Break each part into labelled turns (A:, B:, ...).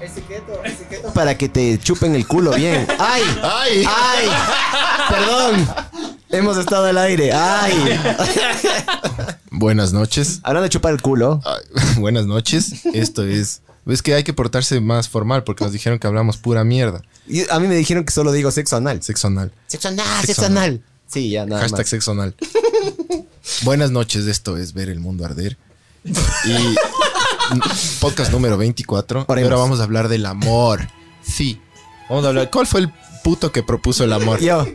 A: Etiqueto, etiqueto para que te chupen el culo bien. ¡Ay! ¡Ay! ¡Ay! Perdón. Hemos estado al aire. ¡Ay!
B: Buenas noches.
A: Hablando de chupar el culo.
B: Ay, buenas noches. Esto es. Es que hay que portarse más formal porque nos dijeron que hablamos pura mierda.
A: Y a mí me dijeron que solo digo sexo anal.
B: Sexo anal.
A: Sexo anal, sexo anal. Sí, ya nada.
B: Hashtag
A: más.
B: sexo anal. buenas noches. Esto es Ver el Mundo Arder. Y. Podcast número 24.
A: Oremos.
B: Ahora vamos a hablar del amor. Sí. Vamos a hablar. ¿Cuál fue el puto que propuso el amor?
A: Yo.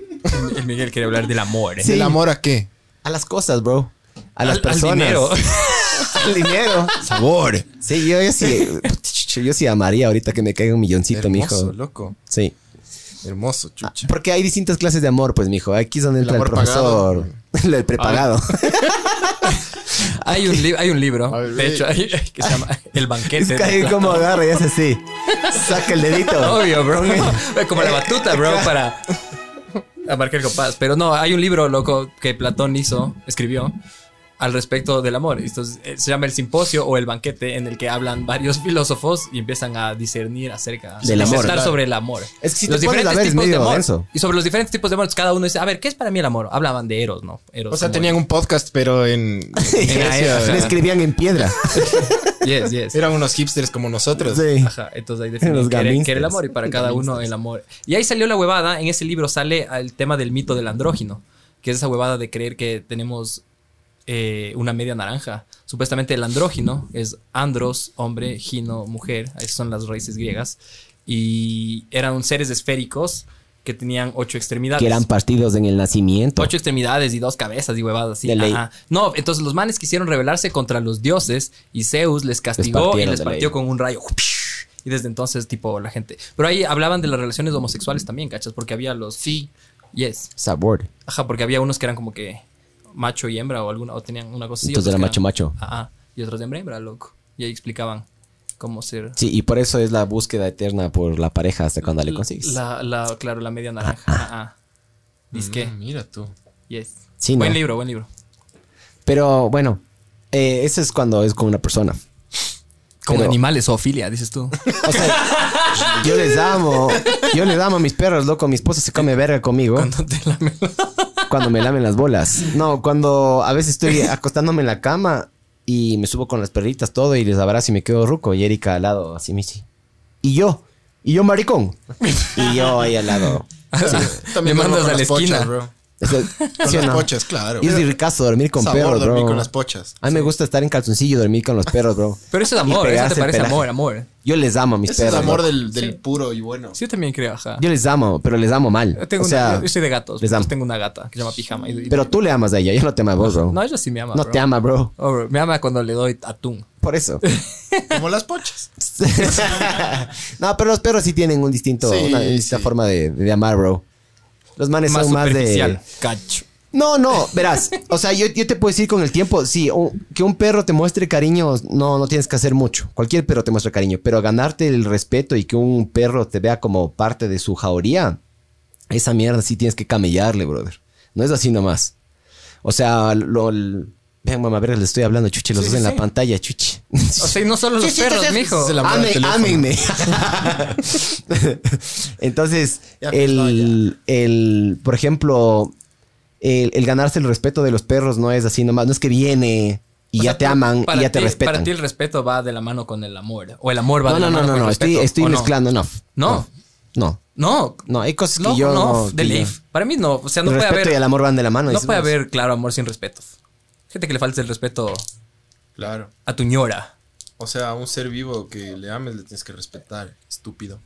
C: El Miguel quiere hablar del amor. ¿eh?
A: Sí.
B: ¿El amor a qué?
A: A las cosas, bro. A las
C: Al- al
A: personas.
C: dinero.
A: Al dinero.
B: Sabor.
A: Sí, yo, yo sí. Yo sí amaría ahorita que me caiga un milloncito,
B: Hermoso,
A: mijo.
B: loco.
A: Sí.
B: Hermoso, chucha.
A: Porque hay distintas clases de amor, pues, mijo. Aquí es donde entra el,
B: amor
A: profesor. El prepagado.
C: Hay un, li- hay un libro,
B: A ver,
C: de hecho, hay- que se llama El
A: Es
C: Banquete.
A: que ahí como agarra y hace así. Saca el dedito.
C: Obvio, bro. Como la batuta, bro, para abarcar el compás. Pero no, hay un libro, loco, que Platón hizo, escribió, al respecto del amor. Entonces, eh, se llama El Simposio o El Banquete, en el que hablan varios filósofos y empiezan a discernir acerca
A: Del
C: a
A: amor.
C: dissertar
A: Claro.
C: sobre el amor.
A: Es que si te pones a ver, es
C: de
A: medio
C: amor.
A: denso.
C: Y sobre los diferentes tipos de amor, cada uno dice, a ver, ¿qué es para mí el amor? Hablaban de Eros, ¿no? Eros
B: O sea,
C: amor.
B: Ah, tenían un podcast, pero en. en Grecia.
A: Le escribían en piedra.
C: Yes, yes.
B: Eran unos hipsters como nosotros.
A: Sí.
C: Ajá, entonces ahí definí
A: Los
C: que era, que era el
A: gangsters.
C: amor y para cada uno el amor. Y ahí salió la huevada, en ese libro sale el tema del mito del andrógino, que es esa huevada de creer que tenemos eh, una media naranja. Supuestamente el andrógino es andros, hombre, gino, mujer, esas son las raíces griegas, y eran seres esféricos que tenían ocho extremidades.
A: Que eran partidos en el nacimiento.
C: Ocho extremidades y dos cabezas y huevadas así.
A: De ley.
C: Ajá. No, entonces los manes quisieron rebelarse contra los dioses y Zeus les castigó y
A: partieron
C: les
A: de
C: partió
A: ley.
C: con un rayo. Y desde entonces, tipo, la gente. Pero ahí hablaban de las relaciones homosexuales también, ¿cachas? Porque había los. Sí. Yes.
A: Sabor.
C: Ajá, porque había unos que eran como que macho y hembra o alguna, o tenían una cosa así.
A: Entonces
C: otros
A: era
C: que eran-
A: macho-macho.
C: Ajá. Y otros de hembra, hembra, loco. Y ahí explicaban cómo ser.
A: Sí, y por eso es la búsqueda eterna por la pareja hasta cuando le consigues.
C: La, la, claro, la media naranja.
A: Ah,
C: Ajá. Disque.
B: Mm, Mira tú.
C: Yes.
A: Sí,
C: buen
A: ¿no?
C: libro, buen libro.
A: Pero bueno, eh, eso es cuando es con una persona.
C: Con
A: Pero-
C: animales, zoofilia, dices tú.
A: O sea, yo les amo. Yo les amo a mis perros, loco. Mi esposa se come verga conmigo
C: Cuando te lamen los-
A: cuando me lamen las bolas. No, cuando a veces estoy acostándome en la cama y me subo con las perritas, todo, y les abrazo y me quedo ruco. Y Erika al lado, así me dice. Y yo, y yo maricón. Y yo ahí al lado.
C: Me mandas a la esquina.
A: Eso-
B: Con
A: ¿sí o
B: las
A: no?
B: pochas, claro.
A: Y es ricazo dormir con
B: Sabor
A: perros,
B: dormir
A: bro.
B: con las pochas.
A: A mí me gusta estar en calzoncillo y dormir con los perros, bro.
C: Pero eso es
A: Y
C: amor, eso
A: pegarse
C: te
A: el
C: parece
A: pelaje.
C: amor, amor.
A: Yo les amo a mis
B: Ese es
A: perros.
B: el amor
A: bro.
B: del, del puro y bueno.
C: Sí, yo también creo, ajá.
A: Yo les amo, pero les amo mal.
C: Yo, tengo
A: o sea,
C: una, yo soy de gatos,
A: les
C: entonces
A: amo.
C: tengo una gata que se llama Pijama. y- y-
A: pero tú le amas a ella, yo no te amo a vos, bro.
C: no, ella sí me ama.
A: No
C: bro.
A: te ama, bro.
C: Oh, bro, Me ama cuando le doy atún.
A: Por eso.
B: Como las pochas.
A: no, pero los perros sí tienen un distinto,
B: Sí,
A: una distinta
B: sí.
A: forma de, de amar, bro. Los manes
C: más
A: son más
C: superficial.
A: de.
C: Cacho.
A: No, no, verás. O sea, yo, yo te puedo decir con el tiempo, sí, un- que un perro te muestre cariño, no, no tienes que hacer mucho. Cualquier perro te muestra cariño, pero ganarte el respeto y que un perro te vea como parte de su jauría, esa mierda sí tienes que camellarle, brother. No es así nomás. O sea, lo, l- vean, mamá, ver, le estoy hablando, chuche, los
C: Sí,
A: dos en
C: sí,
A: la
C: sí.
A: pantalla, chuche.
C: O sea, y no solo los
A: Sí, sí,
C: perros,
A: sí, sí.
C: mijo.
B: Se la- amor al
A: Amen-
B: teléfono.
A: ámenme. Entonces,
B: Ya, pues, no,
A: el, el, por ejemplo, el, el ganarse el respeto de los perros no es así nomás. No es que viene y
C: O
A: ya
C: sea,
A: te
C: tú-
A: aman y
C: para
A: ya te
C: ti-
A: respetan.
C: Para ti el respeto va de la mano con el amor. O el amor va
A: no,
C: de
A: no,
C: la
A: no,
C: mano
A: no,
C: con
A: no.
C: el
A: Estoy,
C: respeto,
A: estoy
C: ¿o no?
A: mezclando, no.
C: No.
A: No.
C: No.
A: No, hay cosas que
C: Loco,
A: yo
C: no,
A: no-
C: de
A: que yo-
C: ley. Para mí no. O sea, no
A: el
C: puede
A: respeto
C: haber.
A: y el amor van de la mano.
C: No
A: dices
C: puede
A: vos.
C: haber, claro, amor sin respeto. Gente que le falta el respeto
B: Claro.
C: a tu ñora.
B: O sea, a un ser vivo que le ames le tienes que respetar. Estúpido.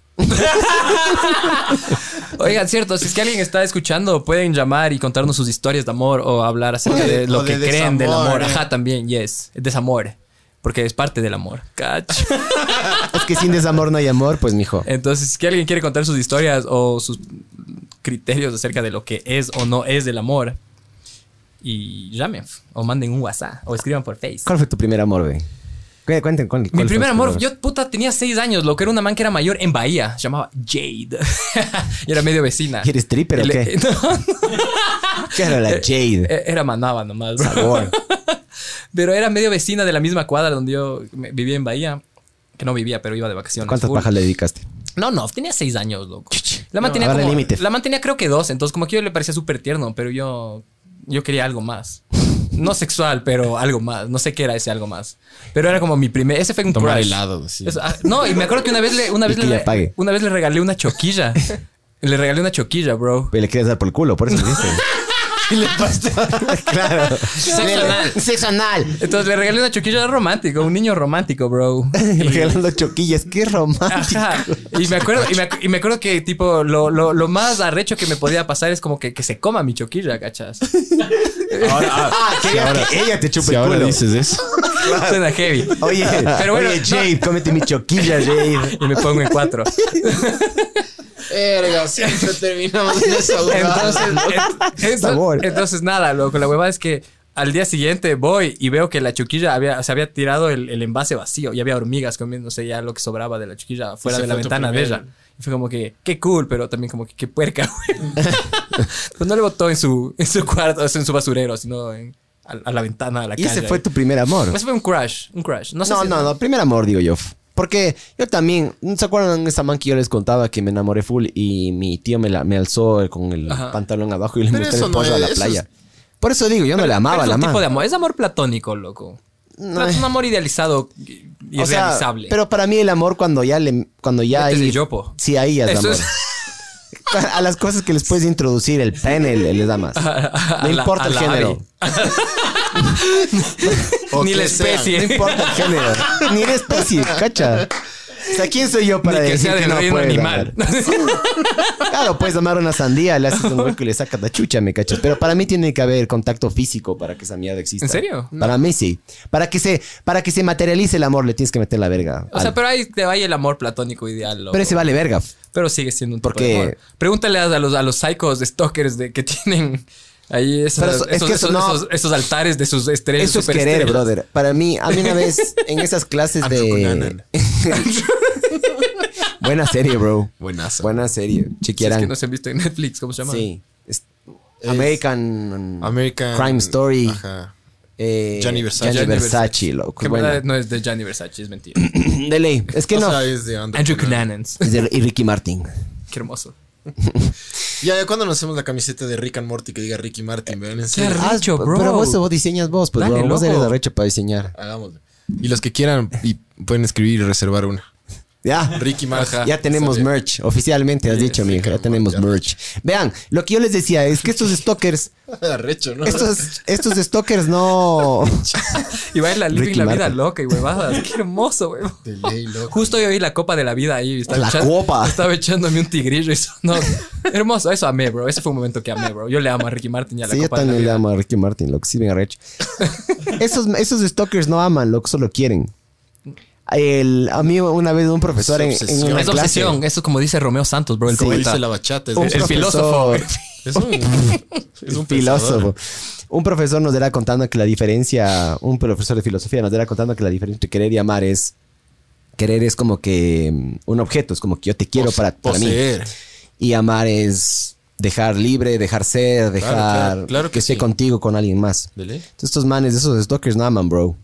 C: Oigan, cierto, si es que alguien está escuchando, pueden llamar y contarnos sus historias de amor o hablar acerca de
B: O
C: lo
B: de
C: que creen del
B: desamor,
C: amor.
B: eh.
C: Ajá, también, yes. Desamor. Porque es parte del amor. Cacho.
A: Es que sin desamor no hay amor, pues, mijo.
C: Entonces, si es que alguien quiere contar sus historias o sus criterios acerca de lo que es o no es el amor. Y llamen, o manden un WhatsApp, o escriban por Face.
A: ¿Cuál fue tu primer amor, güey? Cu- Cuenten, ¿cuál,
C: Mi
A: cuál
C: primer
A: fue tu
C: amor, yo puta tenía seis años, lo que era una man que era mayor en Bahía, se llamaba Jade. y era medio vecina.
A: ¿Eres stripper o
C: Y le-
A: qué?
C: No,
A: ¿Qué era la Jade?
C: e- era manaba nomás.
A: Sabor.
C: Pero era medio vecina de la misma cuadra donde yo me- vivía en Bahía. Que no vivía, pero iba de vacaciones.
A: ¿Cuántas
C: full.
A: pajas le dedicaste?
C: No, no, tenía seis años, loco. La mantenía
A: Ahora el
C: como,
A: límite.
C: la mantenía creo que dos, entonces como que yo le parecía súper tierno, pero yo, yo quería algo más. No sexual, pero algo más. No sé qué era ese algo más. Pero era como mi primer... Ese fue un
D: Tomar
C: crush.
D: helado, sí.
C: Eso, ah, no, y me acuerdo que una vez le, una
A: Y
C: vez
A: que ya
C: le,
A: pague.
C: una vez le regalé una choquilla. le regalé una choquilla, bro.
A: Y le quieres dar por el culo, por eso dice.
D: Y le pasó-
A: claro.
C: Sexo anal.
A: Sexo anal.
C: Entonces le regalé una choquilla romántico, un niño romántico, bro.
A: Regalando choquillas, qué romántico.
C: Ajá. Y me acuerdo, y me, ac- y me acuerdo que, tipo, lo, lo- lo más arrecho que me podía pasar es como que, que se coma mi choquilla, ¿cachas?
D: Ahora, ah,
A: Que ella- que ella te chupa
D: si
A: el
D: ahora
A: culo.
D: dices eso.
C: Suena heavy.
A: Oye,
C: Pero bueno,
A: oye,
C: no.
A: Jade, cómete mi choquilla, Jade.
C: Y me pongo en cuatro.
D: Verga, siempre terminamos en esa
C: Entonces, en- entonces,
A: Sabor.
C: entonces, nada, loco. La huevada es que al día siguiente voy y veo que la chuquilla había, se había tirado el, el envase vacío y había hormigas comiéndose ya lo que sobraba de la chuquilla fuera
D: Ese
C: de la
D: fue tu
C: ventana de
D: primer-
C: ella. Y fue como que, qué cool, pero también como que, qué puerca, güey. Pues no le botó en su, en su cuarto, o sea, en su basurero, sino en- a, a la ventana de la
A: Y
C: calle.
A: ese fue tu primer amor.
C: Ese fue un crush, un crush. Pues, No, sé
A: No,
C: si-
A: no, no, primer amor, digo yo. Porque yo también, ¿no ¿se acuerdan de esa man que yo les contaba que me enamoré full y mi tío me, la- me alzó el- con el
C: Ajá.
A: pantalón abajo y le
B: Pero
A: mostré
B: eso
A: el
B: no
A: pollo a
B: es-
A: la
B: eso
A: playa?
B: es-
A: Por eso digo, yo no le amaba
C: Pero
A: a
C: es
A: la
C: un tipo de
A: man.
C: amor. Es amor platónico, loco.
A: No,
C: es un amor idealizado y y
A: O sea,
C: realizable.
A: pero para mí el amor cuando ya le cuando ya
C: Metes
A: hay-
C: el yopo.
A: Sí, ahí ya es
C: Eso
A: amor.
C: es-
A: A las cosas que les puedes introducir el pene le- les da más.
C: A
A: No
C: la-
A: importa
C: a
A: el
C: la
A: género.
C: Abby. Ni la especie.
A: No importa el género. Ni la especie, cacha. O sea, ¿quién soy yo para
C: Ni que
A: decir
C: sea
A: que
C: del
A: no
C: reino
A: puedes
C: animal.
A: amar? Claro, puedes amar una sandía, le haces un hueco y le sacas la chucha, me cachas. Pero para mí tiene que haber contacto físico para que esa mierda exista.
C: ¿En serio?
A: Para mí sí. Para que se, para que se materialice el amor, le tienes que meter la verga.
C: O sea,
A: Al- pero,
C: pero ahí te va el amor platónico ideal, loco.
A: ese vale verga.
C: Pero sigue siendo un tipo
A: Porque-
C: de amor. Pregúntale a los, a los psychos de stalkers de, que tienen ahí esos,
A: Pero eso- es
C: esos-
A: que eso
C: esos-
A: no-
C: esos- esos altares de sus estrellas.
A: Eso es querer,
C: superestrellas.
A: brother. Para mí, a mí una vez en esas clases de. Buena serie, bro.
D: Buenazo.
A: Buena serie.
C: Si es
A: Chequearán.
C: que no se han visto en Netflix, ¿cómo se llama?
A: Sí. Es- American.
D: American
A: Crime Story.
D: Ajá.
A: eh,
D: Gianni Versace.
A: Gianni
C: Gianni
A: Versace, loco.
C: Que en
A: Bueno,
C: verdad no es de Gianni Versace, es mentira.
A: de ley. Es que
D: O
A: no.
D: sea, es de Andrew
C: Andrew
D: Cunanan.
C: Cunanans.
A: Es de- y Ricky Martin.
C: Qué hermoso.
D: Ya, ya cuando nos hacemos la camiseta de Rick and Morty que diga Ricky Martin, vean, en
C: Qué
D: serio.
C: raro. Arrecho,
A: p-
C: bro.
A: Ah, Pero vos, vos diseñas vos, pues
C: Dale,
A: bro, vos
C: loco.
A: eres arrecho para diseñar.
D: Hagámoslo. Y los que quieran y pueden escribir y reservar una.
A: Ya.
D: Ricky Martin.
A: Ya tenemos merch, oficialmente has dicho, mijo. Ya tenemos merch. Vean, lo que yo les decía es que estos stalkers,
D: Arrecho, ¿no?
A: estos, estos stalkers no.
C: Y va a ir la
A: Ricky
C: living la vida
A: Martin.
C: loca y huevadas. Qué hermoso, huevón.
D: De ley, loco.
C: Justo yo vi la copa de la vida ahí. Estaba
A: La copa.
C: Estaba echándome un tigrillo y sonó. Hermoso, eso amé, bro. Ese fue un momento que amé, bro. Yo le amo a Ricky Martin y a la
A: Sí, yo
C: copa de la
A: también le
C: vida.
A: amo a Ricky Martin, lo que sí, bien arrecho. esos, esos stalkers no aman, lo que solo quieren. El, a mí una vez un profesor en, en
D: obsesión.
A: una
C: Es
A: clase-
C: obsesión, eso como dice Romeo Santos, bro. El
A: Sí.
D: Como
C: cometa.
D: dice la bachata. Es,
A: Un
D: es-
C: El filósofo.
D: es un, es
A: Es
D: un
A: un
D: pensador.
A: filósofo. Un profesor nos era contando que la diferencia, un profesor de filosofía nos era contando que la diferencia entre querer y amar es, querer es como que mm, un objeto, es como que yo te quiero
D: Pos-
A: para, para mí.
D: poseer.
A: Y amar es dejar libre, dejar ser, dejar
D: claro, claro que
A: que, esté
D: sí.
A: contigo con alguien más.
D: ¿De ley?
A: Entonces estos manes, esos stalkers no aman, bro.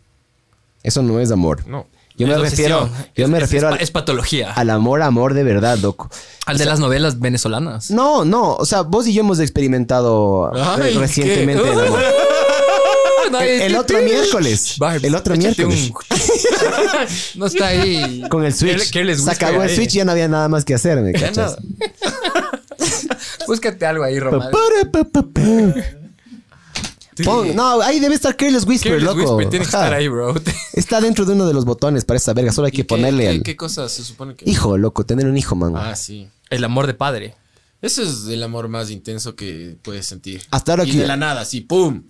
A: Eso no es amor.
D: No.
A: Yo me
C: Es
A: refiero,
C: obsesión.
A: yo me
C: Es- es-
A: refiero
C: es,
A: al,
C: es patología. Al,
A: al amor, amor de verdad, loco.
C: de las novelas venezolanas.
A: No, no, o sea, vos y yo hemos experimentado eh,
D: Ay, ¿qué?
A: recientemente el amor.
C: Ah, no,
A: El,
C: es-
A: el otro miércoles.
C: Va,
A: El otro
C: échate un-
A: miércoles.
C: no está ahí.
A: Con el Switch.
C: ¿Qué- qué les
A: Se
C: busca
A: acabó el
C: ahí?
A: Switch y ya no había nada más que hacer, ¿me
C: Ya
A: cachas?
C: nada. Búscate algo ahí,
A: Pa,
C: Román.
A: para, pa, pa, pa. Pon- no, ahí debe estar Careless Whisper,
C: Careless
A: loco.
C: Whisper tiene que
A: Ajá.
C: estar ahí, bro.
A: Está dentro de uno de los botones para esa verga. Solo hay que ponerle
D: ¿Qué,
A: al
D: qué cosa se supone que.?
A: hijo, loco. Tener un hijo, man.
D: Ah, sí.
C: El amor de padre.
D: Eso es el amor más intenso que puedes sentir.
A: Hasta ahora
D: y
A: que-
D: de la nada, sí, ¡pum!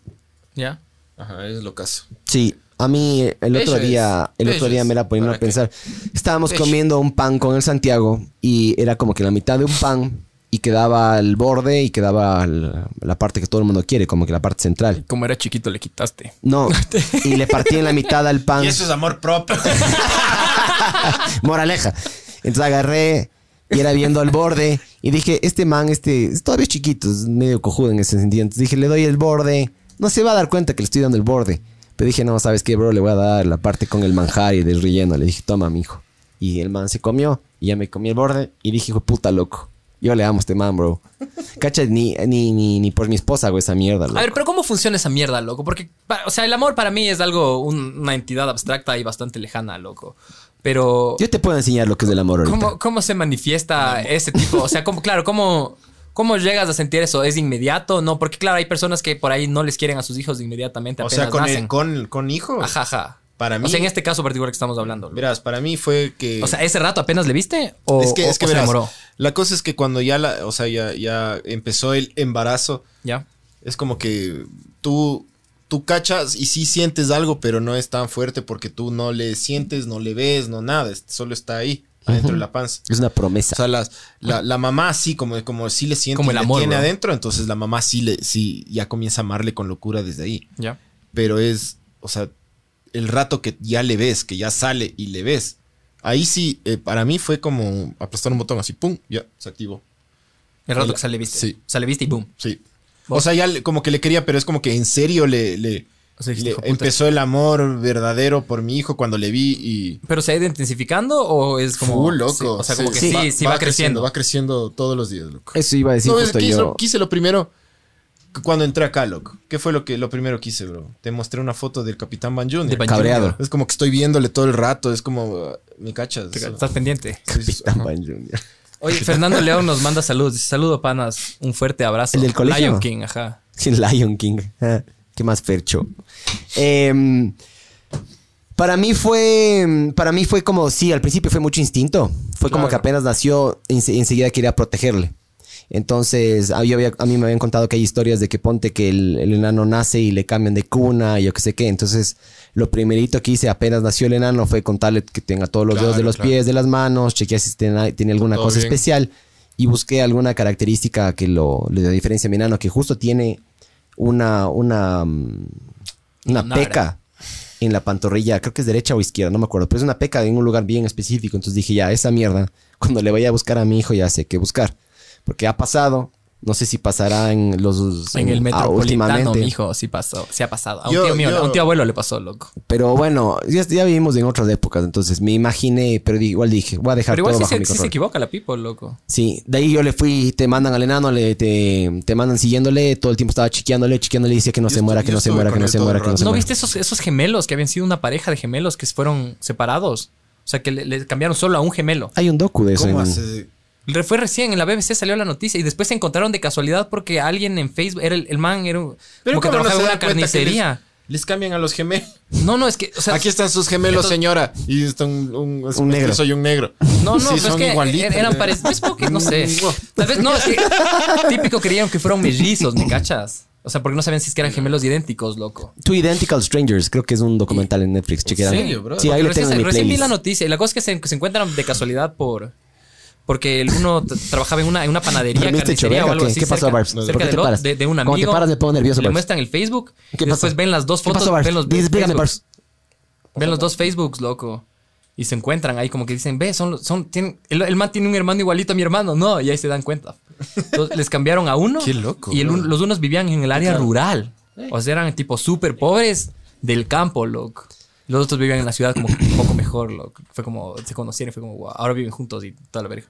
C: ¿Ya?
D: Ajá, es lo caso.
A: Sí. A mí el otro
D: Bello
A: día,
D: es,
A: el otro
D: bello
A: día
D: es.
A: me la poniendo a
D: ¿Para qué?
A: pensar. Estábamos
D: Bello.
A: comiendo un pan con el Santiago y era como que la mitad de un pan y quedaba el borde y quedaba el- la parte que todo el mundo quiere, como que la parte central.
C: Como era chiquito, le quitaste.
A: No, y le partí en la mitad al pan.
E: Y eso es amor propio.
A: Moraleja. Entonces agarré y era viendo al borde y dije, este man, este, es todavía chiquito, es medio cojudo en ese sentido. Entonces dije, le doy el borde. No se va a dar cuenta que le estoy dando el borde. Pero dije, no, ¿sabes qué, bro? Le voy a dar la parte con el manjar y del relleno. Le dije, toma, mijo. Y el man se comió y ya me comí el borde y dije, hijo de puta, loco. Yo le amo a este man, bro. Cacha, ni, ni, ni, ni por mi esposa hago esa mierda, loco.
C: A ver, pero ¿cómo funciona esa mierda, loco? Porque, pa- o sea, el amor para mí es algo, un- una entidad abstracta y bastante lejana, loco. Pero,
A: Yo te puedo enseñar lo que es el amor ahorita.
C: ¿cómo, cómo se manifiesta ese tipo? O sea, ¿cómo, claro, ¿cómo, ¿cómo llegas a sentir eso? ¿Es inmediato? No, porque, claro, hay personas que por ahí no les quieren a sus hijos inmediatamente,
D: O
C: apenas
D: sea, con, el-
C: nacen.
D: con, con hijos.
C: Ajá, ajá.
D: Para
C: O
D: mí-
C: sea, en este caso particular que estamos hablando. loco.
D: Verás, para mí fue que.
C: O sea, ¿ese rato apenas le viste? ¿O,
D: es que,
C: o-
D: es que
C: o se
D: verás,
C: enamoró?
D: La cosa es que cuando ya, la, o sea, ya, ya empezó el embarazo,
C: ¿Ya?
D: es como que tú, tú cachas y sí sientes algo, pero no es tan fuerte porque tú no le sientes, no le ves, no nada. es- Solo está ahí, adentro de la panza.
A: Es una promesa.
D: O sea, las- la, la mamá sí, como, como sí le siente
C: Como
D: y
C: el
D: le
C: amor,
D: tiene
C: bro.
D: adentro, entonces la mamá sí le, sí, ya comienza a amarle con locura desde ahí.
C: ¿Ya?
D: Pero es, o sea, el rato que ya le ves, que ya sale y le ves. Ahí sí, eh, para mí fue como aplastar un botón así, pum, ya, se activó.
C: El rato
D: El-
C: que sale viste.
D: sí.
C: Sale viste y boom.
D: Sí. O sea, ya le- como que le quería, pero es como que en serio le, le-
C: O sea,
D: le
C: hijo puta.
D: empezó el amor verdadero por mi hijo cuando le vi y...
C: ¿Pero se ha ido intensificando o es como...
D: Full, loco.
C: sí, o sea, como que
A: Sí.
C: sí, sí, va, creciendo.
D: Va creciendo todos los días, loco.
A: Eso iba a decir
D: no, es-
A: justo
D: quise,
A: yo.
D: lo, quise lo primero que cuando entré acá, loco. ¿Qué fue lo que lo primero que hice, bro? Te mostré una foto del Capitán Van Junior.
C: De Van
A: Cabreado.
C: Junior.
D: Es como que estoy viéndole todo el rato. Es como, uh, ¿me cachas?
C: Te-
D: Eso-
C: Estás pendiente.
D: sí, sí, sí.
A: Tan buen junior.
C: Oye, Fernando León nos manda saludos. Dice, saludo, panas. Un fuerte abrazo.
A: ¿El del colegio?
C: Lion King, ajá.
A: Sí, Lion King. Ah, ¿Qué más percho? Em, para mí fue. Para mí fue como. Sí, al principio fue mucho instinto. Fue como
C: Claro.
A: que apenas nació, ense- enseguida quería protegerle. Entonces, a, yo había- a mí me habían contado que hay historias de que ponte que el, el enano nace y le cambian de cuna y yo qué sé qué. Entonces, lo primerito que hice apenas nació el enano fue contarle que tenga todos los dedos de
D: Claro,
A: los
D: claro.
A: pies, de las manos, chequear si tenía, tenía alguna
D: Todo
A: cosa
D: bien.
A: especial y busqué alguna característica que lo le da diferencia a mi enano, que justo tiene una, una, mm, una
C: Una
A: peca en la pantorrilla, creo que es derecha o izquierda, no me acuerdo, pero es una peca en un lugar bien específico. Entonces dije, ya, esa mierda, cuando le vaya a buscar a mi hijo, ya sé qué buscar. Porque ha pasado, no sé si pasará en los...
C: En el
A: ah,
C: metropolitano, mi hijo, sí pasó. Sí ha pasado. A un
D: Yo-
C: tío mío,
D: yo-
C: a un tío abuelo le pasó, loco.
A: Pero bueno, ya, ya vivimos en otras épocas, entonces me imaginé, pero di- igual dije, voy a dejar
C: Pero igual
A: todo
C: sí
A: bajo mi
C: se, sí se
A: control.
C: equivoca la people, loco.
A: Sí, de ahí yo le fui, te mandan al enano, le, te, te mandan siguiéndole, todo el tiempo estaba chequeándole, chequeándole, y decía que no
D: Yo
A: se muera,
D: estu-
A: que
D: yo
A: no se
D: estuve
A: muera,
D: con
A: que no
D: él
A: se
D: todo
A: muera,
D: el
A: que no se
C: ¿No
A: muera.
C: viste esos, esos gemelos que habían sido una pareja de gemelos que fueron separados? O sea, que le, le cambiaron solo a un gemelo.
A: Hay un docu de eso.
D: ¿Cómo
A: en-
D: hace?
C: Re- Fue recién, en la BBC salió la noticia y después se encontraron de casualidad porque alguien en Facebook, era el, el man, era un, como que
D: ¿cómo no
C: trabajaba
D: se
C: en
D: da
C: una
D: cuenta que les-
C: carnicería.
D: Les, cambian a los gemelos.
C: No, no, es que, o sea,
D: Aquí están sus gemelos,
C: Entonces-
D: señora. Y está un, un, es-
A: Un
D: es que
A: negro.
D: Soy un negro.
C: no, no,
D: Sí,
C: pero es
D: son
C: que er,
D: igualitos,
C: eran
D: eh. Mm,
C: parecidos, pues, no sé. Tal vez no, es que típico creían que fueron mellizos, ¿me cachas? O sea, porque no sabían si es que eran gemelos idénticos, loco.
A: Two Identical Strangers, creo que es un documental en Netflix, chequearán.
D: serio, bro?
A: Sí, ahí
C: Porque
A: lo tengo en mi
C: recién, recién vi la
A: playlist.
C: noticia y la cosa es que se, se encuentran de casualidad por... Porque el uno t- trabajaba en una, en una panadería,
A: ¿Pero me has hecho
C: carnicería o
A: verga
C: algo
A: o qué?
C: así
A: ¿Qué pasó,
C: cerca,
A: Barbs? ¿Por
C: cerca
A: qué
C: del
A: te
C: ot-
A: paras?
C: de, de un amigo.
A: Cuando te paras me pongo nervioso,
C: Le
A: Barbs.
C: muestran el Facebook y
A: ¿Qué
C: después
A: pasó?
C: ven las dos
A: ¿Qué
C: fotos.
A: pasó, Barbs?
C: ven los
A: Dice, explícame,
C: Facebook-
A: Barbs.
C: Ven los dos Facebooks, loco. Y se encuentran ahí como que dicen, ve, son, son, tienen, el, el man tiene un hermano igualito a mi hermano. No, y ahí se dan cuenta. Entonces, les cambiaron a uno.
D: Qué loco,
C: Y el un-
D: bro.
C: los unos vivían en el área rural. O sea, eran tipo súper pobres del campo, loco. Los otros vivían en la ciudad como que un poco mejor, loco. Fue como, se conocieron, fue como, "Guau, ahora viven juntos y toda la verga.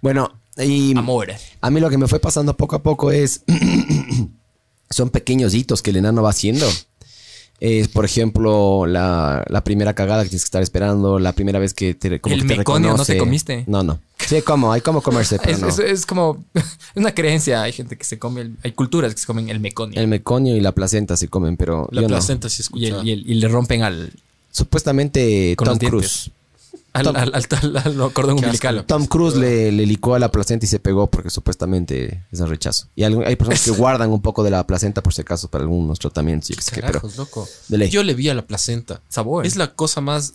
A: Bueno, y
C: Amor.
A: a mí lo que me fue pasando poco a poco es... son pequeños hitos que el enano va haciendo. Es, por ejemplo, la, la primera cagada que tienes que estar esperando, la primera vez que te, como
C: El
A: que te
C: meconio, ¿no te
A: reconoce.
C: comiste?
A: No, no. Sí, como, hay como comerse, pero
C: Es,
A: no.
C: es- es como, es una creencia. Hay gente que se come, el- hay culturas que se comen el meconio.
A: El meconio y la placenta se comen, pero
D: La
A: yo no.
D: placenta sí
C: y, el-
D: escuchaba.
C: y el- y le rompen al,
A: Supuestamente
C: Con
A: Tom
C: los dientes.
A: Cruise.
C: al,
A: Tom-
C: al- al- al- al cordón
D: Qué asco,
C: umbilical.
D: loco.
A: Tom Cruise le, le licó a la placenta y se pegó porque supuestamente es el rechazo. Y algo- hay personas que guardan un poco de la placenta por si acaso para algunos tratamientos. Yo qué sé qué, pero
D: Carajos, loco.
A: de ley.
D: Yo le vi a la placenta.
C: Sabor.
D: Es la cosa más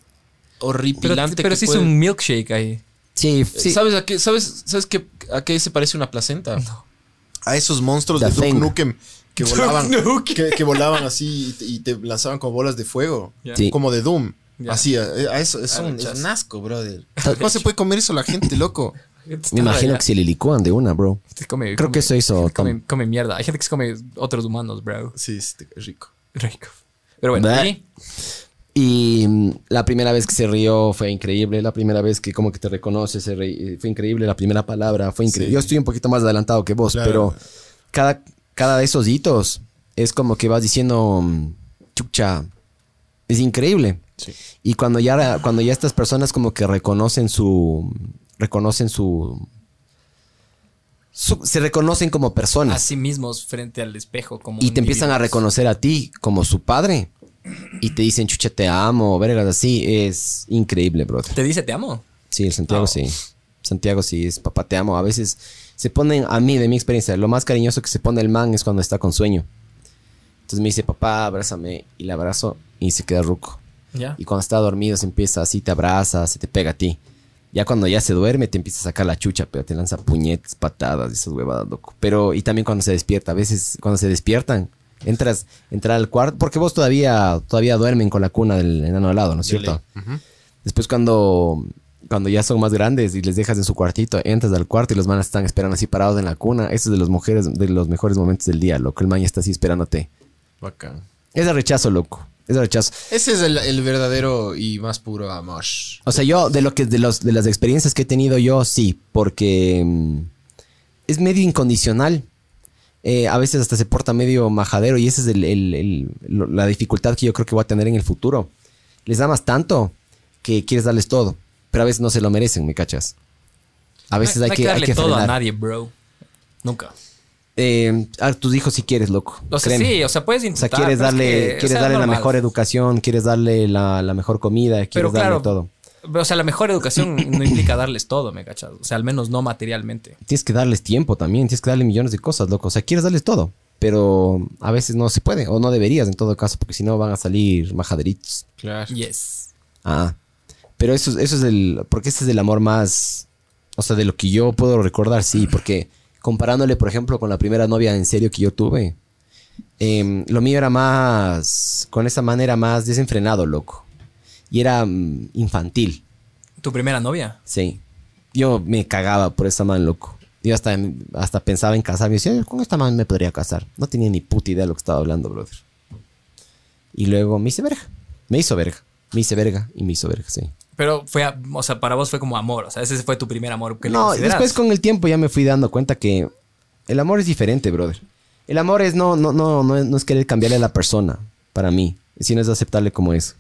C: Pero,
D: horripilante
C: pero
D: que
C: se hizo
D: puede- Eh,
C: un milkshake ahí.
A: Sí, sí.
D: ¿Sabes a qué, sabes, sabes qué, a qué se parece una placenta? A esos monstruos
A: The
D: de Duke
A: Thing.
D: Nukem que volaban,
C: Duke Nukem.
D: que, que volaban así y te, y te lanzaban con bolas de fuego,
C: Ya.
A: Sí.
D: como de Doom.
C: Ya.
D: Así, a, eh, a eso es
C: Ah,
D: un,
C: chas.
D: es un asco, brother. ¿Cómo se puede comer eso la gente, loco? Ah,
A: Me imagino que se le licúan de una, bro.
C: se come,
A: Creo
C: come-
A: que eso hizo
C: Come,
A: Tom.
C: come mierda. Hay gente que se come otros humanos, bro.
D: Sí, es rico.
C: Rico. Pero bueno,
A: Bleh.
C: ¿y?
A: Y mm, la primera vez que se rió fue increíble. La primera vez que como que te reconoce se reí- eh, fue increíble. La primera palabra fue increíble.
D: Sí.
A: Yo estoy un poquito más adelantado que vos,
D: Claro.
A: pero cada, cada de esos hitos es como que vas diciendo, mm, chucha, es increíble.
D: Sí.
A: Y cuando ya, cuando ya estas personas como que reconocen su... Reconocen su... su- se reconocen como personas
C: a sí mismos frente al espejo como
A: y te empiezan a
C: individuos.
A: reconocer a ti como su padre y te dicen, chucha, te amo, vergas, así, es increíble, bro.
C: Te dice te amo.
A: Sí, el Santiago
C: Oh.
A: sí. Santiago sí, es papá, te amo. A veces se ponen, a mí, de mi experiencia, lo más cariñoso que se pone el man es cuando está con sueño. Entonces me dice, papá, abrázame, y le abrazo y se queda ruco.
C: Ya.
A: Y cuando está dormido se empieza así, te abraza, se te pega a ti. Ya cuando ya se duerme te empieza a sacar la chucha, pero te lanza puñetes, patadas y esas huevadas, loco. Pero, y también cuando se despierta, a veces cuando se despiertan, entras, entrar al cuarto, porque vos todavía, todavía duermen con la cuna del enano al lado, ¿no es
D: De
A: cierto? Después cuando, cuando ya son más grandes y les dejas en su cuartito, entras al cuarto y los manes están esperando así parados en la cuna. Eso es de los mujeres, de los mejores momentos del día, loco. El man ya está así esperándote.
D: Bacán.
A: Es de rechazo, loco. Es de rechazo.
D: Ese es el, el verdadero y más puro amor.
A: O sea, yo de lo que de los de las experiencias que he tenido yo sí, porque mm, es medio incondicional. Eh, a veces hasta se porta medio majadero y esa es el- el- el- lo- la dificultad que yo creo que voy a tener en el futuro. Les amas tanto que quieres darles todo, pero a veces no se lo merecen, ¿me cachas? A veces hay,
C: no
A: que, hay
C: darle
A: que
C: todo a
A: frenar.
C: nadie, bro. Nunca.
A: Eh, a tus hijos si quieres, loco.
C: O sea,
A: créeme.
C: sí, o sea,
A: O
C: puedes
A: sea,
C: intentar.
A: quieres
C: pero es
A: darle,
C: que, o
A: quieres
C: sea,
A: darle la
C: normal.
A: mejor educación, quieres darle la, la mejor comida, quieres
C: Pero
A: darle
C: claro,
A: todo.
C: O sea, la mejor educación no implica darles todo, ¿me cachas? O sea, al menos no materialmente.
A: tienes que darles tiempo también, tienes que darle millones de cosas, loco. O sea, quieres darles todo, pero a veces no se puede, o no deberías en todo caso, porque si no van a salir majaderitos.
D: Claro.
C: Yes.
A: Ah, pero eso, eso es el. Porque este es el amor más. O sea, de lo que yo puedo recordar, sí, porque comparándole, por ejemplo, con la primera novia en serio que yo tuve, em, lo mío era más. Con esa manera más desenfrenado, loco. Y era mm, infantil.
C: ¿Tu primera novia?
A: Sí. Yo me cagaba por esa man, loco. Yo hasta, hasta pensaba en casarme. Yo decía, "Ay, con esta man me podría casar. No tenía ni puta idea de lo que estaba hablando, brother. Y luego me hice verga. Me hizo verga. Me hice verga y me hizo verga, sí.
C: Pero fue, a- o sea, para vos fue como amor. O sea, ese fue tu primer amor. Que le
A: No,
C: consideras.
A: después con el tiempo ya me fui dando cuenta que el amor es diferente, brother. El amor es no, no, no, no, es- no es querer cambiarle a la persona, para mí, sino es aceptarle como es.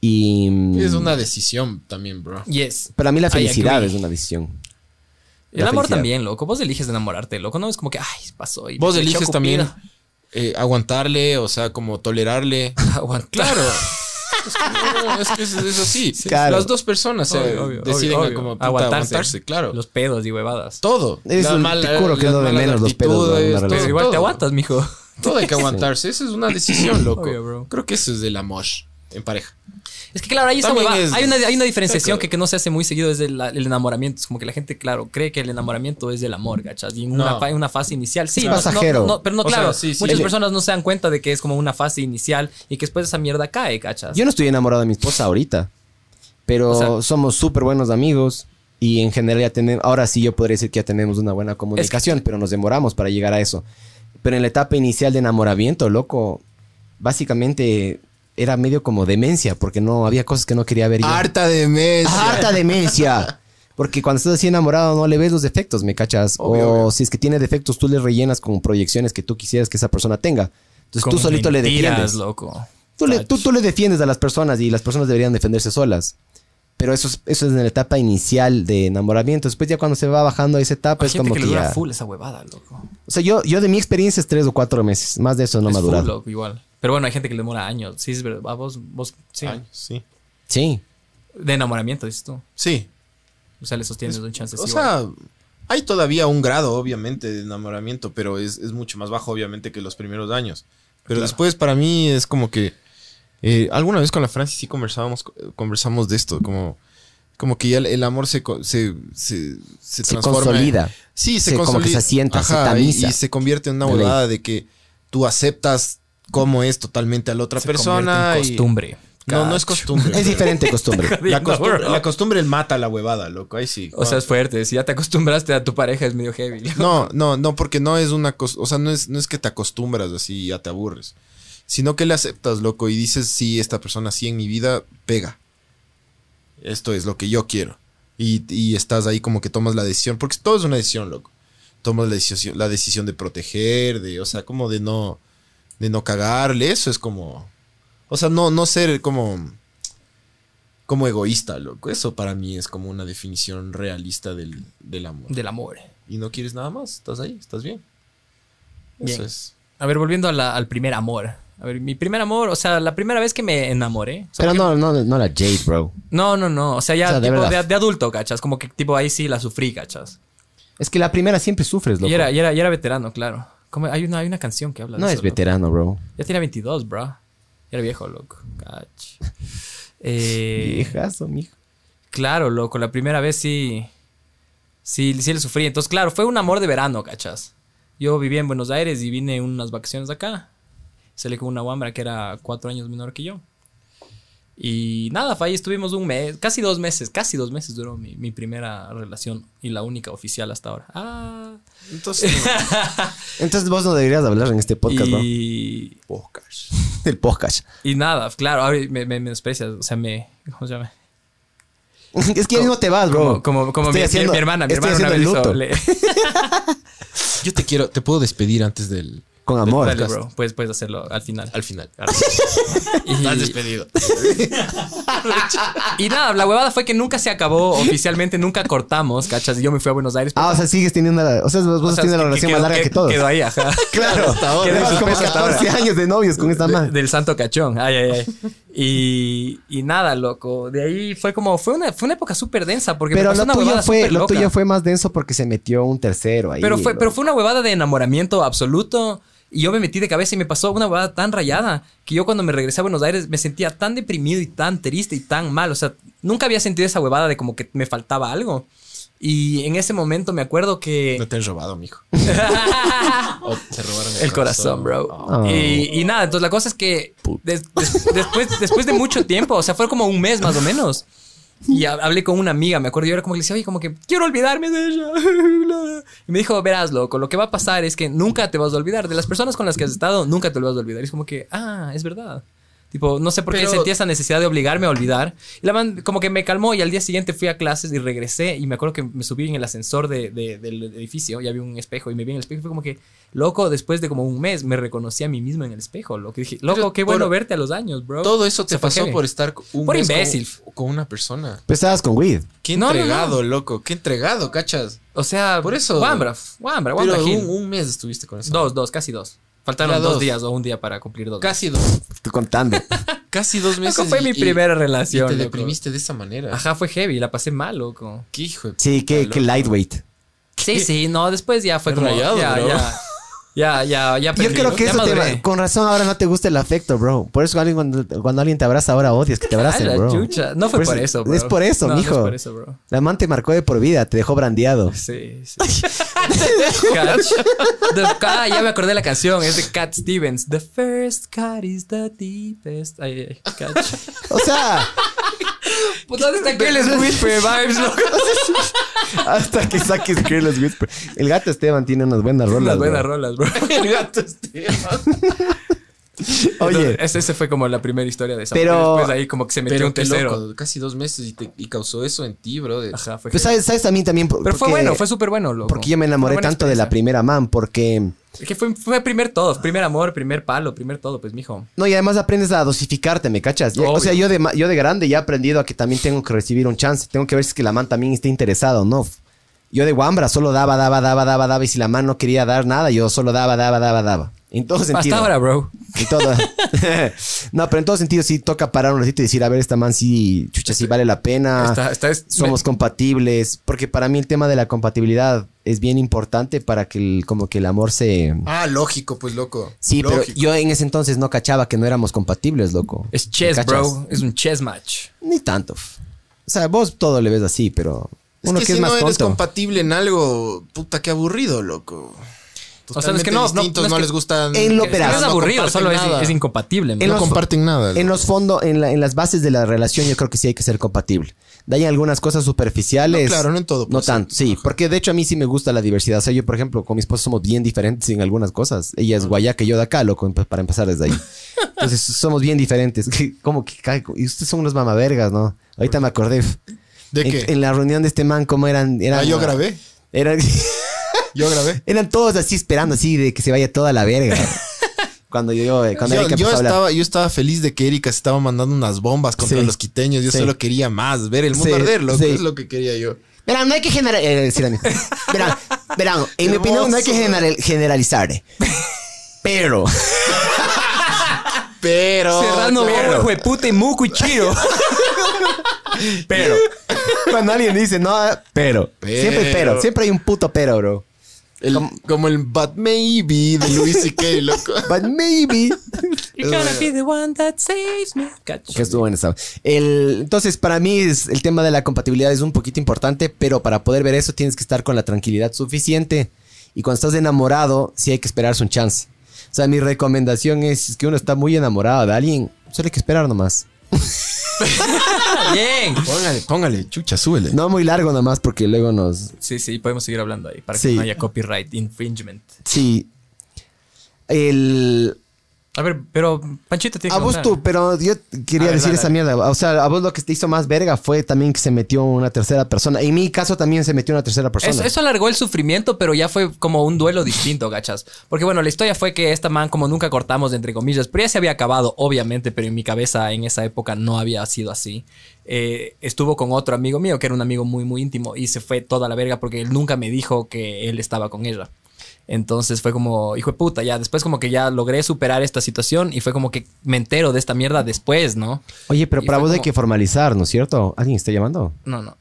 A: Y mm,
D: Es una decisión también, bro.
C: Yes.
A: para mí la
C: I
A: felicidad
C: agree.
A: es una decisión.
C: El
A: la
C: amor
A: felicidad.
C: también, loco. Vos eliges enamorarte, loco. No es como que, ay, pasó. Y
D: Vos
C: me
D: eliges
C: echó
D: también
C: Cupido.
D: eh, aguantarle, o sea, como tolerarle.
C: Aguanta.
D: Claro. Es que, no, es que es, es así.
A: Claro.
D: Las dos personas eh,
C: Obvio, obvio,
D: deciden
C: obvio, obvio.
D: como puta,
C: Aguantarse.
D: aguantarse. claro.
C: Los pedos y huevadas.
D: todo.
A: Es
D: La
A: un-
D: mala-
A: te juro que es
D: las
A: lo de
D: malas
A: menos los pedos, ¿no? en una
D: actitudes,
A: relación.
C: Pero igual
D: todo.
C: te aguantas, mijo.
D: Todo hay que aguantarse. Esa es una decisión, loco.
C: Obvio, bro.
D: Creo que eso es del amor en pareja.
C: Es que claro, ahí está
D: También
C: huevada.
D: es-
C: Hay una, hay una diferenciación
D: Claro.
C: que, que no se hace muy seguido, es el, el enamoramiento. Es como que la gente, claro, cree que el enamoramiento es del amor, ¿cachas? Y en una,
D: No.
C: fa- en una fase inicial. Sí,
A: Es
C: no- no-
A: pasajero.
C: no- pero no,
D: O sea,
C: claro,
D: sí, sí.
C: muchas
D: El-
C: personas no se dan cuenta de que es como una fase inicial y que después esa mierda cae, ¿cachas?
A: Yo no estoy enamorado de mi esposa ahorita, pero
C: O sea-
A: somos súper buenos amigos y en general ya tenemos, ahora sí yo podría decir que ya tenemos una buena comunicación, pero nos demoramos para llegar a eso. Pero en la etapa inicial de enamoramiento, loco, básicamente era medio como demencia, porque no había cosas que no quería ver yo.
D: Harta de mes.
A: Harta demencia. Porque cuando estás así enamorado no le ves los defectos, ¿me cachas?
D: Obvio,
A: o
D: obvio.
A: si es que tiene defectos, tú le rellenas con proyecciones que tú quisieras que esa persona tenga. Entonces
D: pues,
A: tú
C: Con
A: solito le
C: mentiras,
A: defiendes.
C: loco.
A: Tú le, tú- tú le defiendes a las personas y las personas deberían defenderse solas. Pero eso es, eso es en la etapa inicial de enamoramiento. Después ya cuando se va bajando esa etapa
C: Hay
A: es
C: gente
A: como
C: Ah, que
A: que,
C: le dura
A: ya...
C: full esa huevada, loco.
A: O sea, yo, yo de mi experiencia es tres o cuatro meses. Más de eso no
C: es
A: me ha
C: full,
A: durado.
C: loco, igual. Pero bueno, hay gente que le demora años. Sí, es verdad. Ah, Vos, vos, sí.
D: Ay, sí.
A: Sí.
C: De enamoramiento, dices tú.
D: Sí.
C: O sea, le sostienes un chance.
D: O
C: sí,
D: sea, hay todavía un grado, obviamente, de enamoramiento, pero es, es mucho más bajo, obviamente, que los primeros años. Pero después, para mí, es como que. eh, alguna vez con la Francis sí conversábamos, conversamos de esto, como. Como que ya el, el amor se, co- se, se, se
A: Se
D: transforma. en-
A: consolida.
D: Sí, se
A: Se- como
D: consolida.
A: que se asienta, se
D: Ajá, y-
A: tamiza.
D: Y, se convierte en una
A: De ley.
D: huevada de que tú aceptas cómo es totalmente a la otra
C: Se
D: persona.
C: convierte en
D: y-
C: costumbre.
D: No, no es
C: Cacho.
D: costumbre.
A: Es diferente costumbre.
D: La costumbre,
C: No, bro.
D: la costumbre mata la huevada, loco. Ahí sí.
C: O sea, es fuerte. Si ya te acostumbraste a tu pareja, es medio heavy.
D: No, no, no, porque no es una cosa, o sea, no es, no es que te acostumbras así y ya te aburres, sino que le aceptas, loco, y dices, sí, esta persona sí en mi vida pega. Esto es lo que yo quiero. Y, y estás ahí como que tomas la decisión, porque todo es una decisión, loco. Tomas la decisión, la decisión de proteger, de, o sea, como de no, de no cagarle, eso es como, o sea, no, no ser como, como egoísta, loco. Eso para mí es como una definición realista del, del amor
C: Del amor.
D: y no quieres nada más, estás ahí, estás bien.
C: Bien.
D: Eso es.
C: A ver, volviendo a la- al primer amor. A ver, mi primer amor, o sea, la primera vez que me enamoré. O sea,
A: Pero
C: porque-
A: no, no, no la Jade, bro.
C: No, no, no. O sea, ya
A: O sea, de
C: tipo de,
A: verdad.
C: de adulto, cachas. Como que tipo ahí sí la sufrí, cachas.
A: Es que la primera siempre sufres, loco.
C: Y era, y era, y era veterano, claro. Como, hay, una, hay una canción que habla de
A: no
C: eso.
A: es
C: ¿no?
A: veterano, bro.
C: Ya tenía 22, bro. Ya era viejo, loco. Cach. Eh,
A: Viejazo, mijo.
C: claro, loco. La primera vez sí. Sí, sí le sufrí. Entonces, claro, fue un amor de verano, cachas. Yo vivía en Buenos Aires y vine unas vacaciones acá. Salí con una guambra que era cuatro años menor que yo. Y nada, fue ahí estuvimos un mes, casi dos meses, casi dos meses duró mi, mi primera relación y la única oficial hasta ahora. Ah.
D: Entonces,
A: Entonces vos no deberías hablar en este podcast, bro.
C: y,
A: El podcast.
C: Y nada, claro, ahora me, me, me desprecias, o sea, me... ¿Cómo se llama?
A: Es que ahí no te vas, bro.
C: Como, como, como
A: Estoy
C: mi, mi-
A: haciendo-
C: mi hermana, mi
A: estoy
C: hermana una vez
A: haciendo
C: hizo...
A: el luto.
C: le-
D: yo te quiero, te puedo despedir antes del.
A: Con amor.
C: Dale, bro, puedes, puedes hacerlo al final.
D: Al final. Estás
C: Y,
D: despedido.
C: y nada, la huevada fue que nunca se acabó oficialmente, nunca cortamos, cachas, y yo me fui a Buenos Aires.
A: Ah, o sea, sigues teniendo la... O sea, vos
C: O sea,
A: tienes la
C: que-
A: relación
C: quedó-
A: más larga que todos.
C: Quedó ahí, ajá.
A: Claro.
C: Quedó en
A: Llevas como
C: suspenso hasta ahora.
A: 14 años de novios con esta
C: De-
A: man.
C: del santo cachón. Ay, ay, ay. Y, y nada, loco. De ahí fue como, fue una, fue una época súper densa. Porque me
A: Pero
C: pasó
A: lo
C: una
A: tuyo,
C: huevada
A: fue,
C: súper
A: lo
C: loca.
A: tuyo fue más denso porque se metió un tercero ahí.
C: Pero fue,
A: bro.
C: pero fue una huevada de enamoramiento absoluto. Y yo me metí de cabeza y me pasó una huevada tan rayada que yo cuando me regresé a Buenos Aires me sentía tan deprimido y tan triste y tan mal. O sea, nunca había sentido esa huevada de como que me faltaba algo. Y en ese momento me acuerdo
D: No
C: que...
D: te han robado, mijo. O te robaron
C: El corazón, bro.
A: Oh.
C: Y, y nada, entonces la cosa es que des- des- después, después de mucho tiempo, o sea, fue como un mes más o menos. Y ha- hablé con una amiga, me acuerdo, yo era como que le decía, oye, como que quiero olvidarme de ella. Y me dijo, verás, loco, lo que va a pasar es que nunca te vas a olvidar. De las personas con las que has estado, nunca te lo vas a olvidar. Y es como que, ah, es verdad. Tipo, no sé por qué
D: Pero-
C: sentí esa necesidad de obligarme a olvidar. Y la man como que me calmó y al día siguiente fui a clases y regresé y me acuerdo que me subí en el ascensor de- de- del edificio y había un espejo y me vi en el espejo y fue como que, loco, después de como un mes me reconocí a mí mismo en el espejo. Lo que dije, loco,
D: Pero
C: qué bueno
D: por-
C: verte a los años, bro.
D: Todo eso te
C: Se fue
D: pasó
C: heavy.
D: por estar un
C: Por
D: mes con-
C: imbécil.
D: Con, una persona.
A: Pues estabas con weed.
D: Qué
C: No, no, no.
D: entregado, loco. Qué entregado, cachas.
C: O sea,
D: Por eso-
C: Wambra, Wambra, Wambra
D: Pero
C: Gil.
D: un, un mes estuviste con eso.
C: Dos, dos, casi dos. Faltaron
D: Ya
C: dos.
D: dos.
C: días o un día para cumplir dos.
D: Casi dos.
A: Estoy contando.
D: Casi dos meses.
C: Loco, fue
D: y-
C: mi
D: y-
C: primera
D: y
C: relación.
D: te
C: loco.
D: deprimiste de esa manera.
C: Ajá, fue heavy, la pasé mal, loco.
D: Qué hijo de
A: Sí, qué,
D: puta,
A: qué
D: loco.
A: lightweight.
C: Sí, sí, no, después ya fue
D: Qué
C: como.
D: rayado,
C: ya,
D: bro.
C: ya, ya, ya, ya
A: Yo
C: aprendí,
A: creo que
C: ya
A: eso te
C: maduré.
A: va- Con razón ahora no te gusta el afecto, bro. Por eso alguien cuando, cuando alguien te abraza ahora odias que te abracen,
C: Ah, la
A: bro.
C: chucha. No fue
A: Por
C: por,
A: eso-
C: eso, bro.
A: es por eso,
C: No, no
A: mijo.
C: es por eso, bro.
A: La man te marcó de por vida, te dejó brandeado.
C: Sí, sí. Catch. The- ah, ya me acordé la canción, es de Cat Stevens. The first cut is the deepest. Ay, ay, ay, catch.
A: O sea,
C: ¿Dónde está aquel Whisper Vibes, loco?
A: hasta que saques Careless Whisper. El gato Esteban tiene unas buenas rolas.
C: Unas buenas
A: bro.
C: rolas, bro.
D: El gato Esteban.
A: Oye,
C: Entonces, ese fue como la primera historia de esa
A: Pero-
C: mujer. Después de ahí como que se metió
D: Pero
C: un
D: qué
C: tercero.
D: loco. Casi dos meses y, te, y causó eso en ti, bro.
C: Ajá, fue
A: pues
C: heavy.
A: sabes, sabes también también. por-
C: Pero fue
A: porque-
C: bueno, fue súper bueno, loco.
A: Porque yo me enamoré
C: Fue una buena
A: tanto de la
C: experiencia.
A: primera man, porque.
C: Es Que fue, fue primer todo, primer amor, primer palo, primer todo, pues, mijo.
A: No, y además aprendes a dosificarte, ¿me cachas? Ya- O
C: Obvio.
A: sea, yo de, ma- yo de grande ya he aprendido a que también tengo que recibir un chance. Tengo que ver si es que la man también está interesada o no. Yo de guambra solo daba, daba, daba, daba, daba. Y si la man no quería dar nada, yo solo daba, daba, daba, daba. En todo sentido.
C: Hasta ahora, bro.
A: En todo. no, pero en todo sentido sí toca parar un ratito y decir, a ver, esta man sí, chucha, sí vale la pena.
C: Está- está- es-
A: Ah. somos compatibles. Porque para mí el tema de la compatibilidad es bien importante para que el, como que el amor se...
D: Ah, lógico, pues loco.
A: Sí, pero
D: Lógico.
A: yo en ese entonces no cachaba que no éramos compatibles, loco.
C: Es chess,
A: ¿Me cachas?
C: bro. Es un chess match.
A: Ni tanto. O sea, vos todo le ves así, pero
D: Es
A: uno
D: que,
A: que, es
D: si
A: más
D: no eres
A: tonto.
D: compatible en algo, puta, qué aburrido, loco.
C: O sea, es que no, no-
D: distintos,
C: no
D: no,
C: es que-
D: les gustan.
A: En lo
D: no
A: verás,
C: no es aburrido,
D: comparten
C: solo es,
D: nada.
C: es incompatible. ¿no?
A: En
D: No
A: los-
D: comparten nada.
A: En
D: loco.
A: los fondos, en, la- en las bases de la relación, yo creo que sí hay que ser compatible. De ahí algunas cosas superficiales.
D: No, claro, no en todo
A: No
D: puede ser.
A: tanto, sí.
D: Ajá.
A: Porque de hecho a mí sí me gusta la diversidad. O sea, yo, por ejemplo, con mi esposa somos bien diferentes en algunas cosas. Ella es guayaca y yo de acá, loco, empe- para empezar desde ahí. Entonces somos bien diferentes. ¿Cómo que caigo? Y ustedes son unos mamavergas, ¿no? Ahorita me acordé.
D: ¿De
A: en,
D: qué?
A: en la reunión de este man, ¿cómo eran? eran
D: Ah, yo grabé.
A: Eran,
D: Yo grabé.
A: eran todos así esperando, así de que se vaya toda la verga. cuando yo, eh, cuando
D: Yo,
A: Erika
D: yo
A: empezó a hablar.
D: estaba, yo estaba feliz de que Erika se estaba mandando unas bombas contra
A: Sí.
D: los quiteños. Yo
A: Sí.
D: solo quería más, ver el mundo
A: Sí,
D: arder, loco.
A: sí.
D: Es lo que quería yo.
A: Verán, no hay que generar. eh, decir a mí. Verán, verán, en mi
D: Hermoso.
A: opinión, no hay que general- generalizar. Pero.
D: Pero.
C: Serrano,
D: pero-
C: Bobo, Juepute, Muco y Chiro.
A: Pero. Cuando alguien dice, no, pero.
D: Pero.
A: Siempre pero. Siempre hay un puto pero, bro.
D: el- como el Bat Maybe de Luis C.K., loco.
A: But maybe.
C: You gotta be the one that saves me. Cacho.
A: Que estuvo en esa. El, entonces, para mí, es, el tema de la compatibilidad es un poquito importante, pero para poder ver eso tienes que estar con la tranquilidad suficiente. Y cuando estás enamorado, sí hay que esperarse un chance. O sea, mi recomendación es, si es que uno está muy enamorado de alguien, solo hay que esperar nomás.
C: Bien.
D: Póngale, póngale, chucha, súbele.
A: No muy largo nomás, porque luego nos,
C: Sí, sí, podemos seguir hablando ahí para que
A: Sí.
C: no haya copyright infringement.
A: Sí. El,
C: A ver, pero Panchito tiene
A: a
C: que
A: vos
C: contar.
A: tú, pero yo quería
C: A ver,
A: decir
C: dale,
A: esa
C: dale.
A: mierda. O sea, a vos lo que te hizo más verga fue también que se metió una tercera persona. En mi caso también se metió una tercera persona.
C: Eso, eso alargó el sufrimiento, pero ya fue como un duelo distinto, gachas. Porque bueno, la historia fue que esta man, como nunca cortamos, entre comillas, pero ya se había acabado, obviamente, pero en mi cabeza en esa época no había sido así. Eh, estuvo con otro amigo mío, que era un amigo muy, muy íntimo, y se fue toda la verga porque él nunca me dijo que él estaba con ella. Entonces fue como, hijo de puta, ya después como que ya logré superar esta situación y fue como que me entero de esta mierda después, ¿no?
A: Oye, pero
C: Y
A: para
C: fue
A: vos hay
C: como-
A: que formalizar, ¿no es cierto? ¿Alguien está llamando?
C: No, no.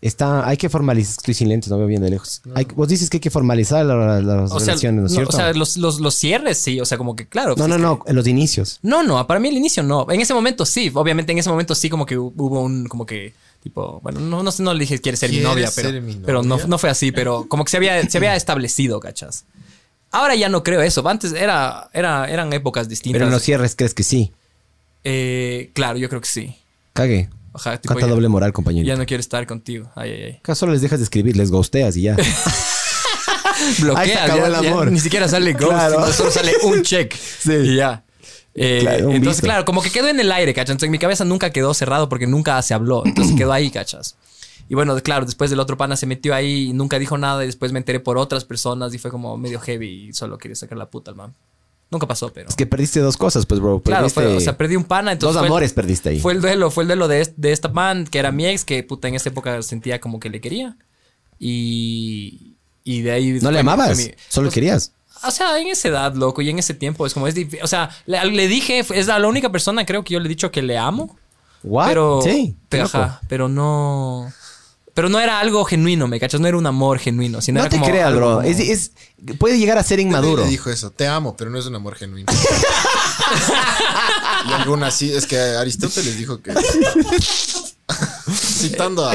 A: Está, hay que formalizar. Estoy sin lentes, no veo bien de lejos. Hay- vos dices que hay que formalizar la- la- las
C: O sea,
A: relaciones, ¿no es
C: no, o
A: cierto?
C: sea, los, los, los cierres, sí, o sea, como que claro.
A: no,
C: si
A: no,
C: es que-
A: no, en los inicios.
C: No, no, para mí el inicio no. En ese momento sí, obviamente en ese momento sí como que hu- hubo un como que tipo, bueno, no no sé, no le dije quieres ser mi
D: ¿Quieres
C: novia, pero,
D: ser mi
C: pero no,
D: novia?
C: no fue así, pero como que se había, se había establecido, cachas. Ahora ya no creo eso. Antes era, era, eran épocas distintas.
A: Pero en los cierres crees que sí.
C: Eh, claro, yo creo que sí.
A: Cague.
C: Ojalá, tipo,
A: Cuánta
C: ya,
A: doble moral, compañero.
C: ya no quiero estar contigo. Ay, ay, ay.
A: Acá solo les dejas de escribir, les ghosteas y ya. Ahí se
C: Bloqueas,
A: acabó
C: ya-
A: el
C: ya
A: amor.
C: ni siquiera sale ghost,
A: Claro.
C: sino solo sale un check. Y ya. Eh,
A: Claro, un
C: entonces,
A: visto.
C: claro, como que quedó en el aire, ¿cachas? Entonces, en mi cabeza nunca quedó cerrado porque nunca se habló. Entonces quedó ahí, ¿cachas? Y bueno, claro, después del otro pana se metió ahí y nunca dijo nada. Y después me enteré por otras personas y fue como medio heavy y solo quería sacar la puta al man. Nunca pasó, pero.
A: Es que perdiste dos cosas, pues, bro.
C: Claro,
A: Perdiste
C: fue- o sea, perdí un pana. Entonces
A: dos
C: fue el-
A: amores perdiste ahí.
C: Fue el duelo, fue el duelo de, est- de esta man que era mi ex, que puta en esa época sentía como que le quería. Y. Y de ahí.
A: ¿No
C: fue-
A: le amabas?
C: fue mi-
A: Solo
C: Pues,
A: querías.
C: o sea, en esa edad, loco, y en ese tiempo es como es difícil. O sea, le, le dije, es la, la única persona creo que yo le he dicho que le amo.
A: ¿What?
C: Pero,
A: sí. qué
C: pero, ajá,
A: loco.
C: pero no. Pero no era algo genuino, ¿me cachas? No era un amor genuino. Sino
A: No
C: era
A: te
C: como
A: creas,
C: algo
A: bro.
C: como-
A: Es, es- puede llegar a ser inmaduro.
D: Le dijo eso, te amo, pero no es un amor genuino. y alguna sí, es que Aristóteles dijo que. citando a.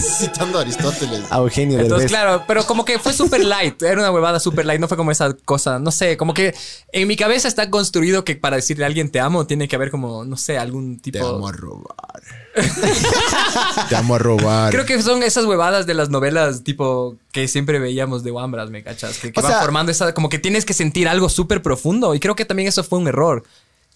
D: citando a Aristóteles.
A: A Eugenio del
C: Entonces, claro, pero como que fue super light. Era una huevada super light. No fue como esa cosa, no sé, como que en mi cabeza está construido que para decirle a alguien te amo tiene que haber como, no sé, algún tipo.
D: Te amo a robar. te amo a robar.
C: Creo que son esas huevadas de las novelas tipo que siempre veíamos de Wambras, ¿me cachas? Que, que
A: O
C: va
A: sea-
C: formando esa... Como que tienes que sentir algo súper profundo. Y creo que también eso fue un error.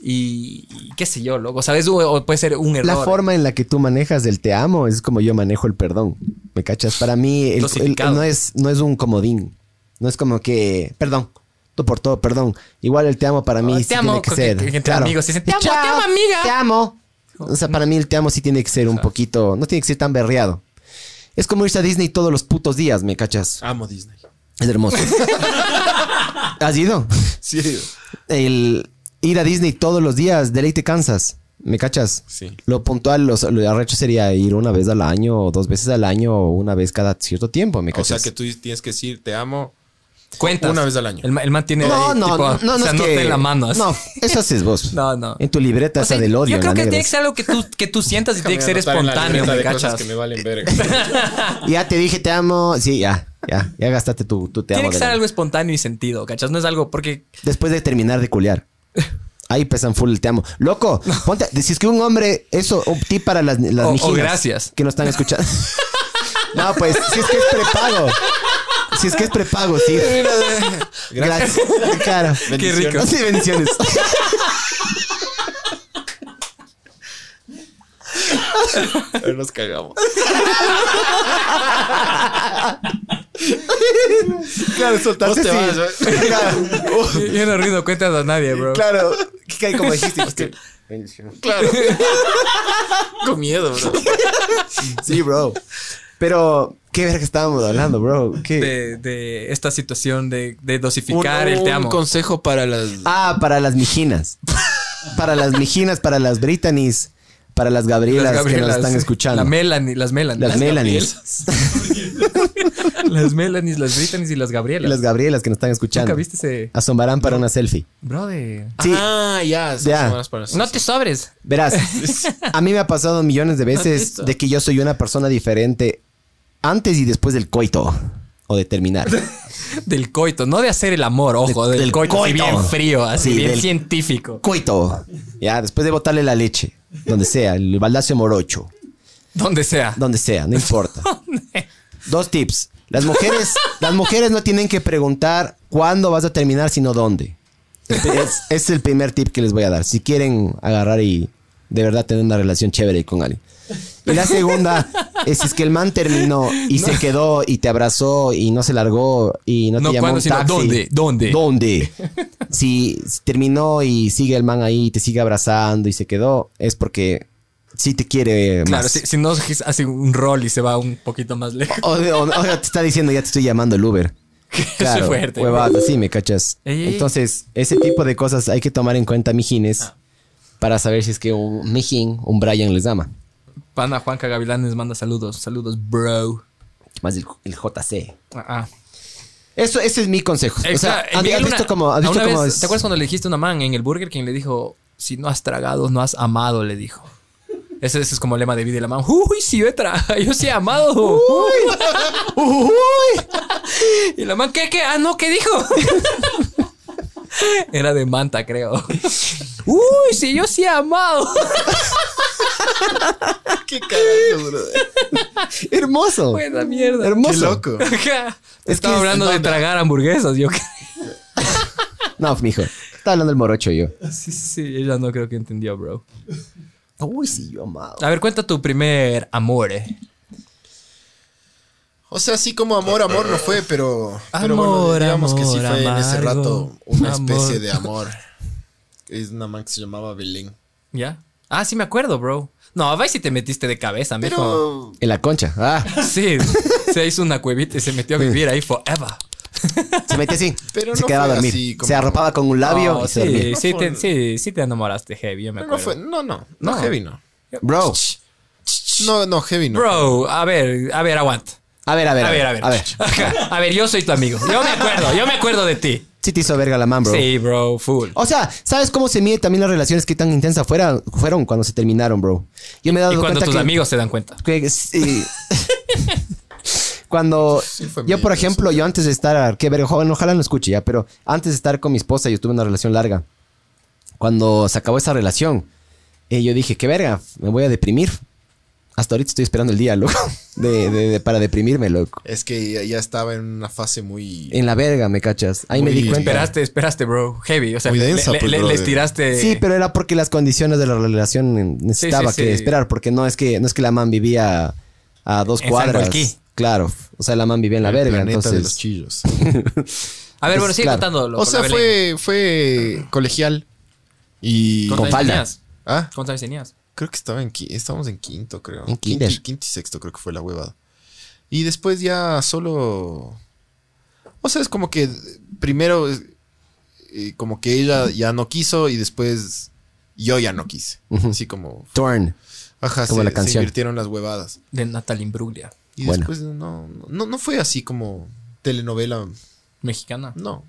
C: Y, y qué sé yo, loco. ¿Sabes? O, o puede ser un error.
A: La forma en la que tú manejas el te amo es como yo manejo el perdón. ¿Me cachas? Para mí, el- el-
C: Dosificado.
A: no, es, no es un comodín. No es como que, perdón, tú por todo, perdón. Igual el te amo para mí
C: Ah,
A: sí
C: te amo,
A: tiene que
C: que-
A: ser.
C: que- que entre amigos dicen, te amo,
A: Chao,
C: te amo, amiga.
A: Te amo. O sea, para mí el te amo sí tiene que ser un poquito, no tiene que ser tan berreado. Es como irse a Disney todos los putos días, ¿me cachas?
D: Amo Disney.
A: Es hermoso. ¿Has ido?
D: Sí.
A: el ir a Disney todos los días, de ley te cansas. ¿Me cachas?
D: Sí.
A: Lo puntual, los- lo arrecho sería ir una vez al año, o dos veces al año, o una vez cada cierto tiempo, ¿me
D: O
A: cachas?
D: sea que tú tienes que decir te amo
C: Cuentas.
D: Una vez al año.
C: El, ma- el man tiene.
A: No,
C: ahí,
A: no,
C: tipo,
A: no, no,
C: Se
A: es
C: anota
A: que-
C: en la mano. así.
A: No, eso haces vos.
C: No, no.
A: En tu libreta
C: O sea,
A: esa del odio.
C: Yo creo
A: la
C: que
A: negra.
C: tiene que ser algo que tú, que tú sientas y tiene que ser
D: Déjame anotar en la
C: espontáneo, ¿me
D: libreta de cosas
C: cachas?
D: que me valen verga.
A: Ya te dije te amo. Sí, ya, ya, ya gastaste tu, tu te
C: Tiene
A: amo.
C: que
A: de
C: ser
A: la-
C: algo espontáneo y sentido, ¿cachas? No es algo porque.
A: Después de terminar de culiar. Ahí pesan full el te amo. Loco, ponte, si es que un hombre, eso, un tip para las, las
C: O- o
A: mijinas
C: gracias.
A: Que no están escuchando. no, pues, si es que es prepago. Si es que es prepago, sí. Gracias. Claro.
C: Qué rico.
A: Sí, bendiciones.
D: Nos cagamos.
A: Claro, soltaste.
D: Vos te vas, ¿eh?
A: claro,
C: Yo, yo no rindo cuentas a nadie, bro.
A: claro. Que hay como dijiste. hostia.
D: Claro. Con miedo, bro.
A: Sí, bro. Pero, ¿qué verga estábamos hablando, bro? ¿Qué?
C: De, de esta situación de, de dosificar
D: Un-
C: el te
D: un
C: amo.
D: consejo para las.
A: Ah, para las mijinas. para las mijinas, para las Britannies, para las Gabrielas,
C: Las
A: que
C: Gabrielas,
A: nos están
C: sí.
A: escuchando.
C: La Melanie, las Melanie.
A: las Melanies.
C: las Melanies, las Britannies y las
A: Y
C: Gabrielas.
A: las Gabrielas que nos están escuchando.
C: ¿Nunca viste ese?
A: Asomarán para una selfie.
C: Brother.
A: Sí,
D: Ah, ya. son
A: Ya.
D: semanas para-
C: No te sobres.
A: verás. A mí me ha pasado millones de veces
D: visto?
A: de que yo soy una persona diferente antes y después del coito. O de terminar.
C: Del coito, no de hacer el amor, ojo,
A: De-
C: del,
A: del
C: coito, así
A: coito.
C: bien frío, así
A: Sí,
C: bien
A: del-
C: científico.
A: Coito. Ya, después de botarle la leche. Donde sea, el baldacio morocho.
C: Donde sea.
A: Donde sea, no importa. Dos tips. Las mujeres, las mujeres no tienen que preguntar cuándo vas a terminar, sino dónde. Es, es el primer tip que les voy a dar. Si quieren agarrar y de verdad tener una relación chévere con alguien. Y la segunda es, si es que el man terminó y se quedó y te abrazó y no se largó y no,
C: No
A: te llamó
C: cuándo,
A: un
C: sino
A: taxi.
C: dónde, dónde.
A: ¿Dónde? Si, si terminó y sigue el man ahí, te sigue abrazando y se quedó, es porque sí te quiere más.
C: Claro, si, si no es- hace un rol y se va un poquito más lejos.
A: O, o- o te está diciendo, ya te estoy llamando el Uber. Claro,
C: fuerte.
A: huevadas así, me cachas.
C: Ey, ey.
A: Entonces, ese tipo de cosas hay que tomar en cuenta, mijines,
C: Ah.
A: para saber si es que un mijín, un Brian les ama.
C: Pana Juanca Gavilanes manda saludos. Saludos, bro.
A: Más el, el JC.
C: Ah, ah.
A: Eso, ese es mi consejo. O sea,
C: Exacto.
A: ¿has,
C: Miguel,
A: has
C: una-
A: visto cómo, has
C: a
A: visto
C: una
A: cómo
C: vez,
A: es-
C: ¿Te acuerdas cuando le dijiste a una man en el Burger King? Le dijo, si no has tragado, no has amado, le dijo. Ese, ese es como el lema de vida de la man. Uy, sí, yo he tragado, yo sí he amado.
A: ¡Uy!
C: Y la man, ¿qué, qué? Ah, no, ¿qué dijo? Era de manta, creo. Uy, sí, yo sí he amado.
D: Qué carajo, bro.
A: Hermoso.
C: Buena mierda.
A: Hermoso.
D: Qué loco.
C: Ajá.
A: que
C: Estaba
A: es-
C: hablando de tragar hamburguesas, yo creo.
A: No, mijo. Está hablando el morocho yo.
C: Sí, sí, sí, ella no creo que entendió, bro.
A: Uy, sí, yo amado.
C: A ver, cuenta tu primer amor. eh.
D: O sea, así como amor, amor no fue, pero, pero
C: Amor,
D: bueno, digamos que sí fue
C: amor,
D: en ese
C: amargo.
D: rato una
C: Amor.
D: especie de amor. Es una man que se llamaba Belén.
C: ¿Ya? Ah, sí me acuerdo, bro. No, a ver si te metiste de cabeza, mijo.
D: Pero
A: En la concha. Ah,
C: Sí, se hizo una cuevita y se metió a vivir ahí forever.
A: se metía así.
D: Pero
A: se
D: no
A: quedaba a
D: fue
A: dormir.
D: así como-
A: Se arropaba con un labio
C: Oh,
A: y se
C: sí,
A: dormía.
C: sí, te, sí, sí te enamoraste, heavy, yo me
D: no
C: acuerdo.
D: fue, no, no, no,
C: No.
D: heavy no.
A: Bro.
D: No, no, heavy no.
C: Bro, a ver, a ver, aguanta.
A: A ver, a ver,
C: A ver, a ver.
A: A ver.
C: Ajá. A ver, yo soy tu amigo. Yo me acuerdo, yo me acuerdo de ti.
A: Sí te hizo verga la man, bro.
C: Sí, bro, full.
A: O sea, ¿sabes cómo se mide también las relaciones que tan intensas fuera- fueron cuando se terminaron, bro? Yo me he dado
C: Y cuando
A: cuenta
C: tus
A: que,
C: amigos se dan cuenta.
A: que- sí. cuando
D: fue
A: yo,
D: mi
A: por ejemplo, yo antes de estar, que verga, joven, ojalá no escuche ya, pero antes de estar con mi esposa, yo tuve una relación larga. Cuando se acabó esa relación, eh, yo dije, qué verga, me voy a deprimir. Hasta ahorita estoy esperando el día, loco, de- de- de- para deprimirme, loco.
D: Es que ya, ya estaba en una fase muy...
A: En la verga, me cachas. Ahí me
D: Muy
A: di cuenta.
C: Esperaste, esperaste, bro. Heavy. O sea,
D: Muy
C: le-
D: densa,
C: le-
D: pues,
C: le-
D: brother.
C: les tiraste.
A: Sí, pero era porque las condiciones de la relación necesitaba
C: Sí, sí,
A: que
C: sí.
A: esperar, porque no es que no es que la man vivía a dos
C: En
A: cuadras.
C: Zancolquí.
A: Claro, o sea, la man vivía en la
D: el
A: verga,
D: planeta de los
A: entonces.
D: chillos.
C: A ver, bueno,
A: pues,
C: sigue
A: claro.
C: contando.
D: o sea, fue, fue colegial. Y...
A: Con- falda.
D: Ah,
C: ¿Cuántos años tenías?
D: creo que estaba en... qui- Estábamos en quinto, creo.
A: En
D: quinto, y,
A: kinder.
D: quinto y sexto creo que fue la huevada. Y después ya solo... O sea, es como que primero... eh, eh, como que ella ya no quiso y después yo ya no quise.
A: Ujú.
D: Así como...
A: Torn.
D: Ajá,
A: Como
D: se-
A: la canción.
D: se invirtieron las huevadas.
C: De Natalie Imbruglia.
D: Y
A: Bueno.
D: después no, no, no fue así como telenovela
C: mexicana.
D: No.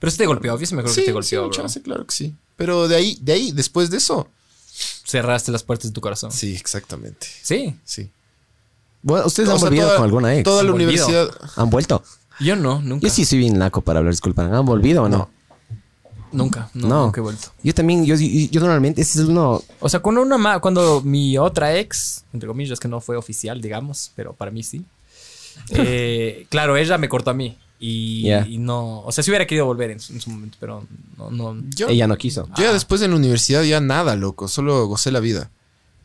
C: Pero sí te golpeó, obvio, sí me acuerdo
D: Sí,
C: que te
D: sí,
C: golpeó,
D: un
C: bro.
D: chance, claro que sí. Pero de ahí, de ahí, después de eso.
C: Cerraste las puertas de tu corazón. Sí.
D: Sí, exactamente. Sí.
A: Bueno, ustedes
D: O
A: han
D: sea,
A: volvido
D: toda-
A: con alguna ex.
D: Toda la
C: Han volvido.
D: universidad.
A: ¿Han vuelto?
C: Yo no, nunca.
A: Yo sí soy bien naco para hablar, disculpan. ¿Han volvido o no?
C: Nunca, no,
A: No.
C: nunca he vuelto.
A: Yo también, yo, yo- yo normalmente, ese es uno...
C: O sea, cuando una ma- cuando mi otra ex, entre comillas, que no fue oficial, digamos, pero para mí sí. eh, claro, ella me cortó a mí. Y,
A: Yeah.
C: y no. O sea, si hubiera querido volver en su, en su momento, pero no. no
D: Yo,
A: Ella no quiso.
D: yo
C: Ah.
D: ya después de la universidad ya nada, loco. Solo gocé la vida.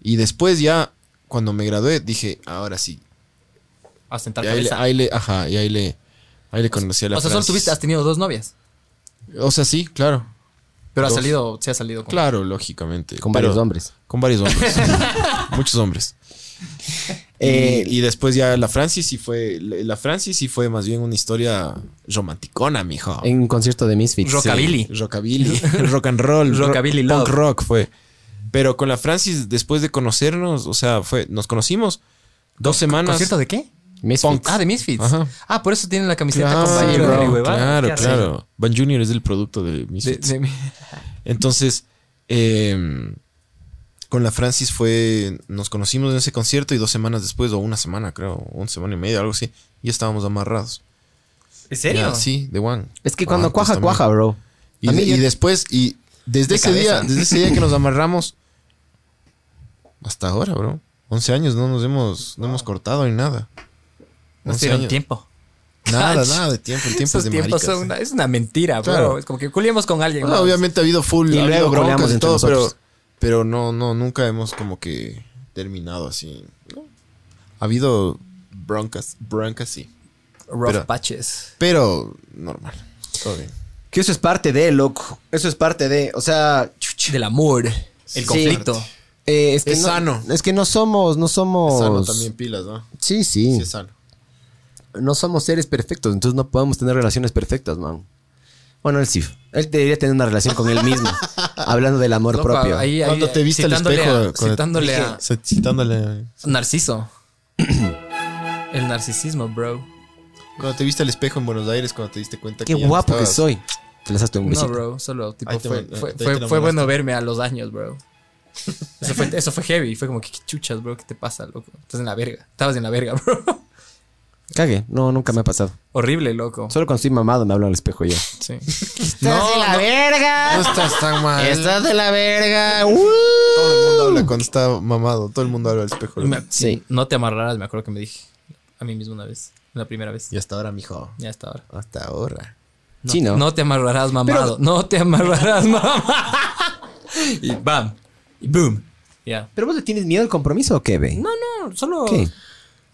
D: Y después ya, cuando me gradué, dije, ahora sí.
C: a sentar
D: Y ahí, le,
C: cabeza.
D: ahí le- ajá, y ahí le, ahí le conocí a la
C: o sea, solo
D: Francis.
C: tuviste, has tenido dos novias.
D: O sea, sí, claro.
C: Pero ha
D: Dos.
C: salido, se ha salido con.
D: Claro, lógicamente.
A: Con
D: Pero-
A: varios hombres.
D: Con varios hombres. Muchos hombres.
A: Eh,
D: y, y después ya la Francis sí fue. La Francis sí fue más bien una historia romanticona, mijo.
A: En un concierto de Misfits.
C: Rock- Rockabilly.
D: Sí, rockabilly. rock and roll. ro-
C: Rockabilly love.
D: Punk rock fue. Pero con la Francis, después de conocernos, o sea, fue, nos conocimos dos semanas.
C: ¿Concierto de qué?
A: Misfits.
C: Ah, de Misfits.
D: Ajá.
C: Ah, por eso tienen la camiseta
D: Claro,
C: con Valle
D: Ah, claro,
C: Rodrigo Guevara.
D: claro,
C: Qué arrecho.
D: claro. Van Junior es el producto de
C: De-
D: Misfits.
C: de-
D: Entonces, eh, con la Francis fue. Nos conocimos en ese concierto y dos semanas después, o una semana, creo, una semana y media, algo así, ya estábamos amarrados.
C: ¿En serio?
D: Ya, sí, de One.
A: Es que
D: O
A: cuando
D: antes
A: cuaja,
D: Ah, pues también.
A: cuaja, bro.
D: Y,
A: A mí
D: de-
A: ya-
D: y después, y desde
C: De
D: ese día,
C: cabeza.
D: desde ese día que nos amarramos, hasta ahora, bro. 11 años, no nos hemos, no hemos cortado ni nada.
C: No
D: 11
C: tuvieron
D: años.
C: tiempo.
D: Nada, nada de tiempo. El tiempo
C: Esos
D: es de
C: tiempos
D: maricas.
C: son una, es una mentira, bro.
D: Claro.
C: Es como que culiemos con alguien.
D: Bueno,
C: ¿no?
D: obviamente ha habido full,
A: Y
D: ha
A: luego
D: habido broncas
A: goleamos
D: y
A: entre
D: todo, pero,
A: nosotros.
D: pero no, no, nunca hemos como que terminado así. ¿no? Ha habido broncas, broncas sí,
C: Rough
D: Pero-
C: patches.
D: pero normal, todo bien.
A: Que eso es parte de, loco. Eso es parte de, o sea...
C: Del amor. El
A: Sí.
C: conflicto.
A: eh, es que
D: Es
A: no-
D: sano.
A: Es que no somos, no somos...
D: Es sano también pilas, ¿no?
A: Sí, sí.
D: Sí, es sano.
A: no somos seres perfectos, entonces no podemos tener relaciones perfectas, man. Bueno, él sí. Él debería tener una relación con él mismo. hablando del amor
C: Loco,
A: propio.
C: ahí- ahí,
D: Cuando te viste al
C: citándole
D: espejo,
C: a-
D: cuando-
C: citándole a
D: Sí, citándole-
C: Narciso. el narcisismo, bro.
D: cuando te viste al espejo en Buenos Aires, cuando te diste cuenta
A: Qué
D: que ya no
A: guapo que
D: estabas-
A: soy. Te lanzaste un
C: No,
A: besito.
C: bro. Solo tipo,
D: Ahí te
C: fue,
D: man-
C: fue,
D: ahí te
C: fue- fue bueno
D: enamoraste.
C: verme a los años, bro. Eso fue, eso fue heavy. Fue como que qué chuchas, bro. ¿Qué te pasa, loco? Estás en la verga. Estabas en la verga, bro.
A: Cague. No, nunca me ha pasado.
C: Horrible, loco.
A: Solo cuando estoy mamado me hablo al espejo yo.
C: Sí.
A: ¡Estás de la verga!
D: No estás tan mal.
A: ¡Estás de la verga! Uh.
D: Todo el mundo habla cuando está mamado. Todo el mundo habla al espejo.
C: Me-
A: Sí.
C: No te amarraras, me acuerdo que me dije a mí mismo una vez. La primera vez.
D: Y hasta ahora, mijo.
C: Ya hasta ahora.
D: Hasta ahora.
C: No,
A: Sí, ¿no?
C: no te amarrarás, mamado. No te amarrarás, mamado. y bam. Y boom. Ya.
A: ¿Pero vos le tienes miedo al compromiso o qué, ve?
C: No, no, solo.
A: ¿Qué?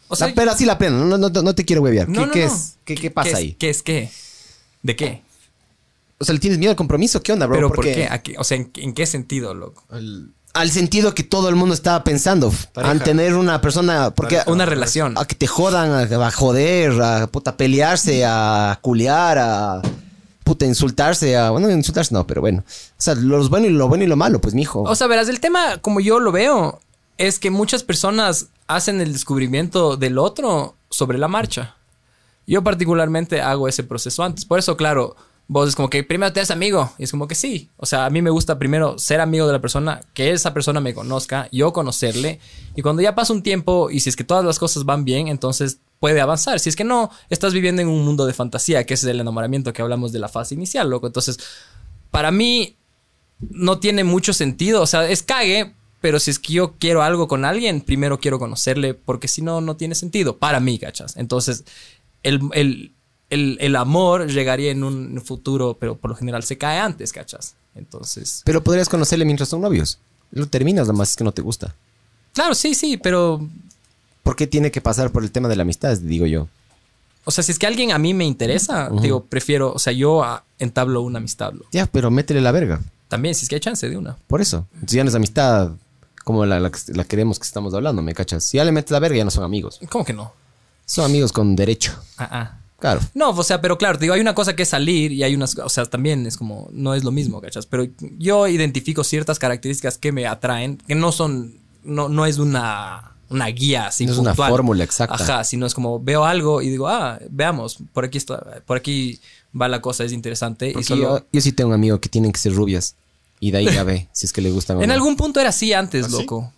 C: O sea,
A: La- pero así la pena. No, no, no, no te quiero huevear.
C: no,
A: ¿Qué,
C: no,
A: qué
C: no.
A: es? ¿Qué, qué pasa
C: es-
A: ahí?
C: ¿Qué es qué? ¿De qué?
A: O sea, ¿le tienes miedo al compromiso? ¿Qué onda, bro?
C: ¿Pero por,
A: Porque-
C: qué? ¿A qué? O sea, ¿en, en qué sentido, loco?
A: al sentido que todo el mundo estaba pensando. Al tener una persona. Porque
C: Una relación.
A: a que te jodan, a, a joder, a puta pelearse, a culiar, a puta insultarse, a. Bueno, insultarse no, pero bueno. O sea, los bueno y lo bueno y lo malo, pues mijo.
C: O sea, verás, el tema, como yo lo veo, es que muchas personas hacen el descubrimiento del otro sobre la marcha. Yo particularmente hago ese proceso antes. Por eso, claro, vos es como que primero te haces amigo. Y es como que sí. O sea, a mí me gusta primero ser amigo de la persona, que esa persona me conozca, yo conocerle. Y cuando ya pasa un tiempo y si es que todas las cosas van bien, entonces puede avanzar. Si es que no, estás viviendo en un mundo de fantasía, que ese es el enamoramiento que hablamos de la fase inicial, loco. Entonces, para mí, no tiene mucho sentido. O sea, es cague, pero si es que yo quiero algo con alguien, primero quiero conocerle, porque si no, no tiene sentido. Para mí, cachas. Entonces, el, el- el- el amor llegaría en un futuro, pero por lo general se cae antes, cachas. Entonces,
A: pero podrías conocerle mientras son novios. Lo terminas, nada más es que no te gusta.
C: claro, sí, sí, pero.
A: ¿Por qué tiene que pasar por el tema de la amistad, digo yo?
C: O sea, si es que alguien a mí me interesa, digo, prefiero, o sea, yo ah, entablo una amistad. loco.
A: Ya, pero métele la verga.
C: También, si es que hay chance de una.
A: Por eso. Entonces ya no es amistad como la, la, que- la queremos que estamos hablando, ¿me cachas? Si ya le metes la verga, ya no son amigos.
C: ¿Cómo que no?
A: Son amigos con derecho.
C: Ah, ah.
A: Claro.
C: No, o sea, pero claro, te digo, hay una cosa que es salir y hay unas, o sea, también es como, no es lo mismo, ¿cachas? Pero yo identifico ciertas características que me atraen, que no son, no, no es una, una guía así.
A: No es una
C: puntual.
A: fórmula exacta.
C: Ajá, sino es como veo algo y digo, ah, veamos, por aquí está, por aquí va la cosa, es interesante. Y
A: Porque
C: solo-
A: yo, yo sí tengo un amigo que tienen que ser rubias. Y de ahí ya ve si es que le gustan o
C: en
A: no.
C: algún punto era así antes,
D: ¿Ah, sí?
C: loco.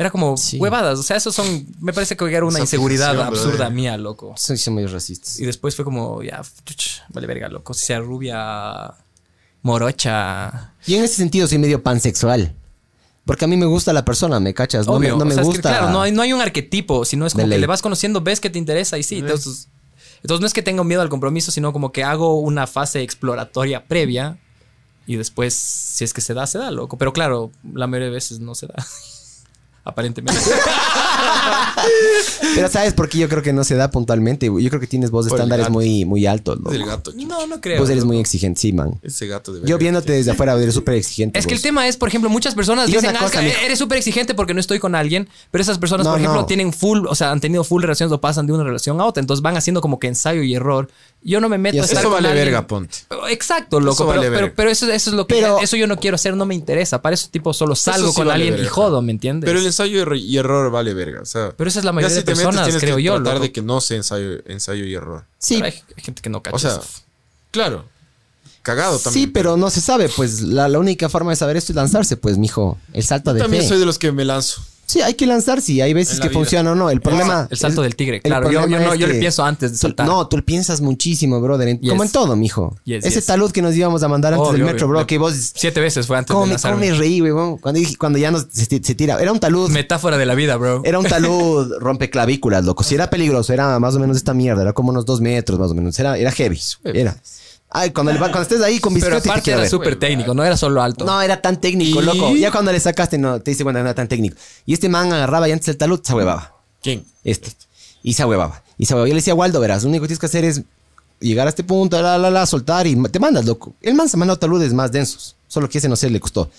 C: Era como
A: Sí.
C: huevadas. O sea, eso son. Me parece que era una
D: Esa
C: inseguridad
D: fijación,
C: absurda
D: brother.
C: mía, loco.
A: Son, son medio racistas.
C: Y después fue como, ya, chuch, vale verga, loco. Si sea rubia, morocha.
A: Y en ese sentido soy medio pansexual. Porque a mí me gusta la persona, ¿me cachas? No, me-
C: obvio.
A: no me
C: pues O sea, es que,
A: gusta.
C: claro, no hay, no hay un arquetipo, sino es
A: De
C: como que
A: ley.
C: le vas conociendo, ves que te interesa y sí. Entonces, entonces no es que tenga miedo al compromiso, sino como que hago una fase exploratoria previa y después, si es que se da, se da, loco. Pero claro, la mayoría de veces no se da. Aparentemente.
A: Pero ¿sabes por qué yo creo que no se da puntualmente? Yo creo que tienes voz de
D: Por el
A: estándares
D: gato.
A: muy, muy altos, loco.
D: Es el gato. chucha.
C: no, no Pues creo.
A: Vos eres
C: loco.
A: muy exigente, sí, man.
D: Ese gato de verga.
A: Yo viéndote desde afuera eres súper exigente.
C: Es que el
A: vos.
C: tema es, por ejemplo, muchas personas
A: Pues, Y una
C: dicen, "Ah,
A: cosa,
C: es que
A: mijo".
C: eres súper exigente porque no estoy con alguien, pero esas personas,
A: No,
C: por ejemplo,
A: no.
C: tienen full, o sea, han tenido full relaciones o pasan de una relación a otra, entonces van haciendo como que ensayo y error. Yo no me meto
A: Ya
C: a
A: sé.
C: estar
D: Eso
C: con
D: vale
C: alguien.
D: verga, ponte.
C: Exacto, loco,
D: Eso
C: pero,
D: vale
C: pero-
D: verga.
C: pero eso, eso es lo que
A: Pero-
C: eso yo no quiero hacer, no me interesa, para eso tipo solo salgo
D: sí
C: con
D: vale
C: alguien y
D: verga.
C: jodo, ¿me entiendes?
D: Pero el ensayo y erro- y error vale verga. O sea,
C: Pero esa es la
D: ya
C: mayoría de
D: te metes,
C: personas,
D: tienes que
C: creo yo,
D: tratar
C: loco.
D: de que no sea ensayo, ensayo y error.
A: Sí,
C: Pero hay, hay gente que no cacha.
D: O sea,
C: eso.
D: claro. Cagado también.
A: sí, pero no se sabe. Pues la, la única forma de saber esto es lanzarse, pues, mijo. El salto de
D: También
A: fe.
D: soy de los que me lanzo.
A: Sí, hay que lanzar si hay veces
D: En la
A: que
D: vida.
A: funciona o no. El problema.
C: Ah, el salto del tigre,
A: el
C: claro. Yo,
A: problema
C: yo no-
A: es
C: yo le
A: que
C: pienso antes de
A: tú-
C: saltar.
A: No, tú le piensas muchísimo, brother. en-
C: Yes.
A: Como en todo, mijo.
C: Yes,
A: Ese
C: yes.
A: talud que nos íbamos a mandar antes
C: Obvio,
A: del metro,
C: obvio.
A: bro, que vos.
C: Siete veces fue antes
A: ¿Cómo
C: de
A: me, cómo
C: lanzarme.
A: me reí, weón? Cuando, dije- cuando ya nos, se, se tira. Era un talud.
C: Metáfora de la vida, bro.
A: Era un talud rompeclavículas, loco. Si era peligroso, era más o menos esta mierda. Era como unos dos metros, más o menos. Era, era heavy. Era. Ay, cuando, le va- cuando estés ahí con
C: Pero
A: bicicleta, te
C: aparte
A: quiero
C: era
A: ver.
C: súper técnico, no era solo alto.
A: No, era tan técnico,
D: ¿Y?
A: loco. Ya cuando le sacaste, no, te dice, bueno, no era tan técnico. Y este man agarraba y antes del talud se huevaba.
D: ¿Quién?
A: Este. Y se ahuevaba. Y se ahuevaba. Yo le decía, Waldo, verás, lo único que tienes que hacer es llegar a este punto, la, la, la, soltar y ma- te mandas, loco. El man se ha mandado taludes más densos. Solo que ese no sé, le costó.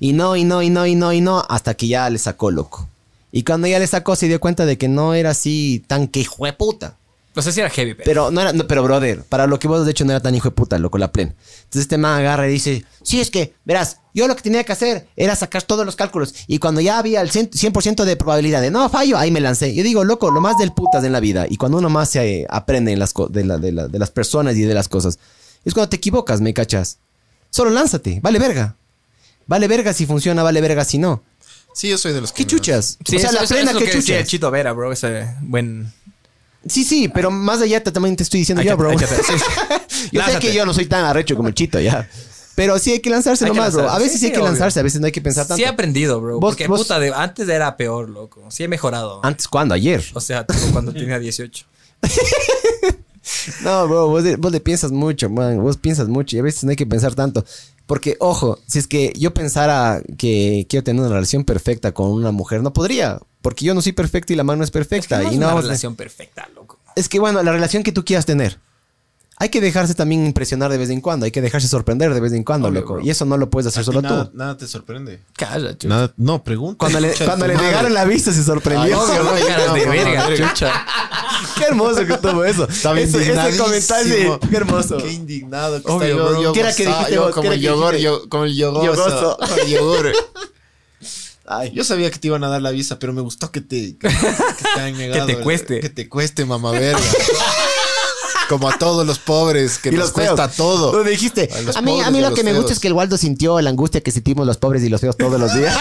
A: Y no, y no, y no, y no, y no, hasta que ya le sacó, loco. Y cuando ya le sacó, se dio cuenta de que no era así tan que hijo de puta.
C: No sé si era heavy, pero.
A: Pero no era, no, pero brother, para lo que vos de hecho no era tan hijo de puta, loco, la plena. Entonces este man agarra y dice, sí, es que, verás, yo lo que tenía que hacer era sacar todos los cálculos. Y cuando ya había el cien- 100% de probabilidad de no fallo, ahí me lancé. Yo digo, loco, lo más del putas en la vida. Y cuando uno más se eh, aprende en las co- de, la- de la- de las personas y de las cosas, es cuando te equivocas, me cachas. Solo lánzate, vale verga. Vale verga si funciona, vale verga si no.
D: Sí, yo soy de los que
A: ¿Qué
D: me
A: chuchas?
C: Sí,
A: o sea,
C: eso-
A: la
C: eso-
A: plena,
C: eso es lo
A: ¿qué
C: que decía
A: chuchas?
C: Chito Vera, bro, ese buen.
A: Sí, sí, pero más allá te- también te estoy diciendo
C: Hay
A: yo,
C: que-
A: bro.
C: hay que- sí, sí.
A: Yo sé
C: Lánzate.
A: que yo no soy tan arrecho como el chito, ya. Pero sí hay que lanzarse
C: Hay que
A: nomás, bro. A
C: lanzarse.
A: veces sí,
C: Sí,
A: hay que
C: obvio.
A: lanzarse, a veces no hay que pensar tanto.
C: Sí he aprendido, bro.
A: Vos-
C: porque
A: vos-
C: puta, de- antes era peor, loco. Sí he mejorado.
A: ¿Antes cuándo? ¿Ayer?
C: O sea, tipo, cuando tenía 18.
A: No, bro, vos, de- vos le piensas mucho, man. Vos piensas mucho y a veces no hay que pensar tanto. Porque, ojo, si es que yo pensara que quiero tener una relación perfecta con una mujer, no podría. Porque yo no soy perfecto y la mano es perfecta.
C: no
A: y
C: es
A: no
C: una
A: vamos a-
C: relación perfecta, loco.
A: Es que, bueno, la relación que tú quieras tener. Hay que dejarse también impresionar de vez en cuando. Hay que dejarse sorprender de vez en cuando,
D: Obvio,
A: loco.
D: bro.
A: Y eso no lo puedes
D: A
A: hacer
D: ti
A: solo
D: nada,
A: tú.
D: Nada te sorprende.
C: Cállate.
D: Nada, no, pregunta.
A: Cuando le,
D: Chucha,
A: cuando
D: tu
A: le
D: madre.
A: pegaron la vista se
D: Ay,
A: sorprendió.
D: obvio,
C: Obvio,
D: Ay,
C: caras de
D: no,
C: verga,
D: madre.
C: chucha.
A: Qué hermoso que estuvo eso.
D: Estaba
A: Ese- ese
D: indignadísimo.
A: comentario. Qué hermoso.
D: Qué indignado que
C: Obvio,
D: está
C: bro.
D: yo, yo
A: ¿Qué era que
D: gozaba,
A: dijiste
D: yo
A: vos? ¿Qué
D: como
A: era
D: el
A: que
D: yogur,
A: dijiste?
D: yo, como el yogoso,
A: Yogoso.
D: como el yogur.
A: Ay.
D: Yo sabía que te iban a dar la visa, pero me gustó que te que, que te hayan negado,
C: te cueste.
D: que te cueste, mamá verga. Como a todos los pobres que
A: Y
D: nos
A: los feos.
D: cuesta todo.
A: Tú dijiste.
D: A los
A: A mí, a
D: pobres
A: mí
D: y a
A: lo
D: los
A: que me
D: feos.
A: gusta es que el Waldo sintió la angustia que sentimos los pobres y los feos todos los días.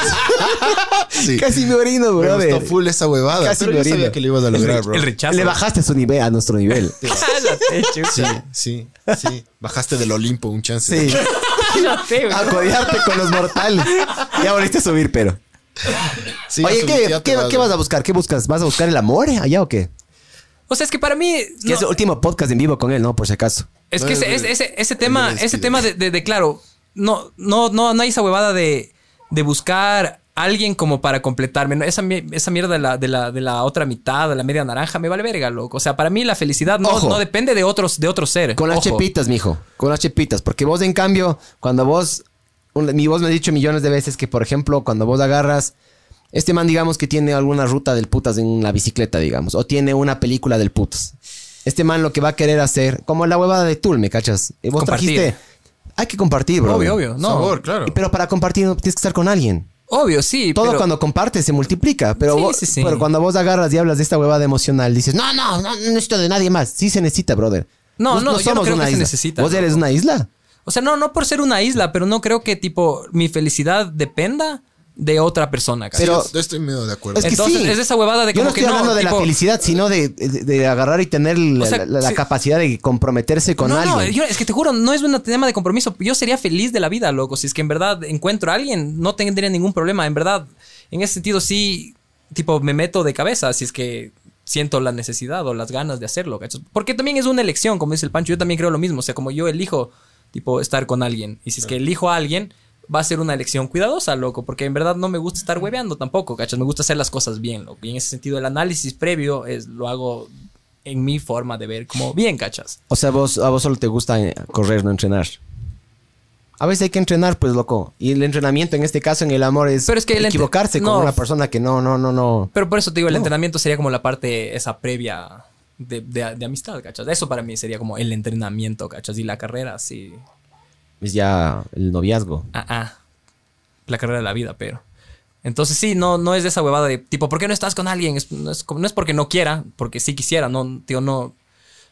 D: Sí.
A: Casi me orino,
D: me gustó
A: brother.
D: full esa huevada,
A: Casi
D: pero yo
A: me orino.
D: sabía que lo ibas a lograr, bro.
C: El rechazo.
A: Le bajaste a su nivel, a nuestro nivel.
C: Cállate, chucha.
D: Sí, sí, sí. Bajaste del Olimpo un chance.
A: Sí.
C: Cállate, güey.
A: A codearte con los mortales. Ya volviste a subir, pero.
D: Sí,
A: Oye,
D: ya
A: ¿qué,
D: subí, ya te
A: qué- qué vas a
D: bro.
A: buscar? ¿Qué buscas? ¿Vas a buscar el amor allá o qué?
C: O sea, es que para mí.
A: Que
C: no-
A: es el último podcast en vivo con él, ¿no? Por si acaso.
C: Es
D: No,
C: que
D: es
C: ese,
D: de-
C: ese- ese- ese
D: es
C: tema,
D: de
C: ese
D: despido.
C: tema de, de- de, claro, no, no, no, no hay esa huevada de, de buscar a alguien como para completarme. ¿no? Esa, mi- esa mierda de la, de, la, de la otra mitad, de la media naranja, me vale verga, loco. O sea, para mí la felicidad no,
A: Ojo.
C: no depende de otros, de otro ser.
A: Con las
C: Ojo.
A: chepitas, mijo. Con las chepitas. Porque vos, en cambio, cuando vos. un- mi voz me ha dicho millones de veces que, por ejemplo, cuando vos agarras. Este man, digamos que tiene alguna ruta del putas en la bicicleta, digamos. O tiene una película del putas. Este man lo que va a querer hacer. Como la huevada de Tul, ¿me cachas? Eh, Vos
C: Compartir.
A: trajiste. Hay que compartir, bro.
C: Obvio, obvio. No.
D: Sabor, claro.
A: Pero para compartir no, tienes que estar con alguien.
C: Obvio, sí.
A: Todo
C: pero-
A: cuando compartes se multiplica, pero,
C: Sí,
A: vos-
C: sí, sí.
A: pero cuando vos agarras y hablas de esta huevada emocional, dices, no, no, no, no necesito de nadie más. Sí se necesita, brother.
C: No,
A: Vos
C: no, yo no creo
A: una
C: que se
A: isla.
C: necesita,
A: Vos
C: loco.
A: eres una isla.
C: O sea, no, no por ser una isla, pero no creo que tipo mi felicidad dependa de otra persona. ¿cachai?
A: Pero-
D: Pero yo estoy medio de acuerdo.
A: Es que
C: Entonces,
A: sí.
C: es esa huevada de
A: Yo no
C: como
A: estoy
C: que no,
A: hablando de la
C: tipo-
A: felicidad, sino de, de- de agarrar y tener la,
C: O sea,
A: la- la
C: sí.
A: capacidad de comprometerse con
C: no,
A: alguien.
C: no, yo- es que te juro, no es un tema de compromiso. Yo sería feliz de la vida, loco. Si es que en verdad encuentro a alguien, no tendría ningún problema. En verdad, en ese sentido sí, tipo, me meto de cabeza si es que siento la necesidad o las ganas de hacerlo, ¿cachas? Porque también es una elección, como dice el Pancho. Yo también creo lo mismo. O sea, como yo elijo, tipo, estar con alguien. Y si es que elijo a alguien, va a ser una elección cuidadosa, loco. Porque en verdad no me gusta estar hueveando tampoco, ¿cachas? Me gusta hacer las cosas bien, loco. Y en ese sentido, el análisis previo es, lo hago en mi forma de ver como bien, ¿cachas?
A: O sea, vos, a vos solo te gusta eh, correr, no entrenar. A veces hay que entrenar, pues, loco. Y el entrenamiento, en este caso, en el amor, es,
C: Pero es que el ente-
A: equivocarse
C: no.
A: con una persona que no, no, no, no.
C: Pero por eso te digo, el
A: No.
C: entrenamiento sería como la parte, esa previa de, de- de amistad, ¿cachas? Eso para mí sería como el entrenamiento, ¿cachas? Y la carrera, sí.
A: Es ya el noviazgo.
C: Ah, ah. La carrera de la vida, pero. Entonces sí, no, no es de esa huevada de tipo, ¿por qué no estás con alguien? Es- no, es, como- no es porque no quiera, porque sí quisiera, no, tío, no.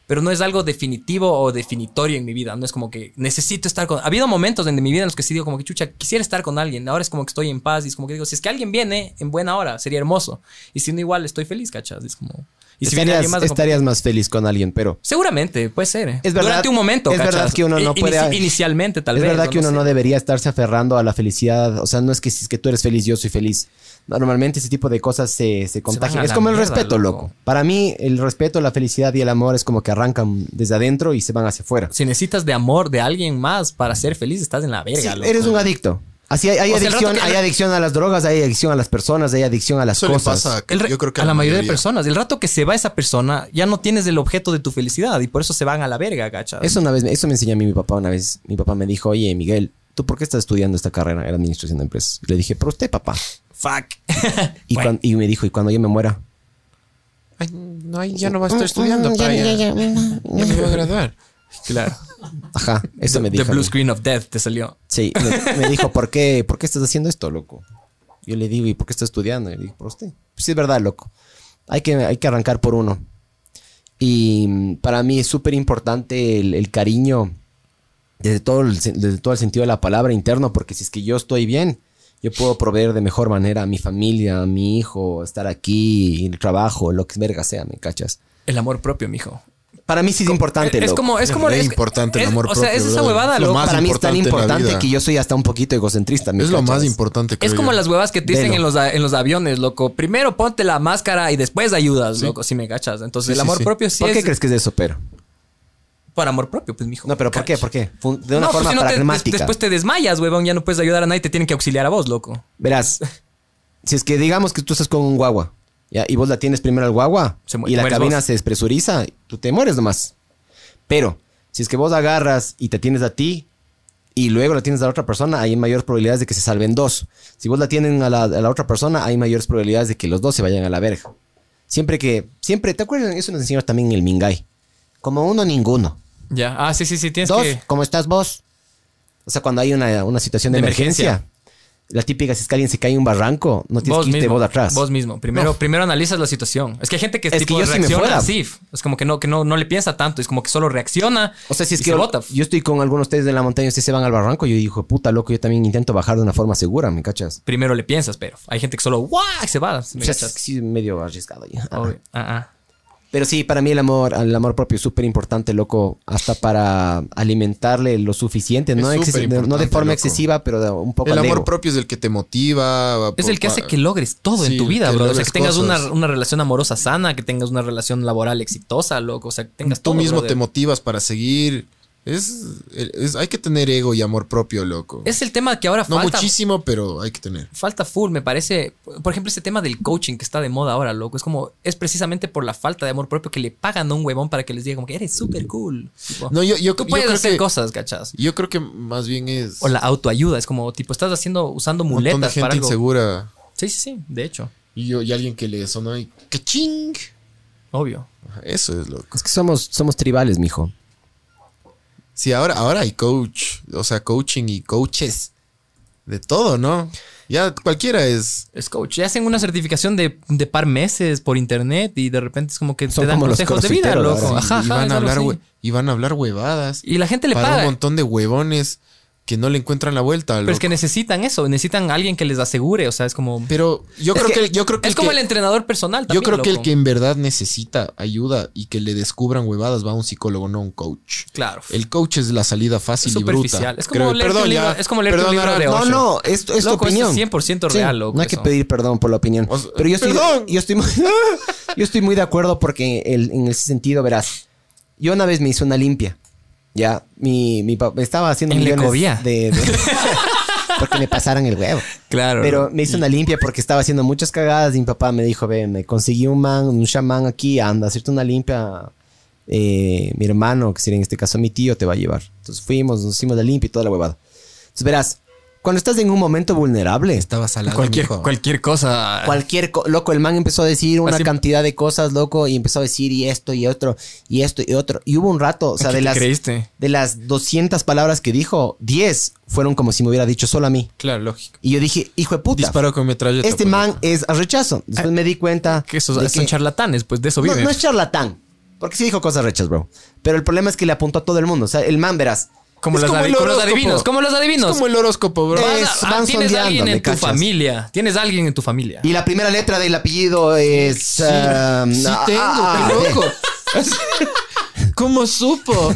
C: Pero no es algo definitivo o definitorio en mi vida. No es como que necesito estar con. Ha habido momentos en mi vida en los que sí digo, como que chucha, quisiera estar con alguien. Ahora es como que estoy en paz y es como que digo, si es que alguien viene en buena hora, sería hermoso. Y si no, igual estoy feliz, ¿cachas? Es como. Y si viene
A: estarías,
C: alguien más. como-
A: estarías más feliz con alguien, pero
C: Seguramente, puede ser. eh.
A: Es verdad-
C: Durante un momento,
A: es verdad
C: ¿cachas?
A: que uno no
C: Inici-
A: puede-
C: Inicialmente, tal
A: es
C: vez.
A: verdad
C: o
A: que uno
C: sé.
A: no debería estarse aferrando a la felicidad. O sea, no es que si es que tú eres feliz, yo soy feliz. Normalmente ese tipo de cosas se, se contagian.
C: a
A: Es
C: la
A: como el
C: mierda,
A: respeto,
C: loco.
A: loco. Para mí, el respeto, la felicidad y el amor es como que arrancan desde adentro y se van hacia afuera.
C: si necesitas de amor de alguien más para ser feliz, estás en la verga.
A: Sí,
C: loco.
A: eres un adicto. Así hay, hay
C: O sea, el
A: adicción,
C: rato que-
A: hay adicción a las drogas, hay adicción a las personas, hay adicción a las
D: Eso le
A: cosas.
D: pasa
C: El re-
D: yo creo que
C: a la mayoría, de personas. El rato que se va esa persona, ya no tienes el objeto de tu felicidad y por eso se van a la verga, ¿cachas?
A: Eso una vez, me- eso me enseñó a mí mi papá una vez. Mi papá me dijo, oye, Miguel, ¿tú por qué estás estudiando esta carrera? Era administración de empresas. Y le dije, pero usted, papá.
C: Fuck.
A: Y,
C: Bueno.
A: cuan- y me dijo, ¿y cuando yo me muera?
D: Ay, no, ahí ya no va a
A: Mm,
D: estar estudiando, pa, ya, ya me voy a graduar.
C: Claro.
A: Ajá, eso me
C: The-
A: dijo.
C: The
A: a
C: Blue
A: mí.
C: Screen of Death te salió.
A: Sí, me, me dijo, ¿por qué, ¿por qué estás haciendo esto, loco? Yo le digo, ¿y por qué estás estudiando? Y le digo, por usted. Pues sí, es verdad, loco. Hay que, hay que arrancar por uno. Y mm, para mí es súper importante el, el cariño desde todo el, sen- desde todo el sentido de la palabra interno, porque si es que yo estoy bien, yo puedo proveer de mejor manera a mi familia, a mi hijo, estar aquí, el trabajo, lo que verga sea, ¿me cachas?
C: El amor propio, mijo.
A: Para mí sí es importante,
C: es,
A: loco.
C: como, es como
D: Es re
C: es-
D: importante el
C: es-
D: amor
C: O sea, es
D: propio,
C: esa
D: brother.
C: huevada,
D: Es lo
C: loco.
D: más
A: para mí es tan
D: importante en la
A: importante
D: vida.
A: que yo soy hasta un poquito egocentrista. ¿me
D: Es lo más
A: cachas?
D: importante que
C: Es como las huevas que te dicen
A: Velo.
C: en los, a- en los aviones, loco. Primero ponte la máscara y después ayudas, loco, si me cachas. Entonces,
D: Sí,
C: el
D: sí,
C: amor
D: sí.
C: propio sí
A: ¿Por
C: es
A: qué crees que es de eso, pero?
C: por amor propio, pues, mijo.
A: No, pero ¿por qué? ¿Por qué? Fun- De una
C: No, pues,
A: forma
C: si no te- des-
A: pragmática.
C: después te desmayas, huevón. Ya no puedes ayudar a nadie. Te tienen que auxiliar a vos, loco.
A: Verás, si es que digamos que tú estás con un guagua ¿ya? y vos la tienes primero al guagua
C: Se mu-
A: y la
C: mueres
A: cabina
C: vos.
A: se despresuriza, tú te mueres nomás. Pero si es que vos agarras y te tienes a ti y luego la tienes a la otra persona, hay mayores probabilidades de que se salven dos. Si vos la tienen a la, a la otra persona, hay mayores probabilidades de que los dos se vayan a la verga. Siempre que, siempre, ¿te acuerdas? Eso nos enseñó también el Mingay. Como uno, ninguno.
C: Ya. Ah, sí, sí, sí. Tienes
A: Dos,
C: que.
A: ¿cómo estás vos? O sea, cuando hay una, una situación de,
C: De
A: emergencia, la típica si es que alguien se cae en un barranco, no tienes
C: Vos
A: que irte
C: mismo,
A: vos atrás.
C: vos mismo. Primero, primero analizas la situación. Es que hay gente que
A: Es que
C: tipo,
A: yo si me
C: reacciona
A: fuera.
C: así. Es como que no, que no, no le piensa tanto. Es como que solo reacciona.
A: o sea, si es
C: y
A: que yo,
C: se bota. pues.
A: yo estoy con algunos de ustedes de la montaña y ustedes se van al barranco, yo digo, puta loco, yo también intento bajar de una forma segura, ¿me cachas?
C: Primero le piensas, pero hay gente que solo ¡guau! se va.
A: O
C: ¿me
A: sea,
C: cachas?
A: es- sí, medio arriesgado ya.
C: Obvio. Ah, ah.
A: Pero sí, para mí el amor, el amor propio es súper importante, loco, hasta para alimentarle lo suficiente,
D: Es
A: no,
D: súper
A: Exce- de- no de
D: importante,
A: forma
D: loco.
A: excesiva, pero de- un poco
D: El
A: al
D: amor
A: ego.
D: propio es el que te motiva.
C: Es el que hace que logres todo en
D: Sí,
C: tu vida,
D: que
C: bro. O sea,
D: logres
C: que tengas
D: cosas.
C: una, una relación amorosa sana, que tengas una relación laboral exitosa, loco. O sea, que tengas
D: Tú
C: todo,
D: mismo
C: brother.
D: te motivas para seguir. Es, es- hay que tener ego y amor propio, loco.
C: Es el tema que ahora
D: no
C: falta.
D: muchísimo, pero hay que tener.
C: falta full, me parece. Por ejemplo, este tema del coaching que está de moda ahora, loco. Es como, es precisamente por la falta de amor propio que le pagan a un huevón para que les diga como que eres súper cool. Tipo,
D: No, yo, yo,
C: tú
D: yo
C: puedes
D: creo
C: hacer
D: que,
C: cosas, cachas.
D: Yo creo que más bien es
C: O la autoayuda, es como, tipo, estás haciendo, usando
D: un montón de
C: muletas
D: gente
C: para algo.
D: insegura.
C: Sí, sí, sí, de hecho,
D: Y, yo, y alguien que le sonó y ¡caching!
C: obvio.
D: Eso es loco.
A: Es que somos, somos tribales, mijo.
D: Sí, ahora, ahora hay coach. O sea, coaching y coaches. De todo, ¿no? Ya cualquiera es.
C: Es coach. Y hacen una certificación de, de par meses por internet y de repente es como que
A: Son
C: te dan
A: como los
C: consejos de vida,
A: crossfiteros,
C: loco.
A: ahora
C: Ajá,
D: y,
C: ajá,
D: van
C: es algo
D: a hablar,
C: así.
D: hue- y van a hablar huevadas.
C: Y la gente le
D: para
C: paga.
D: un montón de huevones que no le encuentran la vuelta.
C: Pero es
D: loco.
C: que necesitan eso, necesitan a alguien que les asegure, o sea, es como...
D: Pero yo
C: Es
D: creo
C: que-
D: que, yo creo que
C: es
D: el
C: como
D: que-
C: el entrenador personal
D: yo
C: también,
D: creo que el
C: loco.
D: que en verdad necesita ayuda y que le descubran huevadas va a un psicólogo, no a un coach.
C: Claro.
D: El coach es la salida
C: es
D: fácil y
C: superficial.
D: bruta.
C: Es como
D: Creo-
C: leerte
D: perdón,
C: un libro,
D: ya.
C: es como leerte un
D: Perdón,
C: libro
D: Ara-
C: de
A: No,
C: Osho.
A: no, es, es tu
C: Loco, esto es
A: opinión.
C: 100%
A: Sí,
C: real, loco.
A: No hay que
C: eso.
A: pedir perdón por la opinión.
D: O sea,
A: pero yo estoy,
D: ¡perdón!
A: yo estoy muy, yo estoy muy de acuerdo porque el- en ese sentido, verás, yo una vez me hice una limpia. Ya, mi, mi papá estaba haciendo
C: En
A: millones
C: Lecovía.
A: de, de- porque me pasaran el huevo.
C: Claro.
A: Pero me hice una limpia porque estaba haciendo muchas cagadas y mi papá me dijo, ve, me conseguí un man, un chamán aquí, anda, hacerte una limpia. Eh, mi hermano, que sería en este caso mi tío, te va a llevar. Entonces fuimos, nos hicimos la limpia y toda la huevada. Entonces verás, cuando estás en un momento vulnerable,
D: Estaba salado.
C: cualquier,
D: mijo.
C: cualquier cosa.
A: cualquier... co- loco, el man empezó a decir una
C: Así-
A: cantidad de cosas, loco, y empezó a decir y esto y otro, y esto y otro. Y hubo un rato, o sea,
C: ¿Qué
A: de
C: te
A: las,
C: creíste?
A: de las 200 palabras que dijo, 10 fueron como si me hubiera dicho solo a mí.
D: Claro, lógico.
A: Y yo dije, hijo de puta.
D: Disparo con metralleta.
A: Este
D: pues,
A: man
D: loco.
A: es a rechazo.
D: Ah,
A: Después me di cuenta.
C: Que esos
A: de
C: son
A: que-
C: charlatanes, pues de eso
A: no,
C: viven.
A: no es charlatán. Porque sí dijo cosas rechas, bro. Pero el problema es que le apuntó a todo el mundo. O sea, el man, verás.
C: como,
D: es
C: las
D: como
C: adi-
D: el
C: como los
D: horóscopo.
C: adivinos, como los
D: Es
C: adivinos.
D: como el horóscopo, bro.
A: Eh,
C: Vas a- ah,
A: van
C: tienes
A: sondeando,
C: alguien
A: ¿me
C: en tu
A: cachas?
C: familia. Tienes alguien en tu familia.
A: Y la primera letra del apellido es.
D: Sí,
A: um,
D: sí
A: ah,
D: tengo,
A: ah,
D: qué
A: ah,
D: loco. ¿Cómo supo?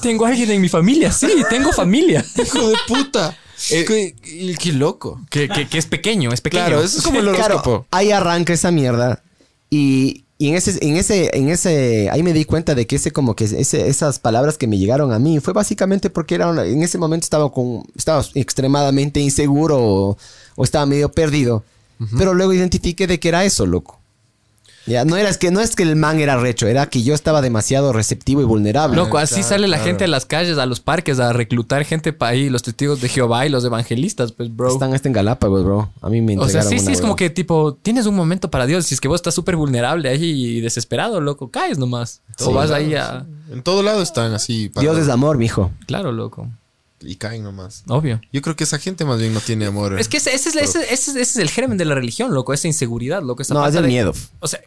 C: Tengo alguien en mi familia, sí, tengo familia.
D: Hijo de puta. qué, qué- qué loco.
C: que, que- que es pequeño, es pequeño.
D: Claro, eso es como el
A: Claro,
D: horóscopo.
A: ahí arranca esa mierda. Y, y en ese, en ese, en ese, ahí me di cuenta de que ese como que ese- esas palabras que me llegaron a mí fue básicamente porque era una- en ese momento estaba con, estaba extremadamente inseguro o, o estaba medio perdido. Pero luego identifiqué de que era eso, loco. Ya, no era es que no es que el man era recho, era que yo estaba demasiado receptivo y vulnerable.
C: Loco, así
D: Claro,
C: sale la
D: claro.
C: gente a las calles, a los parques, a reclutar gente para ahí, los testigos de Jehová y los evangelistas, pues, bro.
A: Están hasta en Galápagos, bro. A mí me
C: o sea,
A: entregaron
C: sí,
A: una
C: sí, es
A: huevada.
C: como que tipo, tienes un momento para Dios. Si es que vos estás súper vulnerable ahí y desesperado, loco, caes nomás. o
D: Sí,
C: vas
D: claro,
C: ahí a.
D: sí. En todo lado están así.
A: Dios
D: parados
A: es amor, mijo.
C: Claro, loco.
D: Y caen nomás.
C: Obvio.
D: Yo creo que esa gente más bien no tiene amor.
C: Es que ese, ese es, la- ese- ese- ese es el germen de la religión, loco. Esa inseguridad, loco. Esa
A: No, es
C: falta
A: el
C: de-
A: miedo.
C: O sea,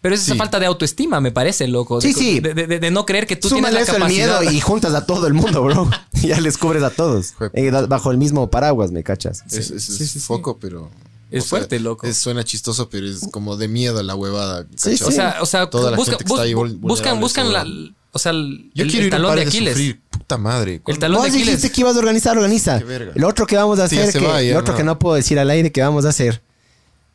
C: pero es esa
D: Sí.
C: falta de autoestima, me parece, loco. De-
A: Sí, sí.
C: De, de- de no creer que tú
A: Súmale
C: tienes la
A: eso el
C: capacidad.
A: miedo y juntas a todo el mundo, bro. ya les cubres a todos.
D: Jue-
A: Eh, da- bajo el mismo paraguas, ¿me cachas?
D: Es, es-
C: sí,
D: es
C: sí, sí.
D: foco, pero.
C: Es
D: o sea,
C: fuerte, loco.
D: es- suena chistoso, pero es como de miedo la huevada.
A: Sí,
D: ¿cachas?
A: sí.
C: O sea, o sea,
D: Toda la
C: busca-
D: gente que
C: bus-
D: está ahí vul-
C: buscan,
D: vulnerable,
C: buscan la,
D: seguro.
C: o sea, el,
D: Yo
C: el-
D: quiero
C: el
D: ir a un
C: talón
D: par
C: de
D: de,
C: Aquiles.
D: sufrir. Puta madre.
C: El
D: ¿cuándo?
C: talón de
A: Vos
C: Aquiles.
A: dijiste que ibas a organizar, organiza.
D: Qué verga.
A: Lo otro que vamos a
D: Sí, ya
A: hacer,
D: se
A: que,
D: va, ya
A: lo otro
D: no.
A: que no puedo decir al aire que vamos a hacer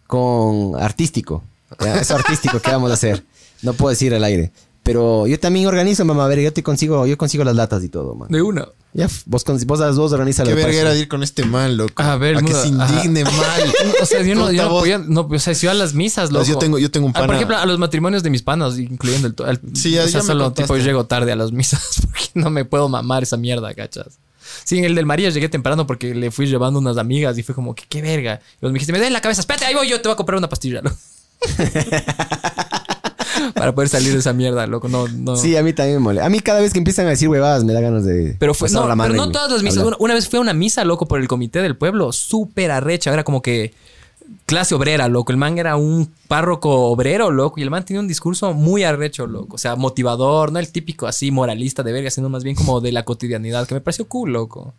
A: con artístico. Ya, Eso artístico que vamos a hacer. No puedo decir al aire. Pero yo también organizo, mamá. A ver, yo te consigo, yo consigo las latas y todo, man.
C: De una.
A: Ya, f- vos, con- vos, las dos organizas
D: Qué
A: la
D: verga
A: próxima.
D: era de ir con este mal, loco.
C: A ver,
D: que
C: muda,
D: se indigne mal.
C: O sea, yo no,
D: Puta
C: yo no
D: voz.
C: podía- no, o sea, si iba a las misas,
D: No,
C: loco.
D: yo tengo- yo tengo un
C: Ah, por
D: pana-
C: ejemplo, a los matrimonios de mis panas, incluyendo el... to- el-
D: Sí, ya-
C: o sea,
D: ya me
C: solo tipo
D: contaste.
C: llego tarde a las misas porque no me puedo mamar esa mierda, cachas. Sí, en el del María llegué temprano porque le fui llevando unas amigas y fue como que qué verga. Y vos me dijiste, me da en la cabeza, espérate, ahí voy yo, te voy a comprar una pastilla, loco. Para poder salir de esa mierda, loco. No, no.
A: Sí, a mí también me mole. A mí cada vez que empiezan a decir huevadas me da ganas de.
C: Pero fue,
A: pasar
C: no,
A: la mano
C: pero
A: y
C: no todas las misas.
A: hablar.
C: Una, una vez fui a una misa, loco, por el comité del pueblo, súper arrecha. Era como que clase obrera, loco. El man era un párroco obrero, loco. Y el man tenía un discurso muy arrecho, loco. O sea, motivador, no el típico así moralista de verga, sino más bien como de la cotidianidad, que me pareció cool, loco.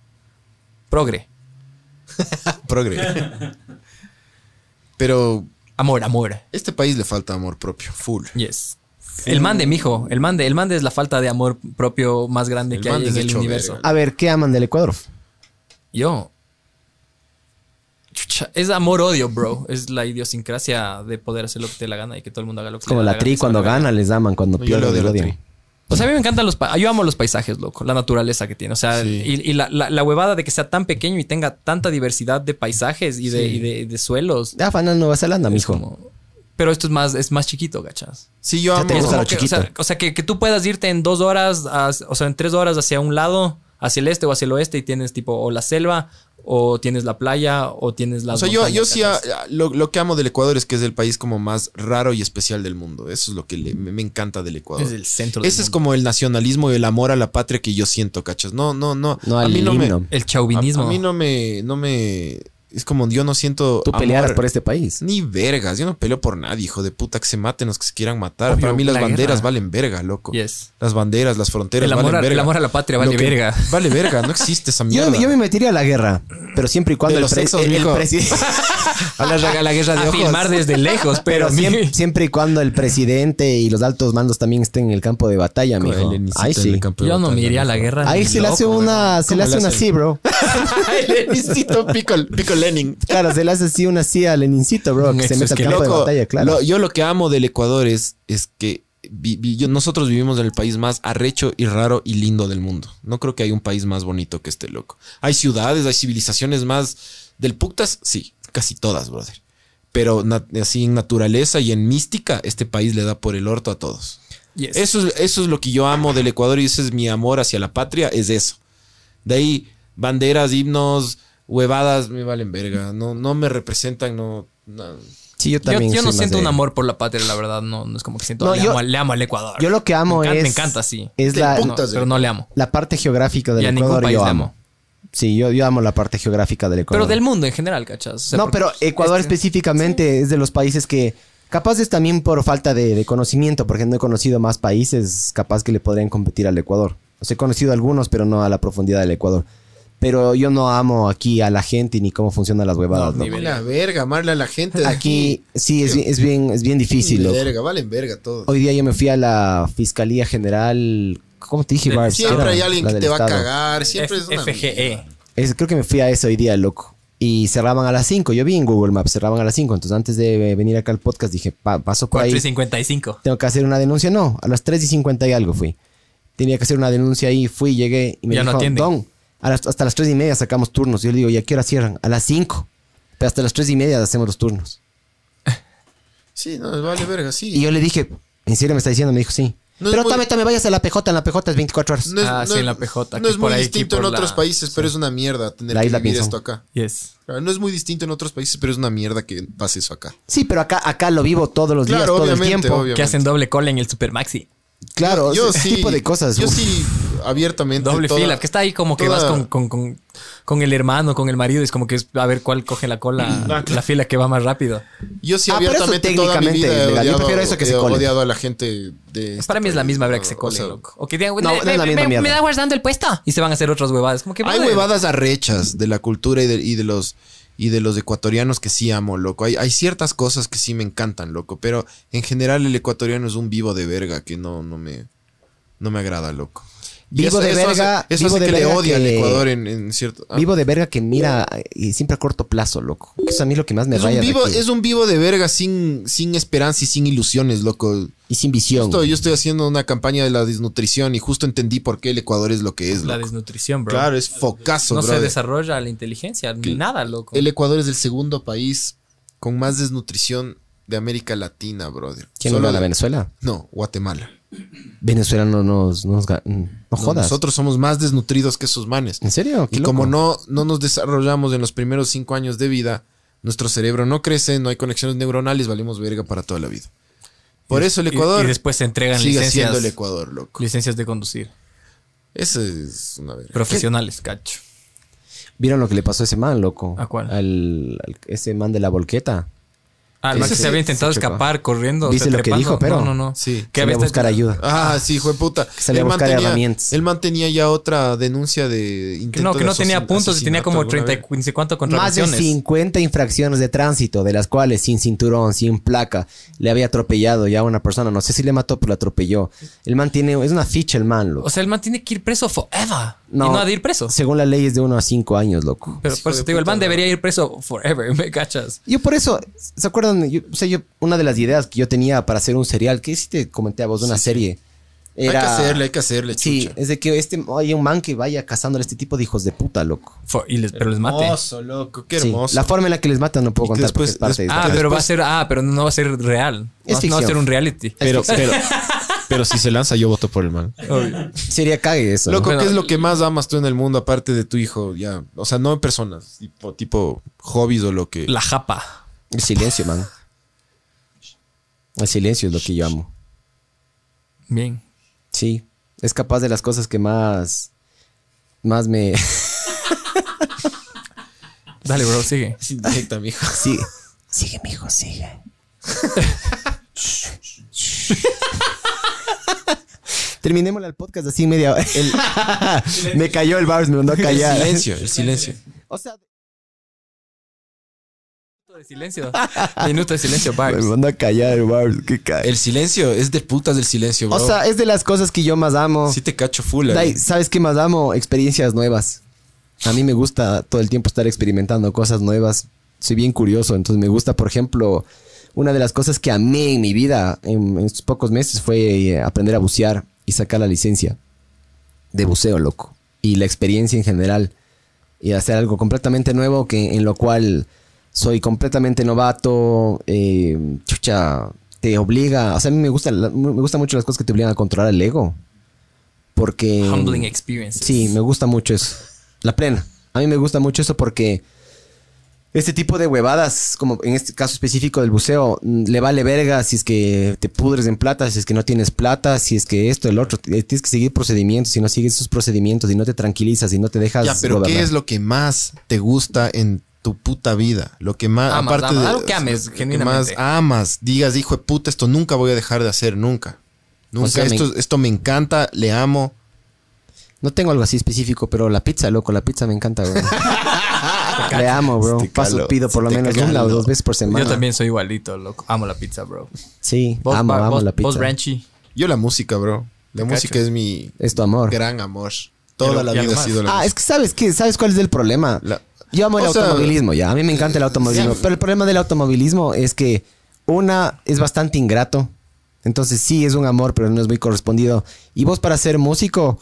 C: Progre.
D: Progre. Pero
C: Amor, amor.
D: este país le falta amor propio. Full.
C: Yes. El man de mijo, el man de, el man de es la falta de amor propio más grande
D: El
C: que
D: man
C: hay
D: de
C: en
D: es
C: el
D: hecho
C: universo.
D: verga.
A: A ver, ¿qué aman del Ecuador?
C: Yo. Chucha, es amor-odio, bro. Es la idiosincrasia de poder hacer lo que te dé la gana y que todo el mundo haga lo que
A: Es como
C: le dé
A: la tri,
C: gana,
A: cuando
C: que se la
A: gana les aman, cuando
D: No, yo
A: pierde
D: le odio
A: les
D: a la
A: odian.
D: tri.
C: O sea, a mí me encantan los... pa- Yo amo los paisajes, loco. La naturaleza que tiene. O sea,
D: Sí.
C: y, y la, la- la huevada de que sea tan pequeño y tenga tanta diversidad de paisajes y de,
D: Sí.
C: y de- de suelos.
A: Ah, fan Nueva Zelanda,
C: Es
A: mijo.
C: como... Pero esto es más, es más chiquito, gachas.
D: Sí, yo
A: Ya
D: amo.
A: te
C: Es
A: gusta
C: como
A: lo
C: que, o
A: chiquito.
C: sea, o sea, que, que tú puedas irte en dos horas, as- o sea, en tres horas hacia un lado, hacia el este o hacia el oeste y tienes tipo o la selva o tienes la playa o tienes las
D: O sea, yo, yo
C: montañas,
D: sí,
C: ¿cachas?
D: ah, lo, lo que amo del Ecuador es que es el país como más raro y especial del mundo. Eso es lo que le- me, me encanta del Ecuador.
C: Es el centro del
D: Ese es
C: mundo.
D: como el nacionalismo y el amor a la patria que yo siento, ¿cachas? No, no, no.
A: No,
D: a
A: al
D: mí no me,
A: himno.
C: el chauvinismo.
D: A, a mí no me, no me, Es como yo no siento.
A: Tú pelearas
D: amor.
A: por este país.
D: Ni vergas, yo no peleo por nadie, hijo de puta, que se maten los que se quieran matar.
C: Obvio,
D: Para mí las
C: la
D: banderas
C: guerra.
D: valen verga, loco.
C: Yes.
D: Las banderas, las fronteras
C: El amor,
D: valen
C: a,
D: verga.
C: el amor a la patria vale
D: Lo que-
C: verga.
D: Vale verga, no existe esa
A: Yo,
D: mierda.
A: yo me metería a la guerra, pero siempre y cuando
D: De
A: el,
D: los
A: pre-
D: sexos,
A: el- el
D: mijo.
A: presidente.
D: a, la, a la guerra de
C: A
D: ojos.
C: filmar desde lejos, pero,
A: Pero siem- siempre,
C: sí.
A: y cuando el presidente y los altos mandos también estén en el campo de batalla,
D: Con
A: mijo.
D: el Enisita
A: Ahí
D: en
A: sí.
D: el campo de
C: Yo no me
D: batalla,
C: iría a la
D: mijo.
C: guerra.
A: Ahí
C: ni
A: se le hace
C: loco,
A: una, se
D: ¿Cómo
A: le hace
D: le
A: una
D: hacen?
A: así, bro.
D: El Enisito Pico, Pico Lenin.
A: Claro, se le hace así una así a Lenincito, bro, que
C: Eso
A: se
C: es
A: meta al
C: que,
A: campo de
D: Loco,
A: batalla, claro.
D: lo- yo lo que amo del Ecuador es, es que vi- vi- yo- nosotros vivimos en el país más arrecho y raro y lindo del mundo. No creo que haya un país más bonito que este loco. Hay ciudades, hay civilizaciones más del putas, sí, casi todas, brother. Pero na- así en naturaleza y en mística, este país le da por el orto a todos.
C: Yes.
D: Eso, es- eso es lo que yo amo del Ecuador y ese es mi amor hacia la patria, es eso. De ahí, banderas, himnos, huevadas, me valen verga. No, no me representan, no- no
A: Sí, yo
C: Yo,
A: también.
C: yo no
A: soy más
C: siento
A: de-
C: un amor por la patria, la verdad. No, no es como que siento.
A: No,
C: le,
A: yo-
C: amo, le amo al Ecuador.
A: Yo lo que amo
C: me encanta,
A: es.
C: Me encanta, sí.
A: Es
B: Del
A: la,
C: No,
B: putas,
C: pero no le amo.
A: la parte geográfica del
C: Y a ningún
A: Ecuador,
C: país
A: yo
C: le
A: amo.
C: amo.
A: Sí, yo, yo amo la parte geográfica del Ecuador.
C: Pero del mundo en general, ¿cachas? O sea,
A: no,
C: porque
A: pero Ecuador
C: este-
A: específicamente es de los países que, capaz es también por falta de, de conocimiento, porque no he conocido más países capaz que le podrían competir al Ecuador. O sea, he conocido algunos, pero no a la profundidad del Ecuador. Pero yo no amo aquí a la gente ni cómo funcionan las huevadas,
C: No,
A: loco.
C: ni
D: La verga, amarle a la gente de
A: Aquí sí es, bien- es bien, es bien difícil, loco.
D: verga, valen verga todo.
A: Hoy día yo me fui a la Fiscalía General. ¿Cómo te dije,
C: Del-
A: Barbs?
D: Siempre
A: Era
D: hay alguien
A: la
D: que
A: del
D: te va a
A: Estado.
D: cagar, siempre
C: F- E.
D: es una
C: FGE.
A: Es- creo que me fui a eso hoy día, loco. Y cerraban a las 5. Yo vi en Google Maps, cerraban a las 5. Entonces, antes de eh, venir acá al podcast, dije, pa- paso por
C: 4
A: ahí.
C: y 55.
A: Tengo que hacer una denuncia. No, a las 3 y 50 y algo fui. Tenía que hacer una denuncia ahí. Fui, llegué y me
C: Ya no
A: dijo,
C: atienden.
A: Don, a las- hasta las 3 y media sacamos turnos. Yo le digo, ¿y a qué hora cierran? A las 5. Pero hasta las 3 y media hacemos los turnos.
D: Sí, no, vale verga,
A: Y
D: sí.
A: yo le dije, ¿en serio me está diciendo? Me dijo, sí.
D: No es
A: Pero
D: muy-
A: tome, tome, vayas a la PJ. En la PJ es 24 horas.
D: No es,
C: Ah,
D: no
C: sí,
D: es-
C: en la PJ,
D: No
C: que
D: es
C: por
D: muy
C: ahí,
D: distinto
C: aquí
D: en
C: por
D: otros
C: la-
D: países, pero es una mierda tener
A: La
D: que
A: isla
D: vivir
A: Pinzón.
D: esto acá.
C: Yes.
D: Claro, no es muy distinto en otros países, pero es una mierda que pase eso acá.
A: Sí, pero acá, acá lo vivo todos los días,
D: Claro,
A: todo el
D: obviamente,
A: tiempo.
D: obviamente.
C: Que hacen doble cola en el Supermaxi.
A: Claro,
D: yo
A: ese
D: sí,
A: tipo de cosas.
D: Yo
A: uf.
D: sí, abiertamente.
C: Doble
D: toda-
C: fila. Que está ahí como que
D: toda-
C: vas con, con, con, con el hermano, con el marido. y Es como que es a ver cuál coge la cola, la fila que va más rápido.
D: Yo sí,
A: Ah, pero eso
D: abiertamente toda mi
A: técnicamente
D: vida
A: es
D: he
A: legal. Yo
D: odiado,
A: prefiero eso que se
D: he
A: cole.
D: odiado a la gente de. este
C: Para mí es la
D: país,
C: misma verga
D: ¿no?
C: que se
D: O
C: cole,
D: sea,
C: loco. O que digan,
A: no
C: me,
A: es
C: me-
A: la misma
C: me-
A: mierda.
C: me da guardando el puesto. Y se van a hacer otras huevadas. Como que
D: Hay
C: brother,
D: huevadas arrechas de la cultura y de, y de los y de los ecuatorianos que sí amo, loco. Hay, hay ciertas cosas que sí me encantan, loco. Pero en general el ecuatoriano es un vivo de verga que no, no me no me agrada, loco. Y
A: Vivo de verga,
D: Hace, eso
A: vivo
D: hace
A: de
D: que le
A: verga
D: odie al
A: que-
D: Ecuador en, en cierto. ah.
A: Vivo de verga que mira eh, y siempre a corto plazo, loco. Que Eso a mí es lo que más me
D: Ah, es,
A: raya.
D: un
A: de
D: vivo,
A: aquí.
D: es un vivo de verga sin, sin esperanza y sin ilusiones, loco.
A: Y sin visión.
D: Justo yo estoy haciendo una campaña de la desnutrición y justo entendí por qué el Ecuador es lo que es,
C: La
D: loco.
C: desnutrición, bro.
D: Claro, es focazo,
C: no se
D: brother.
C: desarrolla la inteligencia ni
D: Que-
C: nada, loco.
D: El Ecuador es el segundo país con más desnutrición de América Latina, brother.
A: ¿Quién
D: Solo
A: gana?
D: de-
A: ¿Venezuela?
D: No, Guatemala.
A: Venezuela no nos, no nos ga- mm, No
D: No,
A: jodas.
D: Nosotros somos más desnutridos que esos manes.
A: ¿En serio? Qué
D: Y como
A: loco.
D: no, no nos desarrollamos en los primeros cinco años de vida, nuestro cerebro no crece, no hay conexiones neuronales, valimos verga para toda la vida. Por eso el
C: Y-
D: Ecuador
C: Y, después se entregan
D: sigue
C: licencias,
D: siendo el Ecuador, loco.
C: licencias de conducir.
D: Esa es una verga.
C: Profesionales, cacho.
A: ¿Vieron lo que le pasó a ese man, loco?
C: ¿A cuál?
A: Al, al- ese man de la volqueta.
C: Ah,
A: Ese
C: no, que
A: sí,
C: se había intentado
A: se chocó.
C: escapar corriendo. o
A: ¿Viste
C: sea,
A: lo que
C: trepando.
A: dijo, pero?
C: No, no, no.
D: Sí.
C: Que
A: Que voy a
C: había
A: buscar
C: estado-
A: ayuda.
D: Ah, sí, hijo de puta.
A: salía a
D: Él
A: buscar
D: mantenía-
A: herramientas.
D: Él mantenía ya otra denuncia de
C: Que
D: intento
C: no, que
D: de
C: no tenía
D: asesin-
C: puntos y tenía como
D: asesinato alguna
C: 30 y
D: vez.
C: cu- no sé cuánto
A: Más de
C: contravenciones.
A: 50 infracciones de tránsito, de las cuales sin cinturón, sin placa, le había atropellado ya a una persona. No sé si le mató, pero le atropelló. El man tiene. Es una ficha, el man, loco.
C: O sea, el man tiene que ir preso forever. y no ha de ir preso.
A: Según la ley es de 1 a 5 años, loco.
C: Pero
D: Hijo
C: por
D: de
C: eso te digo, el
D: puta,
C: man
D: bro.
C: debería ir preso forever, ¿me cachas?
A: Yo por eso, ¿se acuerdan? Yo, o sea, yo, una de las ideas que yo tenía para hacer un serial, que sí te comenté a vos de una serie.
D: Hay
A: era-
D: que hacerle, hay que hacerle,
A: Sí,
D: chucha.
A: es de que este, hay un man que vaya cazando a este tipo de hijos de puta, loco.
C: For- y les- pero les mate.
B: Oh,
D: Hermoso, loco, qué
A: Sí,
D: hermoso.
A: la forma en la que les matan no puedo
D: Y
A: contar porque
D: después-
A: es parte de
D: después-
A: esta
C: Ah,
D: que
A: clase.
C: pero va a
D: después-
C: ser, ah, pero no va a ser real.
A: Es
C: No- no va a
A: ficción.
C: ser un reality.
D: Pero, pero, pero si se lanza, yo voto por el man.
C: Obvio.
A: Sería cague eso. ¿no?
D: Loco,
C: Bueno,
D: ¿qué es lo que más amas tú en el mundo aparte de tu hijo? Ya, o sea, no en personas, tipo, tipo hobbies o lo que.
C: La japa.
A: El silencio, man. El silencio es lo que yo amo.
C: Bien.
A: Sí, es capaz de las cosas que más... Más me...
C: Dale, bro, sigue.
D: Es indirecta, mijo.
A: Sí. Sigue, mijo, sigue. Terminémosle el podcast así media hora. me cayó el Bars, me mandó a
D: El
A: callar.
D: silencio, el silencio.
A: O sea,
C: Minuto de silencio. Minuto de silencio, Barbs.
A: me mandó a callar el Bars. Qué ca-
D: El silencio es de putas del silencio, bro.
A: O sea, es de las cosas que yo más amo.
D: sí te cacho full. eh. ahí.
A: Dai, ¿sabes qué más amo? Experiencias nuevas. A mí me gusta todo el tiempo estar experimentando cosas nuevas. Soy bien curioso, entonces me gusta, por ejemplo, una de las cosas que amé en mi vida en, en estos pocos meses fue eh, aprender a bucear y sacar la licencia de buceo, loco. Y la experiencia en general. Y hacer algo completamente nuevo que, en lo cual soy completamente novato. eh, chucha, te obliga. O sea, a mí me, gusta, la- me gustan mucho las cosas que te obligan a controlar el ego. Porque.
C: Humbling experiences.
A: Sí, me gusta mucho eso. La plena. A mí me gusta mucho eso porque este tipo de huevadas, como en este caso específico del buceo, mm, le vale verga si es que te pudres en plata, si es que no tienes plata, si es que esto, el otro. T- Tienes que seguir procedimientos. Si no sigues esos procedimientos y no te tranquilizas y no te dejas.
D: Ya, pero ¿qué
A: gobernar.
D: es lo que más te gusta en tu puta vida? Lo que más,
C: Amas,
D: aparte
C: amas,
D: de
C: algo que ames,
D: lo
C: genuinamente.
D: más amas, digas, hijo de puta, esto nunca voy a dejar de hacer, nunca. Nunca,
A: sea, me-
D: esto, esto me encanta, le amo.
A: No tengo algo así específico, pero la pizza, loco, la pizza me encanta, bro. Le amo, bro.
D: Te
A: Paso
D: calo,
A: pido por lo
D: te
A: menos
D: calo.
A: una o dos veces por semana.
C: Yo también soy igualito, loco. Amo la pizza, bro.
A: Sí,
C: Vos,
A: amo,
C: Bar-
A: amo
C: vos-
A: la pizza.
C: Vos, Ranchi.
D: Yo la música, bro. La
C: Te
D: música
C: cacho.
D: es mi
A: es tu amor.
D: gran amor. Toda
C: Y
D: la
C: algo
D: vida ha
C: más.
D: sido la
A: Ah, es
D: música.
A: que sabes qué, sabes cuál es el problema.
D: La-
A: Yo amo el
D: O sea,
A: automovilismo, ya. A mí me encanta el automovilismo. Pero el problema del automovilismo es que una es bastante ingrato. Entonces sí, es un amor, pero no es muy correspondido. Y vos para ser músico,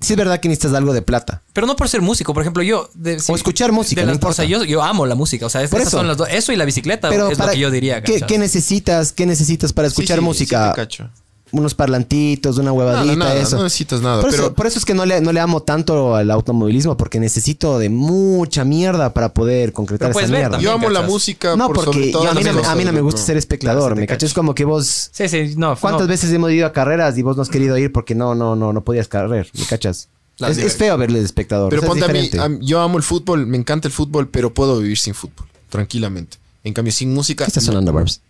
A: sí es verdad que necesitas algo de plata.
C: Pero no por ser músico, por ejemplo, yo. de-
A: O escuchar música,
C: de
A: no
C: las-
A: importa.
C: O sea, yo, yo amo la música. O sea, es-
A: Por
C: esas
A: eso.
C: son las dos. Eso y la bicicleta
A: Pero
C: es
A: para-
C: lo que yo diría.
A: ¿qué,
C: ¿cachas?
A: qué necesitas? ¿Qué necesitas para escuchar
D: Sí, sí, sí
A: música?
D: te cacho.
A: Unos parlantitos, una
D: Nada,
A: huevadita,
D: nada,
A: eso.
D: no necesitas nada.
A: por,
D: pero
A: eso, por eso es que no le, no le amo tanto al automovilismo, porque necesito de mucha mierda para poder concretar
C: Pero puedes
A: esa
C: ver
A: mierda.
C: también.
D: yo amo la
C: cachas.
D: música
A: No,
D: por sobre
A: porque
D: todas
A: yo a, mí
D: las
A: no, me- a
D: cosas,
A: mí no me
D: bro.
A: gusta ser espectador, ¿me cachas? Es como que vos...
C: Sí, sí, no.
A: ¿Cuántas
C: no.
A: veces hemos ido a carreras y vos no has querido ir porque no, no, no, no podías correr? ¿Me cachas?
C: Claro,
A: Es,
C: sí,
A: es feo verle de espectador.
D: Pero
A: o sea, es
D: ponte a mí,
A: diferente.
D: a mí- yo amo el fútbol, me encanta el fútbol, pero puedo vivir sin fútbol, tranquilamente. En cambio, sin música.
A: ¿Qué está sonando, Barbs?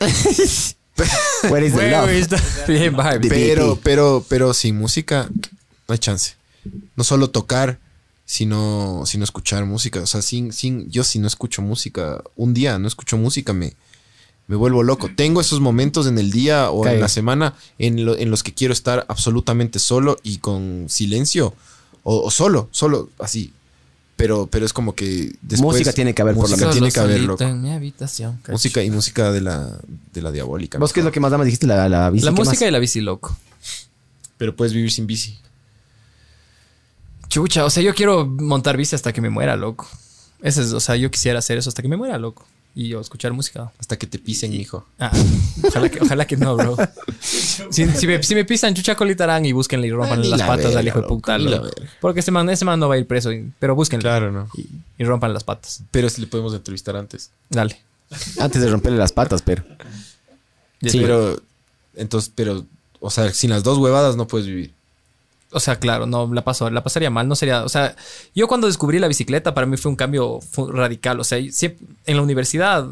A: Where is the love?
C: Where is the- Bien, Barbie.
A: The-
D: Pero,
A: DDT.
D: pero, pero sin música, no hay chance. No solo tocar, sino, sino escuchar música. O sea, sin, sin, yo si no escucho música, un día no escucho música, me, me vuelvo loco. Tengo esos momentos en el día o
A: Cae.
D: en la semana en, lo- en los que quiero estar absolutamente solo y con silencio. O, o solo, solo, así. Pero, pero es como que después.
A: Música tiene que haber, por lo
D: música
A: menos.
D: tiene
C: Solo
D: que haber,
C: solito
D: loco.
C: en mi habitación. cacho.
D: Música y música de la, de la diabólica.
A: ¿Vos qué es lo que más amas? Dijiste la, la bici.
C: La
A: ¿qué más?
C: música y la bici, loco.
D: Pero puedes vivir sin bici.
C: Chucha, o sea, yo quiero montar bici hasta que me muera, loco. Ese es, o sea, yo quisiera hacer eso hasta que me muera, loco. Y yo escuchar música.
D: Hasta que te pisen, hijo.
C: Ah, ojalá, que, ojalá que no, bro. Si, si me, si me pisan, chucha colitarán y búsquenle y rompanle
D: ni
C: las
D: la
C: patas
D: verga,
C: al hijo de
D: loco,
C: puta.
D: ni la
C: loco.
D: verga.
C: Porque ese man, ese man no va a ir preso, y- pero búsquenle
D: Claro, ¿no?
C: y, y rompan las patas.
D: Pero si le podemos entrevistar antes.
C: Dale.
A: Antes de romperle las patas, pero... Sí.
D: Pero, entonces, pero, o sea, sin las dos huevadas no puedes vivir.
C: O sea, claro, no, la, paso, la pasaría mal, no sería, o sea, yo cuando descubrí la bicicleta para mí fue un cambio fu- radical, o sea, y siempre- en la universidad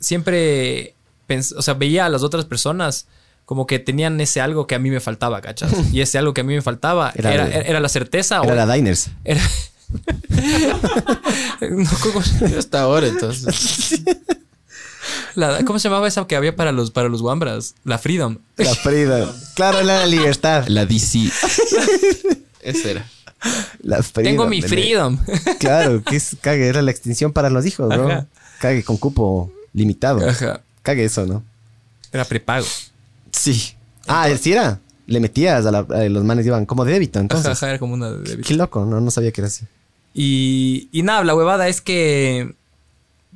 C: siempre, pens- o sea, veía a las otras personas como que tenían ese algo que a mí me faltaba, ¿cachas? Y ese algo que a mí me faltaba
A: Era
C: era,
A: el-
C: era la certeza
A: Era
C: o...
A: la Diners.
C: era- No, ¿cómo,
D: Hasta ahora, entonces.
C: la- cómo se llamaba esa que había para los, para los guambras? La Freedom.
A: La Frida. Claro, era la libertad.
D: La DC. Esa era.
A: La Frida,
C: Tengo mi
A: nene.
C: Freedom.
A: Claro, que es cague, era la extinción para los hijos, bro.
C: Ajá.
A: Cague con cupo limitado.
C: Ajá.
A: Cague eso, ¿no?
C: Era prepago.
A: Sí. Ah, sí era. Le metías a, la- a los manes, iban como débito,
C: Ajá,
A: entonces.
C: ajá, era como una... de-
A: Qué loco, no, no sabía que era así.
C: Y, y nada, la huevada es que.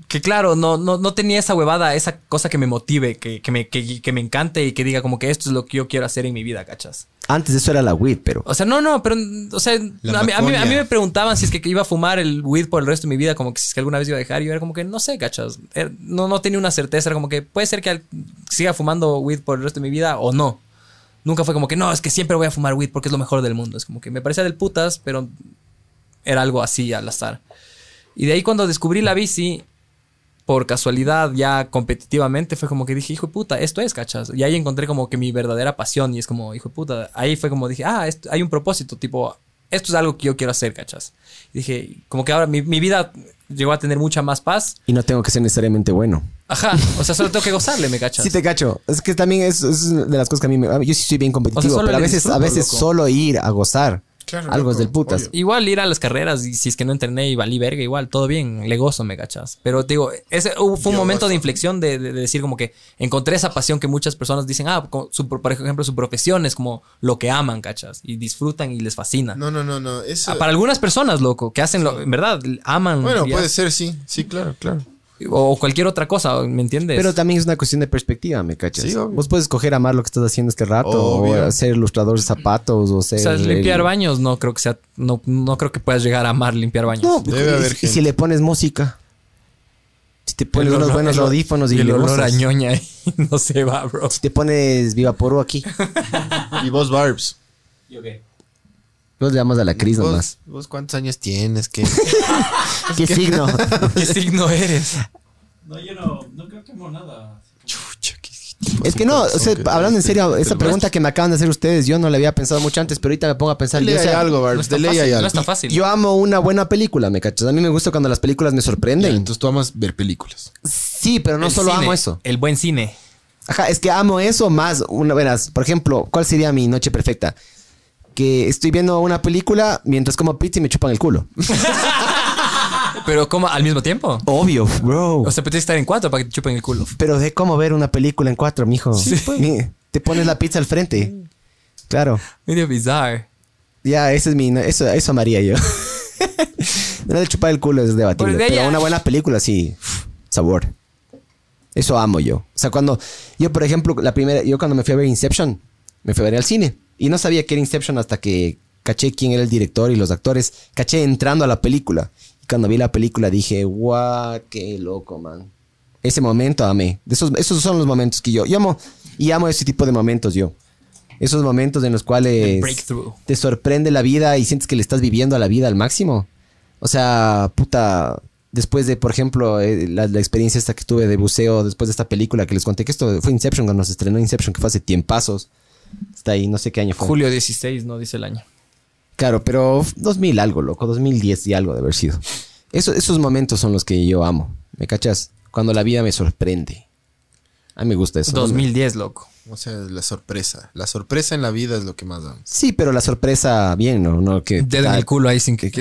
C: Que claro, no, no, no tenía esa huevada, esa cosa que me motive, que, que me, que, que me encante y que diga como que esto es lo que yo quiero hacer en mi vida, ¿cachas?
A: Antes de eso era la weed, pero.
C: O sea, no, no, pero, o sea,
D: La
C: a mí, a mí- a mí
D: macoña.
C: me preguntaban si es que iba a fumar el weed por el resto de mi vida, como que si es que alguna vez iba a dejar, y yo era como que no sé, ¿cachas? Era- No, no tenía una certeza, era como que puede ser que al- siga fumando weed por el resto de mi vida o no. Nunca fue como que no, es que siempre voy a fumar weed porque es lo mejor del mundo. Es como que me parecía del putas, pero era algo así al azar. Y de ahí cuando descubrí la bici, por casualidad ya competitivamente, fue como que dije, hijo de puta, esto es, cachas. Y ahí encontré como que mi verdadera pasión y es como, hijo de puta, ahí fue como dije, ah, esto- hay un propósito, tipo, esto es algo que yo quiero hacer, cachas. Y dije, como que ahora mi, mi vida llegó a tener mucha más paz.
A: Y no tengo que ser necesariamente bueno.
C: Ajá, o sea, solo tengo que gozarle, me cachas.
A: Sí, te cacho. Es que también es, es de las cosas que a mí me. a mí- Yo sí soy bien competitivo,
C: solo
A: pero a
C: le
A: veces, a
C: disfruto,
A: veces
C: loco.
A: solo ir a gozar.
D: Claro,
A: algo es
D: loco,
A: del putas.
D: obvio.
C: Igual ir a las carreras y si es que no entrené y valí verga, igual, todo bien, le gozo, me cachas. Pero te digo, ese hubo- fue un
D: Yo
C: momento de
D: gozo.
C: inflexión de, de- de decir como que encontré esa pasión que muchas personas dicen, ah, como su- por ejemplo, su profesión es como lo que aman, cachas, y disfrutan y les fascina.
D: No, no, no, no. Eso,
C: Ah, Para algunas personas, loco, que hacen lo, en verdad, aman.
D: bueno,
C: y
D: puede ser, sí. Sí, claro, claro.
C: ha- O cualquier otra cosa, ¿me entiendes?
A: Pero también es una cuestión de perspectiva, ¿me cachas?
D: Sí, obvio.
A: Vos puedes escoger amar lo que estás haciendo este rato,
D: Obvio.
A: o ser ilustrador de zapatos, o ser.
C: o sea,
A: el-
C: limpiar baños no creo que sea, no, no creo que puedas llegar a amar limpiar baños.
A: No,
D: Debe
A: y-
D: haber
A: y, si
D: gente.
A: le pones música. Si te pones
C: El
A: unos
C: olor-
A: pues, buenos
C: el o-
A: audífonos y
C: el
A: le
C: olor a
A: gozas.
C: ñoña ahí no se va, bro.
A: Si te pones Viva Porú aquí.
D: Y vos, Barbs.
A: Nos le damos a la Cris nomás.
D: ¿Vos, vos cuántos años tienes? ¿Qué?
A: ¿Qué signo?
C: ¿Qué signo eres?
E: No, yo no, no creo que hemos nada.
D: Chucha, qué- este
A: es que no, o sea,
D: Son que-
A: hablando en serio,
D: del-
A: esa
D: del
A: pregunta que me acaban de hacer ustedes, yo no la había pensado mucho antes, pero ahorita me pongo a pensar.
D: Dele
A: Yo, o
D: ahí
A: sea,
D: algo,
C: No
D: Barbs.
C: es tan
D: Dele ahí
C: fácil. No
D: algo.
C: es tan fácil.
A: yo amo una buena película, ¿me cachas? A mí me gusta cuando las películas me
D: Ya,
A: sorprenden.
D: entonces tú amas ver películas.
A: sí, pero no
C: El
A: solo
C: cine,
A: amo eso.
C: El buen cine.
A: Ajá, es que amo eso más, una verás, por ejemplo, ¿cuál sería mi noche perfecta? Que estoy viendo una película mientras como pizza y me chupan el culo.
C: Pero como al mismo tiempo.
A: Obvio, bro.
C: O sea, pero tienes que estar en cuatro para que te chupen el culo.
A: Pero de cómo ver una película en cuatro, mijo. Ni- Te pones la pizza al frente. Claro.
C: Medio bizarre.
A: Ya, ese es mi. Eso, eso amaría yo. no de chupar el culo es debatible.
C: Pues de
A: Pero
C: ella-
A: una buena película, sí. Sabor. Eso amo yo. O sea, cuando. Yo, por ejemplo, la primera. Yo cuando me fui a ver Inception, me fui a ver al cine. Y no sabía que era Inception hasta que caché quién era el director y los actores. Caché entrando a la película. Y cuando vi la película dije, guau, qué loco, man. Ese momento amé. De Esos, esos son los momentos que yo. Yo amo. Y amo ese tipo de momentos yo. Esos momentos en los cuales
C: El breakthrough.
A: te sorprende la vida y sientes que le estás viviendo a la vida al máximo. O sea, puta, después de, por ejemplo, eh, la, la experiencia esta que tuve de buceo, después de esta película que les conté, que esto fue Inception, cuando se estrenó Inception, que fue hace tiempazos. Está ahí, no sé qué año fue.
C: Julio 16, no dice el año.
A: Claro, pero f- 2000 algo, loco, 2010 y algo de haber sido. Eso- esos momentos son los que yo amo, ¿me cachas? Cuando la vida me sorprende. A mí me gusta eso.
C: 2010, loco.
D: O sea, la sorpresa. La sorpresa en la vida es lo que más amas.
A: Sí, pero la sorpresa, bien, ¿no? no que,
C: Dedo en el culo ahí sin que...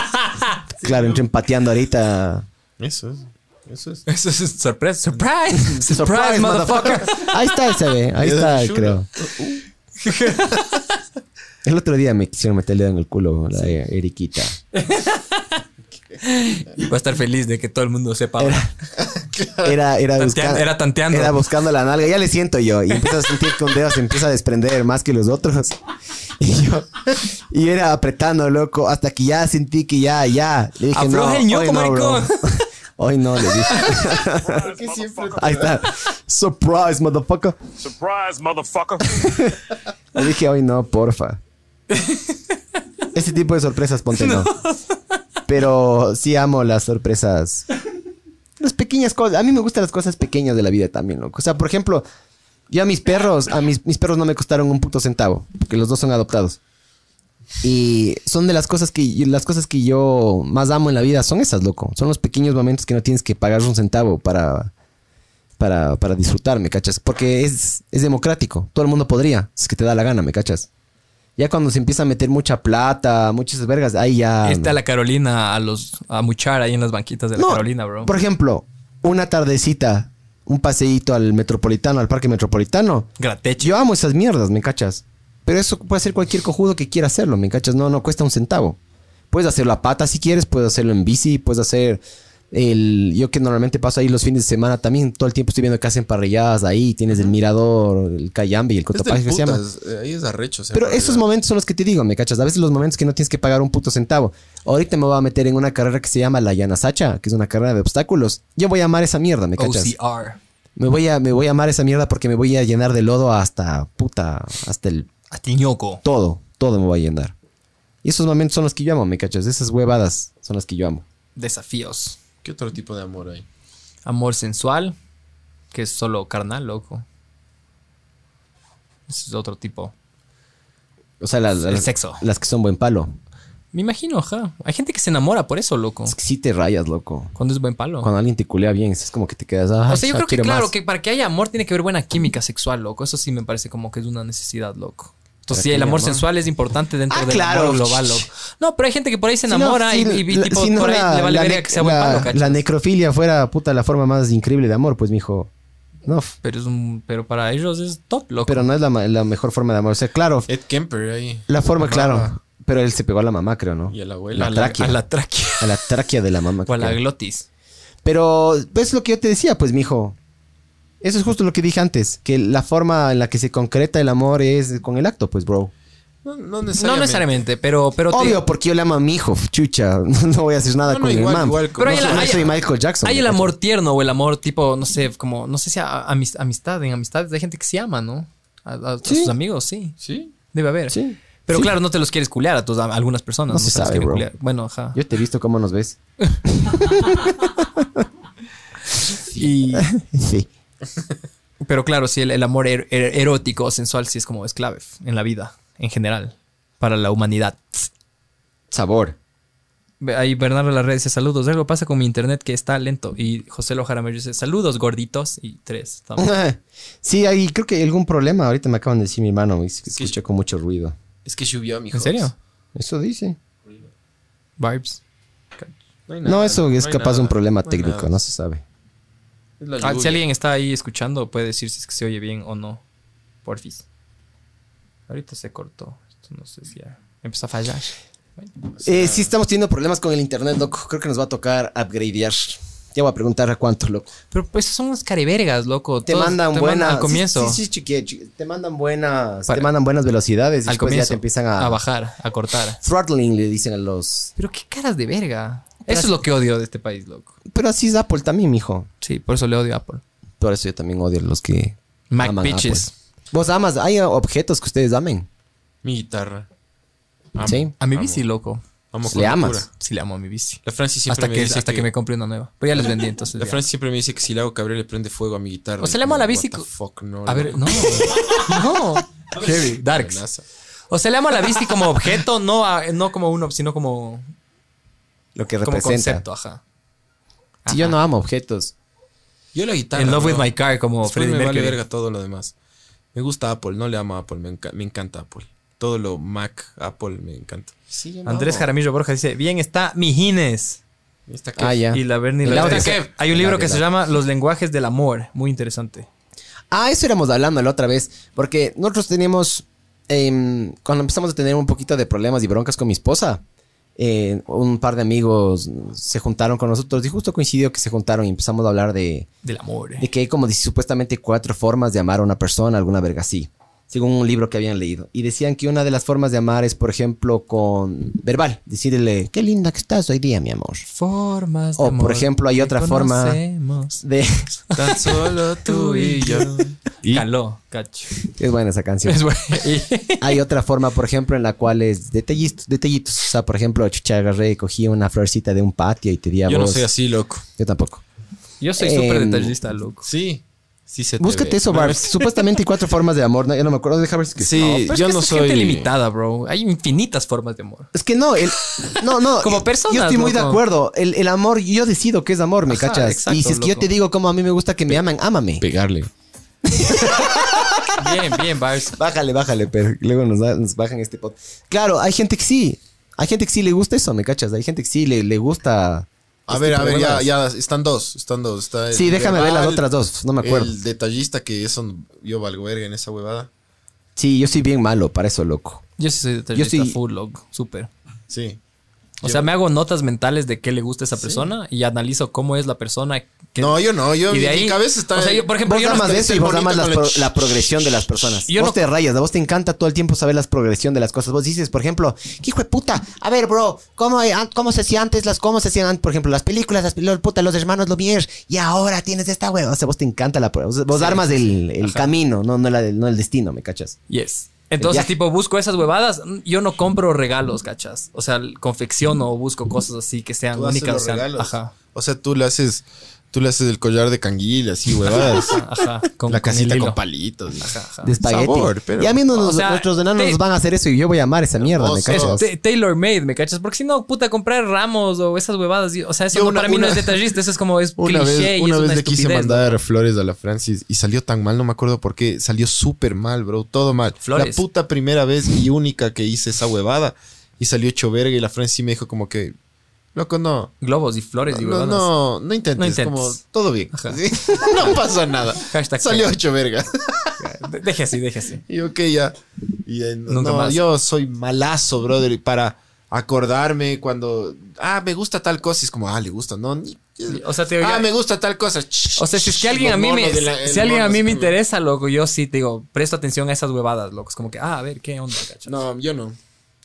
A: Claro, entren pateando ahorita.
D: Eso es. Eso es.
C: Eso es sorpresa. Surprise. Surprise,
A: Surprise,
C: motherfucker.
A: Ahí está ese, ve. Ahí
D: Dedo en
A: está,
D: el culo.
A: creo. El otro día me quisieron meter el dedo en el culo, la Eriquita.
C: Va a estar feliz de que todo el mundo sepa. ahora.
A: Era, era,
C: Tanteando-
A: busca-
C: era tanteando.
A: Era buscando la nalga. Ya le siento yo. Y empiezo a sentir que un dedo se empieza a desprender más que los otros. Y yo, y era apretando, loco, hasta que ya sentí que ya, ya. Le dije, no,
C: Afloja el ñoco,
A: hoy no, bro.
C: maricón.
A: Hoy no, le dije. Ahí está. Surprise, motherfucker.
F: Surprise, motherfucker.
A: Le dije, hoy no, porfa. Ese tipo de sorpresas, ponte no. Pero sí amo las sorpresas. Las pequeñas cosas. A mí me gustan las cosas pequeñas de la vida también, loco. O sea, por ejemplo, yo a mis perros, a mis, mis perros no me costaron un puto centavo, porque los dos son adoptados. Y son de las cosas que y las cosas que yo más amo en la vida son esas, loco. Son los pequeños momentos que no tienes que pagar un centavo para para, para disfrutar, ¿me cachas? Porque es, es democrático. Todo el mundo podría, si es que te da la gana, ¿me cachas? Ya cuando se empieza a meter mucha plata, muchas vergas, ahí ya...
C: Ahí está la Carolina a los... A muchar ahí en las banquitas de la
A: Ah, No,
C: Carolina, bro.
A: Por ejemplo, una tardecita, un paseíto al metropolitano, al parque metropolitano.
C: Gratecho.
A: Yo amo esas mierdas, ¿me cachas? Pero eso puede ser cualquier cojudo que quiera hacerlo, ¿me cachas? No, no cuesta un centavo. Puedes hacerlo a pata si quieres, puedes hacerlo en bici, puedes hacer el... Yo que normalmente paso ahí los fines de semana también, todo el tiempo estoy viendo que hacen parrilladas ahí, tienes el mirador, el cayambe y el
D: Es del
A: cotopaxi que se llama.
D: putas, eh, Ahí es arrecho. o sea,
A: Pero
D: para
A: esos
D: la-
A: momentos son los que te digo, ¿me cachas? A veces los momentos que no tienes que pagar un puto centavo. Ahorita me voy a meter en una carrera que se llama la Yanasacha, que es una carrera de obstáculos. Yo voy a amar esa mierda, ¿me
C: Oh,
A: cachas?
C: OCR.
A: Me voy a, me voy a amar esa mierda porque me voy a llenar de lodo hasta puta, hasta el
C: Atiñoco.
A: todo, todo me va a llenar. Y esos momentos son los que yo amo, ¿me cachas? Esas huevadas son las que yo amo.
C: Desafíos.
D: ¿Qué otro tipo de amor hay?
C: Amor sensual, que es solo carnal, loco. Ese es otro tipo.
A: O sea, las,
C: El
A: las-
C: sexo.
A: las que son buen palo.
C: Me imagino, ajá. Hay gente que se enamora por eso, loco.
A: Es que sí te rayas, loco.
C: Cuando es buen palo.
A: Cuando alguien te culea bien, es como que te quedas. "Ay,
C: o sea, yo
A: ya
C: creo que,
A: quiero
C: claro,
A: más".
C: que para que haya amor tiene que haber buena química sexual, loco. Eso sí me parece como que es una necesidad, loco. Entonces,
A: Para
C: sí,
A: que
C: el
A: haya
C: amor
A: amor.
C: sensual es importante dentro
A: Ah,
C: del
A: claro.
C: amor global, loco. No, pero hay gente que por ahí se
A: Si no,
C: enamora
A: si
C: y- y, y
A: la-
C: tipo,
A: si no
C: por ahí
A: la-
C: le vale
A: la
C: verga
A: ne-
C: que sea buen
A: la-
C: palo, ¿cachas?
A: La necrofilia fuera, puta, la forma más increíble de amor, pues, mijo. No, f-
C: Pero, es un, pero para ellos es top, loco.
A: pero no es la, ma- la mejor forma de amor. O sea, claro,
C: Eh,
D: Ed Kemper ahí.
A: la forma, claro. Pero él se pegó a la mamá, creo, ¿no?
D: Y a la abuela.
A: La
D: A la-
A: tráquea.
C: a la tráquea
A: A la tráquea de la mamá.
C: o a la
A: creo.
C: glotis.
A: Pero es lo que yo te decía, pues, mijo. Eso es justo lo que dije antes, que la forma en la que se concreta el amor es con el acto, pues, bro.
D: No, no
C: No
D: necesariamente.
C: necesariamente, pero, pero te-
A: Obvio, porque yo le amo a mi hijo, f- chucha. No voy a hacer nada
D: No, no,
A: con
D: igual,
A: el man.
D: igual,
C: Pero
D: no
C: hay
D: sé,
C: la-
A: no
C: hay-
A: soy Michael Jackson.
C: Hay
A: ¿me
C: el
A: cachas?
C: amor tierno o el amor tipo, no sé, como, no sé si a- a- amis- amistad, en amistades hay gente que se ama, ¿no? A, a- a
A: Sí.
C: sus amigos, sí.
D: ¿Sí?
C: Debe haber.
A: Sí.
C: Pero
A: Sí.
C: claro, no te los quieres culear a, tus, a algunas personas.
A: No se
C: los
A: sabe,
C: quieren
A: bro.
C: culear. Bueno, ajá.
A: Yo te he visto cómo nos ves.
C: Y-
A: Sí.
C: pero claro, sí, el, el amor er- er- erótico o sensual sí es como es clave en la vida, en general, para la humanidad.
A: Sabor.
C: Ve- Ahí Bernardo Larrea dice saludos. Algo pasa con mi internet que está lento. Y José Lojara Mayor dice saludos gorditos. Y tres. estamos.
A: Sí, hay, creo que hay algún problema. Ahorita me acaban de decir mi hermano. y se
D: que-
A: escucha con mucho ruido.
D: Es que llovió, mijo.
C: ¿En serio?
A: Eso dice.
C: Vibes.
D: hay
A: No,
D: nada,
A: eso es
D: hay
A: capaz de un
D: nada,
A: problema
D: hay
A: técnico.
D: nada.
A: No se sabe.
D: Es la
C: Ah, si
D: lluvia.
C: alguien está ahí escuchando, puede decir si es que se oye bien o no. Porfis. Ahorita se cortó. Esto no sé si ya empezó a fallar.
A: Eh, sí, estamos teniendo problemas con el internet, loco. Creo que nos va a tocar upgradear. Ya voy a preguntar a cuánto, loco.
C: Pero pues son unos carevergas, loco.
A: Te
C: Todos
A: mandan
C: te
A: buenas.
C: al comienzo.
A: Sí, sí, sí, chiqui- chiqui- te mandan buenas.
C: Para-
A: te mandan buenas velocidades. Y
C: al
A: después
C: comienzo.
A: ya te empiezan a,
C: a bajar, a cortar.
A: Throttling le dicen a los.
C: Pero qué caras de verga. Eso es lo que odio de este país, loco.
A: Pero así es Apple también, mijo.
C: Sí, por eso le odio a Apple.
A: Por eso yo también odio a los que.
C: Mac
A: aman
C: bitches.
A: Apple. Vos amas, hay objetos que ustedes amen.
D: Mi guitarra. Amo,
A: Sí.
C: A mi
D: amo,
C: bici, loco.
D: amo con
A: Le
D: locura.
A: amas.
C: Sí, le amo a mi bici.
D: La Francis siempre
C: Hasta,
D: me
C: que,
D: dice
C: hasta que... me compré una nueva. Pero ya les vendí, entonces.
D: La
C: ya.
D: Francis siempre me dice que si le hago cabrear le prende fuego a mi guitarra.
C: O sea,
D: Y
C: le amo a la
D: como,
C: bici
D: what
C: co-
D: the fuck, no.
C: A ver, no. no. Heavy, darks.
D: Amenaza.
C: O sea, le amo a la bici como objeto, no, a- no como uno, sino como,
A: Lo que
C: como
A: representa.
C: concepto, ajá.
A: Si yo no amo objetos.
D: Yo la guitarra.
C: In love with
D: bro.
C: my car, como
D: Después
C: Freddie
D: me vale
C: Mercury.
D: verga todo lo demás. Me gusta Apple, no le amo a Apple, me, enca- me encanta Apple. Todo lo Mac, Apple, me encanta.
C: Andrés Jaramillo Borja dice: Bien está Mijines.
D: Y esta que-
A: Ah, ya.
C: Y la Bernie
A: El
C: la
A: audio.
C: dice, Hay un
A: El
C: libro
A: audio,
C: que
A: el
C: se
A: audio.
C: llama Los lenguajes del amor. Muy interesante.
A: Ah, eso éramos hablando la otra vez. Porque nosotros teníamos. em, cuando empezamos a tener un poquito de problemas y broncas con mi esposa, eh, un par de amigos se juntaron con nosotros y justo coincidió que se juntaron y empezamos a hablar de,
C: Del amor.
A: de que hay como dice, supuestamente cuatro formas de amar a una persona, alguna verga así, según un libro que habían leído. Y decían que una de las formas de amar es, por ejemplo, con verbal, decirle, qué linda que estás hoy día, mi amor.
C: Formas de
A: O,
C: amor
A: por ejemplo, hay
C: que
A: otra forma-
C: conocemos.
A: De,
D: Tan solo tú y yo.
C: Caló, cacho.
A: es buena esa canción.
C: Es bueno. Y-
A: Hay otra forma, por ejemplo, en la cual es detallitos, detallitos. O sea, por ejemplo, chucha, agarré, cogí una florcita de un patio y te di a
D: Yo no
A: vos.
D: soy así, loco.
A: Yo tampoco.
C: Yo soy
A: Em,
C: súper detallista, loco.
D: Sí. Sí se te
A: Búscate
D: ve.
A: eso, Barb. Supuestamente hay cuatro formas de amor. No, yo no me acuerdo. Deja ver si es que...
D: Sí,
C: No, pero es
D: yo
C: que
D: no
C: esta
D: soy.
C: gente limitada, bro. Hay infinitas formas de amor.
A: Es que no, el, no, no.
C: Como
A: yo-
C: personas,
A: Yo estoy muy de
C: loco.
A: acuerdo. El, el amor, yo decido qué es amor, ¿me
C: Ajá,
A: cachas?
C: exacto,
A: y si es que yo
C: loco.
A: te digo cómo a mí me gusta que me aman, ámame.
D: Pegarle.
C: Bien, bien, Bars.
A: Bájale, bájale, pero luego nos, da- nos bajan este pot. Claro, hay gente que sí. Hay gente que sí le gusta eso, ¿me cachas? Hay gente que sí le, le gusta.
D: A
A: este
D: ver, a ver, ya,
A: programa.
D: ya. Están dos. Están dos. Está el
A: Sí, déjame ver las
D: verbal,
A: otras dos. No me acuerdo.
D: El detallista, que eso yo valgo verga en esa huevada.
A: Sí, yo soy bien malo para eso, loco.
C: Yo sí soy detallista
A: Yo sí-
C: full, loco. Súper.
D: Sí.
C: O sea, me hago notas mentales de qué le gusta a esa persona y analizo cómo es la persona. que-
D: No, yo no. Yo,
C: y de
D: mi
C: ahí.
D: cabeza está.
C: o sea, yo, por ejemplo,
A: Vos
C: yo no,
A: amas
D: estoy-
A: eso y
D: estoy
A: vos amas
D: bonito
A: las
D: con
A: pro-
D: el-
A: la progresión de las personas.
C: Yo
A: vos
C: no-
A: te rayas, a vos te encanta todo el tiempo saber la progresión de las cosas. Vos dices, por ejemplo, ¿qué hijo de puta? A ver, bro, ¿cómo, eh, an- cómo se hacía antes? Las, ¿Cómo se hacían, antes? por ejemplo, las películas, las películas, puta, los hermanos Lumière? Y ahora tienes esta hueva. O sea, vos te encanta la pro- Vos, vos armas el, el camino, no, no, la- no el destino, ¿me cachas?
C: Yes. Entonces,
A: viaje.
C: tipo, busco esas huevadas. Mm, Yo no compro regalos, cachas. O sea, l- confecciono o busco cosas así que sean
D: Tú haces
C: únicas.
D: los
C: sean-
D: regalos.
C: Ajá,
D: O sea, tú le haces, tú le haces el collar de canguil, así, huevadas.
C: ajá. Con,
D: la
C: con el
D: casita con,
C: hilo.
D: palitos. y-
C: Ajá, ajá.
A: De espagueti.
D: Sabor, pero-
A: y a mí no
C: Ah, O
A: nos,
C: sea,
A: nuestros enanos
C: te-
A: nos van a hacer eso y yo voy a amar esa mierda, ¿me
D: Hermoso.
A: cachas?
C: Es Taylor Made, ¿me cachas? Porque si no, puta, comprar ramos o esas huevadas. y- O sea, eso
D: Yo
C: no-
D: una-
C: para mí no
D: una-
C: es detallista. Eso es como es
D: Una
C: cliché
D: vez,
C: y
D: una
C: es
D: vez
C: una
D: le quise
C: estupidez, ¿no?
D: mandar flores a la Francis y salió tan mal, no me acuerdo por qué. Salió súper mal, bro. Todo mal.
C: Flores.
D: La puta primera vez y única que hice esa huevada. Y salió hecho verga y la Francis me dijo como que... Loco, no.
C: Globos y flores y
D: No,
C: huevadas.
D: no, no intentes.
C: No intentes.
D: Como, todo bien.
C: Ajá.
D: Sí. no pasa nada.
C: Hashtag
D: salió
C: fake.
D: hecho verga.
C: De- Deje así, deje así.
D: Y ok, ya. Y, eh,
C: Nunca
D: no,
C: más.
D: yo soy malazo, brother, y para acordarme cuando. Ah, me gusta tal cosa. y es como, ah, le gusta, no. ni-
C: O sea, te digo,
D: ah,
C: ya-
D: me gusta tal cosa.
C: O sea, si es que alguien a mí me, si alguien a mí me interesa, loco, yo sí te digo, presto atención a esas huevadas, loco. Es como que, ah, a ver, ¿qué onda, cachas?
D: No, yo no.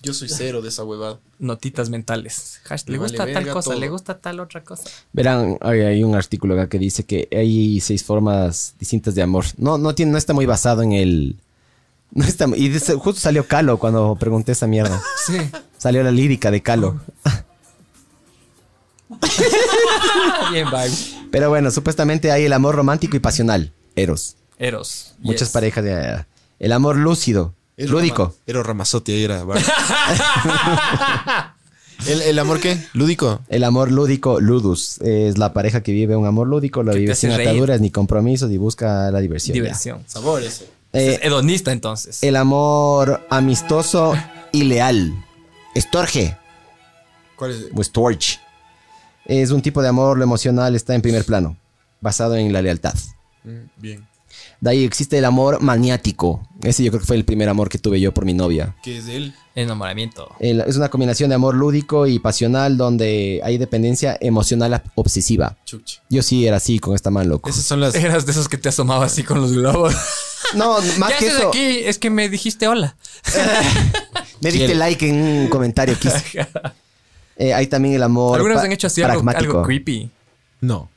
D: Yo soy cero de esa huevada.
C: Notitas mentales. Hashtag,
D: Me
C: le
D: vale
C: gusta tal
D: verga
C: cosa,
D: todo.
C: le gusta tal otra cosa.
A: Verán, hay, hay un artículo acá que dice que hay seis formas distintas de amor. No, no, tiene, no está muy basado en el... No está, y dice- justo salió Calo cuando pregunté esa mierda.
C: Sí.
A: Salió la lírica de Calo.
C: Ah, Bien, bye.
A: Pero bueno, supuestamente hay el amor romántico y pasional. Eros.
C: Eros.
A: Muchas
C: Yes.
A: parejas de... El amor lúcido. lúdico.
D: Era Ramazotti, ahí era. vale. ¿El, ¿El amor qué? Lúdico.
A: El amor lúdico, ludus, es la pareja que vive un amor lúdico, la
C: Que te
A: vive
C: hace
A: sin
C: reír.
A: ataduras ni compromisos y busca la diversión. ya.
C: Diversión.
D: Sabor ese.
A: Eh,
C: Es hedonista, entonces.
A: el amor amistoso y leal. Estorge
D: ¿Cuál es?
A: o storge. Es un tipo de amor, lo emocional está en primer plano, basado en la lealtad.
D: Mm, Bien.
A: De ahí existe el amor maniático. Ese yo creo que fue el primer amor que tuve yo por mi novia.
D: ¿Qué es de él?
C: Enamoramiento.
A: El- es una combinación de amor lúdico y pasional donde hay dependencia emocional obsesiva.
D: Chucha.
A: Yo sí era así con esta man, loco.
D: Esas son las.
C: Eras de esos que te asomaba así con los globos.
A: No, más
C: ¿Qué
A: que
C: haces
A: eso.
C: aquí? Es que me dijiste hola.
A: Me diste
D: Quiero.
A: like en un comentario que hice. Eh, hay también el amor.
C: Algunos
A: pa-
C: han hecho así algo,
A: pragmático.
C: algo creepy.
D: No,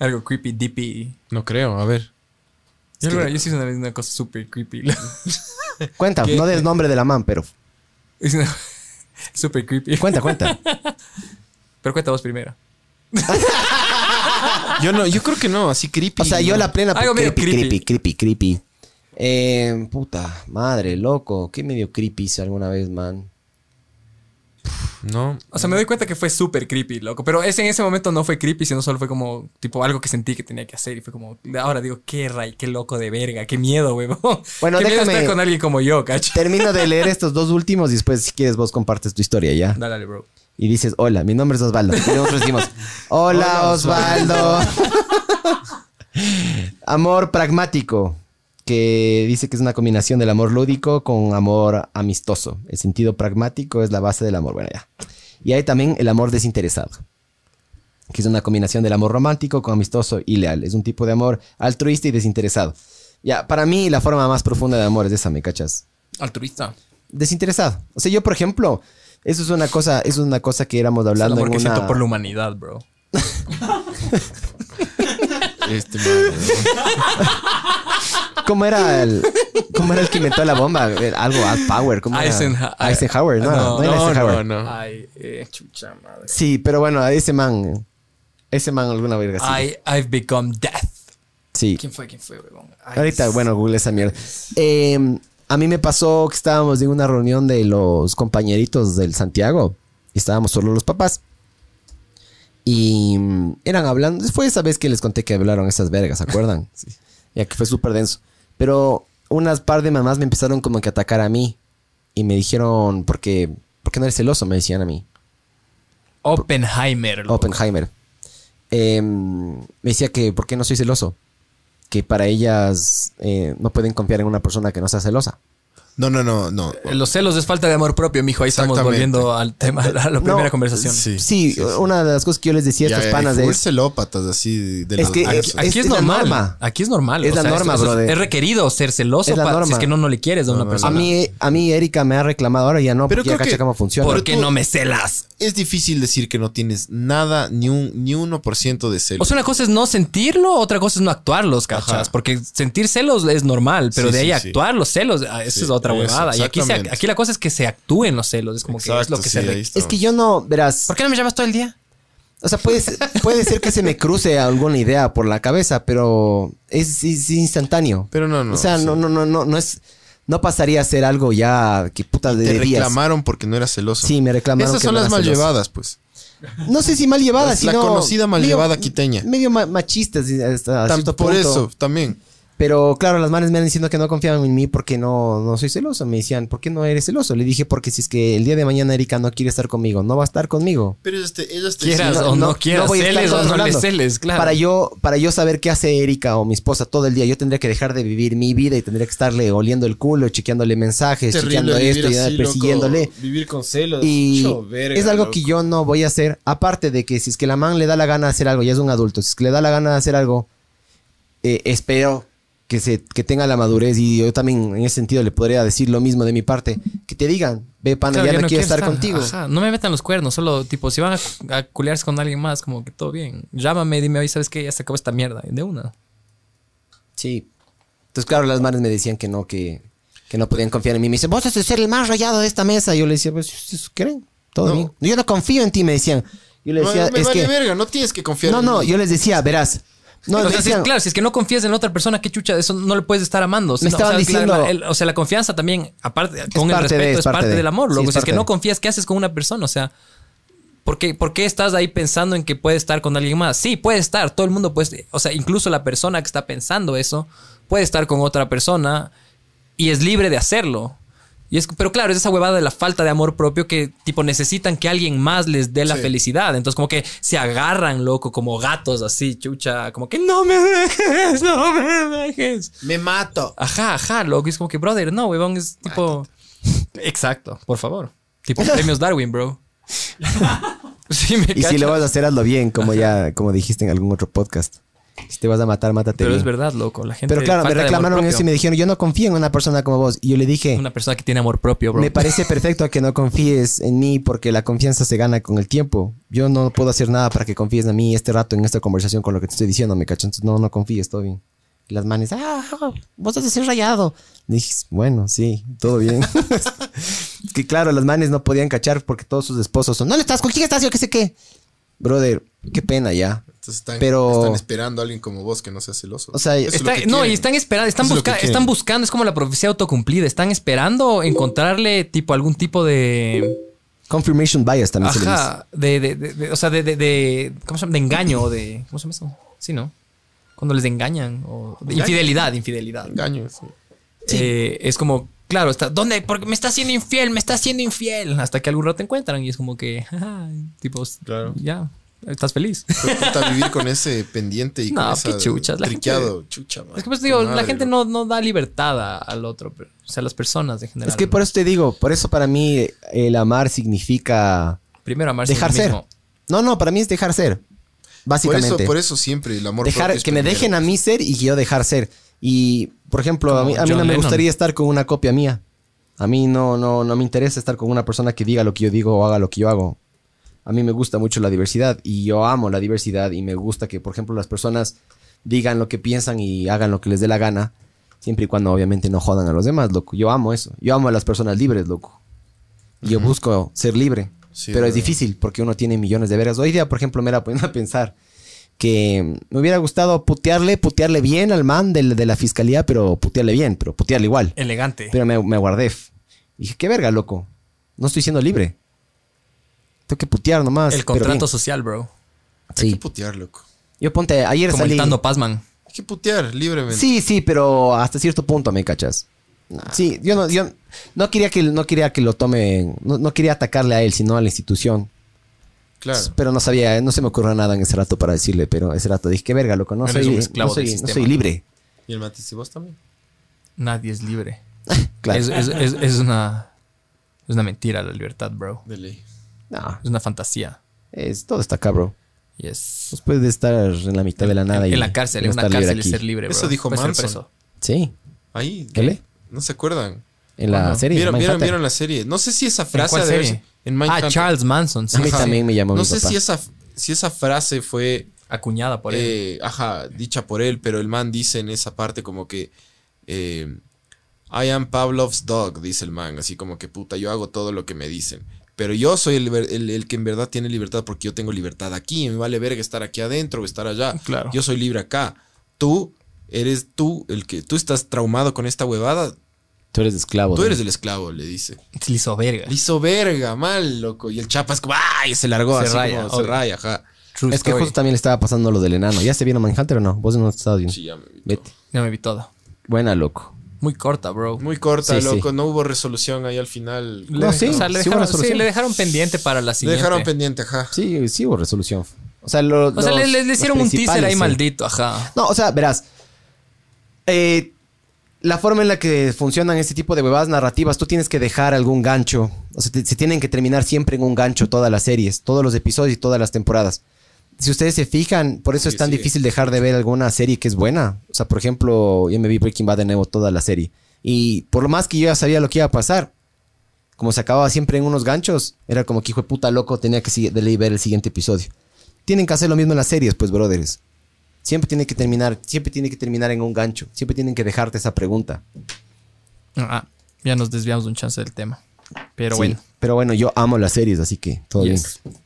C: Algo creepy, dippy.
D: no creo. A ver.
C: Yo, alguna- yo sí hice una vez una cosa súper creepy.
A: Cuenta,
D: ¿Qué?
A: no des nombre de la man, pero.
C: Hice una- Súper creepy.
A: Cuenta, cuenta.
C: Pero cuenta vos primero.
D: Yo no, yo creo que no, así creepy.
A: O sea, yo
D: no.
A: la plena.
C: Algo medio
A: creepy, creepy, creepy,
C: creepy.
A: creepy. Eh, puta madre, loco. ¿Qué medio creepy hice alguna vez, man?
D: No.
C: O sea, me doy cuenta que fue súper creepy, loco. Pero ese en ese momento no fue creepy, sino solo fue como, tipo, algo que sentí que tenía que hacer. Y fue como, ahora digo, qué ray, qué loco de verga, qué miedo, huevón.
A: Bueno,
C: qué miedo
A: déjame-
C: estar con alguien como yo, cacho.
A: Termino de leer estos dos últimos y después, si quieres, vos compartes tu historia ya.
C: Dale, dale, bro.
A: Y dices, hola, mi nombre es Osvaldo. Y nosotros decimos, hola, Osvaldo. amor pragmático, que dice que es una combinación del amor lúdico con amor amistoso. El sentido pragmático es la base del amor. Bueno, ya. Y hay también el amor desinteresado, que es una combinación del amor romántico con amistoso y leal. Es un tipo de amor altruista y desinteresado. Ya, para mí la forma más profunda de amor es esa, ¿me cachas?
C: Altruista.
A: desinteresado. O sea, yo, por ejemplo, eso es una cosa, eso es una cosa que éramos hablando
C: porque
A: en una...
C: siento por la humanidad, bro.
D: Este man, ¿no?
A: ¿Cómo era el cómo era el que inventó la bomba? El- Algo Ad Power, ¿cómo era?
C: Eisenha-
A: Eisenhower, no, no,
C: No,
A: era
D: no,
A: Eisenhower.
D: no, no.
C: Ay, eh, chucha madre.
A: Sí, pero bueno, ese man ese man alguna verga así.
C: I, I've become death.
A: sí.
C: ¿Quién fue? ¿Quién fue, huevón? Ay,
A: Ahorita, bueno, Google esa mierda. Eh, a mí me pasó que estábamos en una reunión de los compañeritos del Santiago. Y estábamos solo los papás. Y mm, eran hablando. Fue esa vez que les conté que hablaron esas vergas, ¿se acuerdan? Ya que fue súper denso. Pero unas par de mamás me empezaron como que a atacar a mí. Y me dijeron, ¿por qué, por qué no eres celoso? Me decían a mí.
C: Oppenheimer. loco.
A: Oppenheimer. Eh, me decía que por qué no soy celoso. Que para ellas eh, no pueden confiar en una persona que no sea celosa.
D: no, no, no, no.
C: Los celos es falta de amor propio, mijo. Ahí estamos
D: Exactamente.
C: volviendo al tema, a la primera conversación.
A: Sí,
D: Sí, sí, sí.
A: una de las cosas que yo les decía a
D: Ya,
A: estos
D: eh,
A: panas
D: full
A: es.
D: celópatas así de
A: Es
D: los
A: que
D: anchos.
A: es-
C: Aquí es,
A: Pues, es la
C: normal.
A: norma.
C: Aquí es normal.
A: Es la norma,
C: esto- esto es-
A: brother.
C: Es requerido ser celoso
A: Es la
C: pa- si
A: norma.
C: es que no, no le quieres a una
A: A
D: no,
C: persona.
A: mí, a mí Erika me ha reclamado ahora ya no,
D: Pero
A: porque ya
D: creo que-
A: cacha cómo funciona.
C: ¿Por qué
D: tú-
C: no me celas?
D: Es difícil decir que no tienes nada, ni un ni 1% de celo.
C: O sea, una cosa es no sentirlo, otra cosa es no actuar los cachas.
D: Ajá.
C: Porque sentir celos es normal, pero
D: Sí,
C: de ahí
D: sí, sí.
C: actuar los celos, ah, eso es otra
D: Eso,
C: huevada. Y aquí, se-
D: exactamente.
C: aquí la cosa es que se actúen los celos. Es como que es
D: Exacto,
C: lo que
D: sí,
C: se
D: ahí
C: requiere.
D: está.
A: Es que yo no, verás.
C: ¿Por qué no me llamas todo el día?
A: Ah, O sea, puede ser, puede ser que se me cruce alguna idea por la cabeza, pero es, es instantáneo.
D: Pero no, no.
A: o sea,
D: sí.
A: no, no, no, no, no es. No pasaría a ser algo ya que puta de,
D: Te
A: de días.
D: reclamaron porque no eras celoso.
A: Sí, me reclamaron.
D: Esas
A: que
D: son
A: no
D: las
A: era
D: mal
A: celoso.
D: llevadas, pues.
A: No sé si mal llevadas,
D: La- la
A: sino.
D: conocida mal
A: medio-
D: llevada quiteña.
A: Medio ma- machistas. y Hasta
D: Tan-
A: cierto
D: por
A: punto.
D: eso, también.
A: Pero claro, las manes me han diciendo que no confiaban en mí porque no, no soy celoso. Me decían, ¿por qué no eres celoso? Le dije, porque si es que el día de mañana Erika no quiere estar conmigo, no va a estar conmigo.
D: Pero ellas
G: este,
D: te,
C: Quieras o no, quieras,
A: voy a estar
C: celes o no le
A: controlando.
C: celes, claro.
A: Para yo, para yo saber qué hace Erika o mi esposa todo el día, yo tendría que dejar de vivir mi vida y tendría que estarle oliendo el culo, chequeándole mensajes, chequeando esto y persiguiéndole.
G: vivir con celos.
A: Y
G: Cho, verga,
A: es algo
G: loco.
A: que yo no voy a hacer. Aparte de que si es que la man le da la gana de hacer algo, ya es un adulto, si es que le da la gana de hacer algo, eh, espero que, se, que tenga la madurez. Y yo también en ese sentido le podría decir lo mismo de mi parte. Que te digan, ve pana,
C: Claro,
A: ya
C: yo
A: no, quiero estar,
C: estar-
A: contigo.
C: Ajá, no me metan los cuernos, solo tipo, si van a, a culearse con alguien más, como que todo bien. Llámame, dime, oye, ¿sabes qué? Ya se acabó esta mierda. De una.
A: Sí. Entonces, claro, las manes me decían que no, que, que no podían confiar en mí. Me dicen, vos vas a ser el más rayado de esta mesa. Y yo le decía, pues, ¿ustedes creen? Todo
D: No.
A: bien. Yo no confío en ti, me decían. Yo le decía,
D: me
A: es
D: vale
A: que...
D: verga, no tienes que confiar
A: No,
D: en
A: no,
D: mí.
A: yo les decía, verás. No,
C: o
A: me
C: sea, si-
A: decían-
C: claro, si es que no confías en la otra persona, qué chucha, eso no le puedes estar amando. O sea,
A: Me
C: no,
A: estaban
C: o sea, claro,
A: diciendo-
C: el- o sea, la confianza también, aparte, con el
A: parte de,
C: respeto,
A: es
C: es parte,
A: parte de.
C: del amor.
A: Sí,
C: Loco.
A: es
C: si es que
A: parte
C: no
A: de.
C: confías, ¿qué haces con una persona? O sea, ¿por qué, por qué estás ahí pensando en que puede estar con alguien más? Sí, puede estar, todo el mundo puede. O sea, incluso la persona que está pensando eso puede estar con otra persona y es libre de hacerlo. Y es, pero claro, es esa huevada de la falta de amor propio que, tipo, necesitan que alguien más les dé la
D: Sí.
C: felicidad. Entonces, como que se agarran, loco, como gatos así, chucha, como que no me dejes, no me dejes.
D: Me mato.
C: Ajá, ajá, loco. Es como que, brother, no, huevón, es tipo. Exacto, por favor. Tipo premios Darwin, bro. sí, me
A: Y si
C: cachas.
A: lo vas a hacer, hazlo bien, como ya como dijiste en algún otro podcast. Si te vas a matar, mátate.
C: Pero
A: bien.
C: es verdad, loco. La gente.
A: Pero claro, me
C: falta de amor
A: reclamaron
C: propio.
A: eso y me dijeron, yo no confío en una persona como vos. Y yo le dije,
C: Una persona que tiene amor propio, bro.
A: me parece perfecto que no confíes en mí porque la confianza se gana con el tiempo. Yo no puedo hacer nada para que confíes en mí este rato en esta conversación con lo que te estoy diciendo, me cacho. Entonces, no, no confíes, todo bien. Y las manes, ah, vos has de ser rayado. Le dije, bueno, sí, todo bien. Es que claro, las manes no podían cachar porque todos sus esposos son, no le estás, ¿con quién estás? Yo qué sé qué. Brother, qué pena ya.
D: Entonces están,
A: Pero-
D: están esperando a alguien como vos que no sea celoso.
A: O sea,
D: Eso es lo
C: Está-
D: que
C: no,
D: quieren.
C: y están esperando, están,
D: Eso es lo que
C: busca-
D: quieren.
C: están buscando, es como la profecía autocumplida, están esperando encontrarle tipo algún tipo de...
A: confirmation bias también se le dice.
C: Ajá, de, de- de- de- o sea, de, de- de- ¿cómo se llama? De engaño o de... ¿Cómo se llama eso? Sí, ¿no? Cuando les engañan o... de infidelidad, infidelidad.
D: Engaño, sí.
C: Eh, es como, claro, está, ¿dónde? Porque me está haciendo infiel, me está haciendo infiel. Hasta que algún rato encuentran y es como que, ajá, tipo,
D: Claro.
C: ya, estás feliz.
D: Pero puta, vivir con ese pendiente y
C: No,
D: con esa
C: qué chuchas, la
D: triqueado, chucha, man.
C: Es que pues digo,
D: Tu madre,
C: la gente no,
D: bro.
C: no da libertad a- al otro, pero- o sea, las personas en general.
A: Es que por eso te digo, por eso para mí eh, el amar significa
C: Primero amarse a uno
A: dejar ser.
C: mismo.
A: No, no, para mí es dejar ser.
D: Por eso,
A: Básicamente.
D: por eso siempre el amor
A: dejar
D: propio es
A: que me
D: primero.
A: dejen a mí ser y yo dejar ser. Y, por ejemplo, a mí,
C: Como
A: a mí
C: John
A: no me
C: Lennon.
A: gustaría estar con una copia mía. A mí no, no, no me interesa estar con una persona que diga lo que yo digo o haga lo que yo hago. A mí me gusta mucho la diversidad y yo amo la diversidad y me gusta que, por ejemplo, las personas digan lo que piensan y hagan lo que les dé la gana, siempre y cuando obviamente no jodan a los demás, loco. Yo amo eso. Yo amo a las personas libres, loco. Yo busco ser libre,
D: Sí,
A: pero
D: de
A: es
D: verdad.
A: difícil porque uno tiene millones de veras. Hoy día, por ejemplo, me era poniendo a pensar que me hubiera gustado putearle, putearle bien al man del- de la fiscalía, pero putearle bien, pero putearle igual.
C: Elegante.
A: Pero me, me guardé. Dije, qué verga, loco. No estoy siendo libre. Tengo que putear nomás.
C: El
A: pero bien".
C: contrato social, bro.
D: Hay que
A: Sí.
D: putear, loco.
A: Yo ponte, ayer
C: Como
A: salí.
C: el Tano Pazman.
D: Hay que putear libremente.
A: Sí, sí, pero hasta cierto punto me cachas. Sí, yo no, yo no quería que no quería que lo tomen, no, no quería atacarle a él, sino a la institución.
D: Claro.
A: Pero no sabía, no se me ocurrió nada en ese rato para decirle, pero ese rato dije, qué verga, loco, no
C: Eres un
A: soy,
C: esclavo
A: no soy-
C: del
A: no soy
C: sistema.
A: libre.
D: Y el matiz y vos también.
C: Nadie es libre.
A: Claro.
C: Es, es- es- es una, es una mentira la libertad, bro.
D: De ley.
A: No,
C: Es una fantasía.
A: es, todo está cabrón.
C: Y es.
A: Pues puede estar en la mitad de la nada
C: en,
A: y
C: en la cárcel,
A: no
C: en una
A: estar libre
C: cárcel es
A: aquí.
C: ser libre, bro.
D: Eso dijo
C: Puedes ser
D: Manson.
C: preso.
A: Sí,
D: Ahí.
A: ¿Qué le?
D: ¿No se acuerdan?
A: en la
C: Ajá.
A: serie.
D: ¿Vieron, vieron,
A: Manhunter.
D: vieron la serie? No sé si esa frase...
C: cuál
D: ha de haber-
C: serie?
D: En
C: Ah,
D: Mindhunter.
C: Charles Manson, sí.
A: A mí
D: Ajá.
A: también me llamó
D: No
A: mi
D: sé
A: papá.
D: si esa, si esa frase fue...
C: Acuñada por él.
D: eh, ajá, dicha por él, pero el man dice en esa parte como que eh, I am Pavlov's dog, dice el man, así como que puta, yo hago todo lo que me dicen. Pero yo soy el, ver- el- el que en verdad tiene libertad porque yo tengo libertad aquí. Me vale verga estar aquí adentro o estar allá.
G: Claro.
D: Yo soy libre acá. Tú eres tú el que. Tú estás traumado con esta huevada.
A: Tú eres esclavo.
D: Tú
A: ¿no?
D: eres el esclavo, le dice.
C: Se le hizo verga.
D: Le hizo verga, mal, loco. Y el chapas, como, ¡ay! Se largó,
C: Se
D: así
C: raya,
D: como,
C: obvio.
D: se raya, ajá.
C: True
A: Es que
C: story.
A: justo también le estaba pasando lo del enano. ¿Ya se vieron Manhunter o no? Vos no estabas viendo.
D: Sí, ya me vi todo.
A: Vete.
C: Ya me vi todo.
A: Buena, loco.
C: Muy corta, bro.
D: Muy corta,
A: Sí, sí.
D: loco. No hubo resolución ahí al final.
C: Le
A: No,
C: dej-
A: sí,
C: o sea, le
A: sí hubo
C: dejaron,
A: resolución.
C: sí, le dejaron pendiente para la
D: Le
C: siguiente.
D: dejaron pendiente, ajá.
A: Sí, sí hubo resolución. O sea, lo-
C: o sea,
A: los-
C: le, le- le
A: los
C: hicieron un teaser
A: principales,
C: ahí
A: sí.
C: maldito, ajá.
A: No, o sea, verás. eh, la forma en la que funcionan este tipo de huevadas narrativas, tú tienes que dejar algún gancho. O sea, te- se tienen que terminar siempre en un gancho todas las series, todos los episodios y todas las temporadas. Si ustedes se fijan, por eso es tan difícil dejar de ver alguna serie que es buena. O sea, por ejemplo, yo me vi Breaking Bad de nuevo toda la serie. Y por lo más que yo ya sabía lo que iba a pasar, como se acababa siempre en unos ganchos, era como que hijo de puta loco tenía que sigue- de ley ver el siguiente episodio. Tienen que hacer lo mismo en las series, pues, brothers. Siempre tiene que terminar, siempre tiene que terminar en un gancho. Siempre tienen que dejarte esa pregunta.
C: Ah, ya nos desviamos un chance del tema. Pero
A: Sí,
C: bueno,
A: Pero bueno, yo amo las series, así que todo
C: Yes.
A: bien.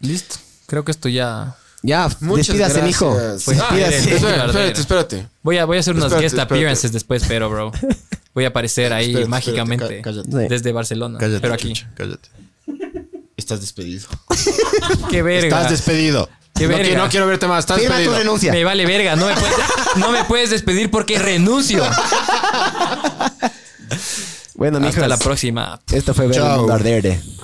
C: listo. Creo que esto ya.
A: Ya,
D: Muchas
A: despídase,
D: gracias.
A: mijo.
D: Pues,
C: Ah,
A: despídase.
C: eres-
D: espérate, espérate, espérate.
C: Voy a, voy a hacer unas
D: Espérate,
C: guest
D: espérate.
C: appearances después, pero, bro. Voy a aparecer ahí
D: Espérate, espérate,
C: mágicamente
D: cá- cállate.
A: Sí.
C: desde Barcelona.
D: Cállate,
C: pero aquí.
D: chucha, cállate. Estás despedido.
C: Qué verga.
D: Estás despedido.
C: Qué
D: no,
C: verga.
D: quiero, no quiero verte más. Estás
A: Firma tu
D: despedido.
A: renuncia.
C: Me vale verga. No me, puedes, no me puedes despedir porque renuncio.
A: Bueno, mijo.
C: Hasta la próxima.
A: Esto fue Ver el
D: Chao.
A: Mundo Arder.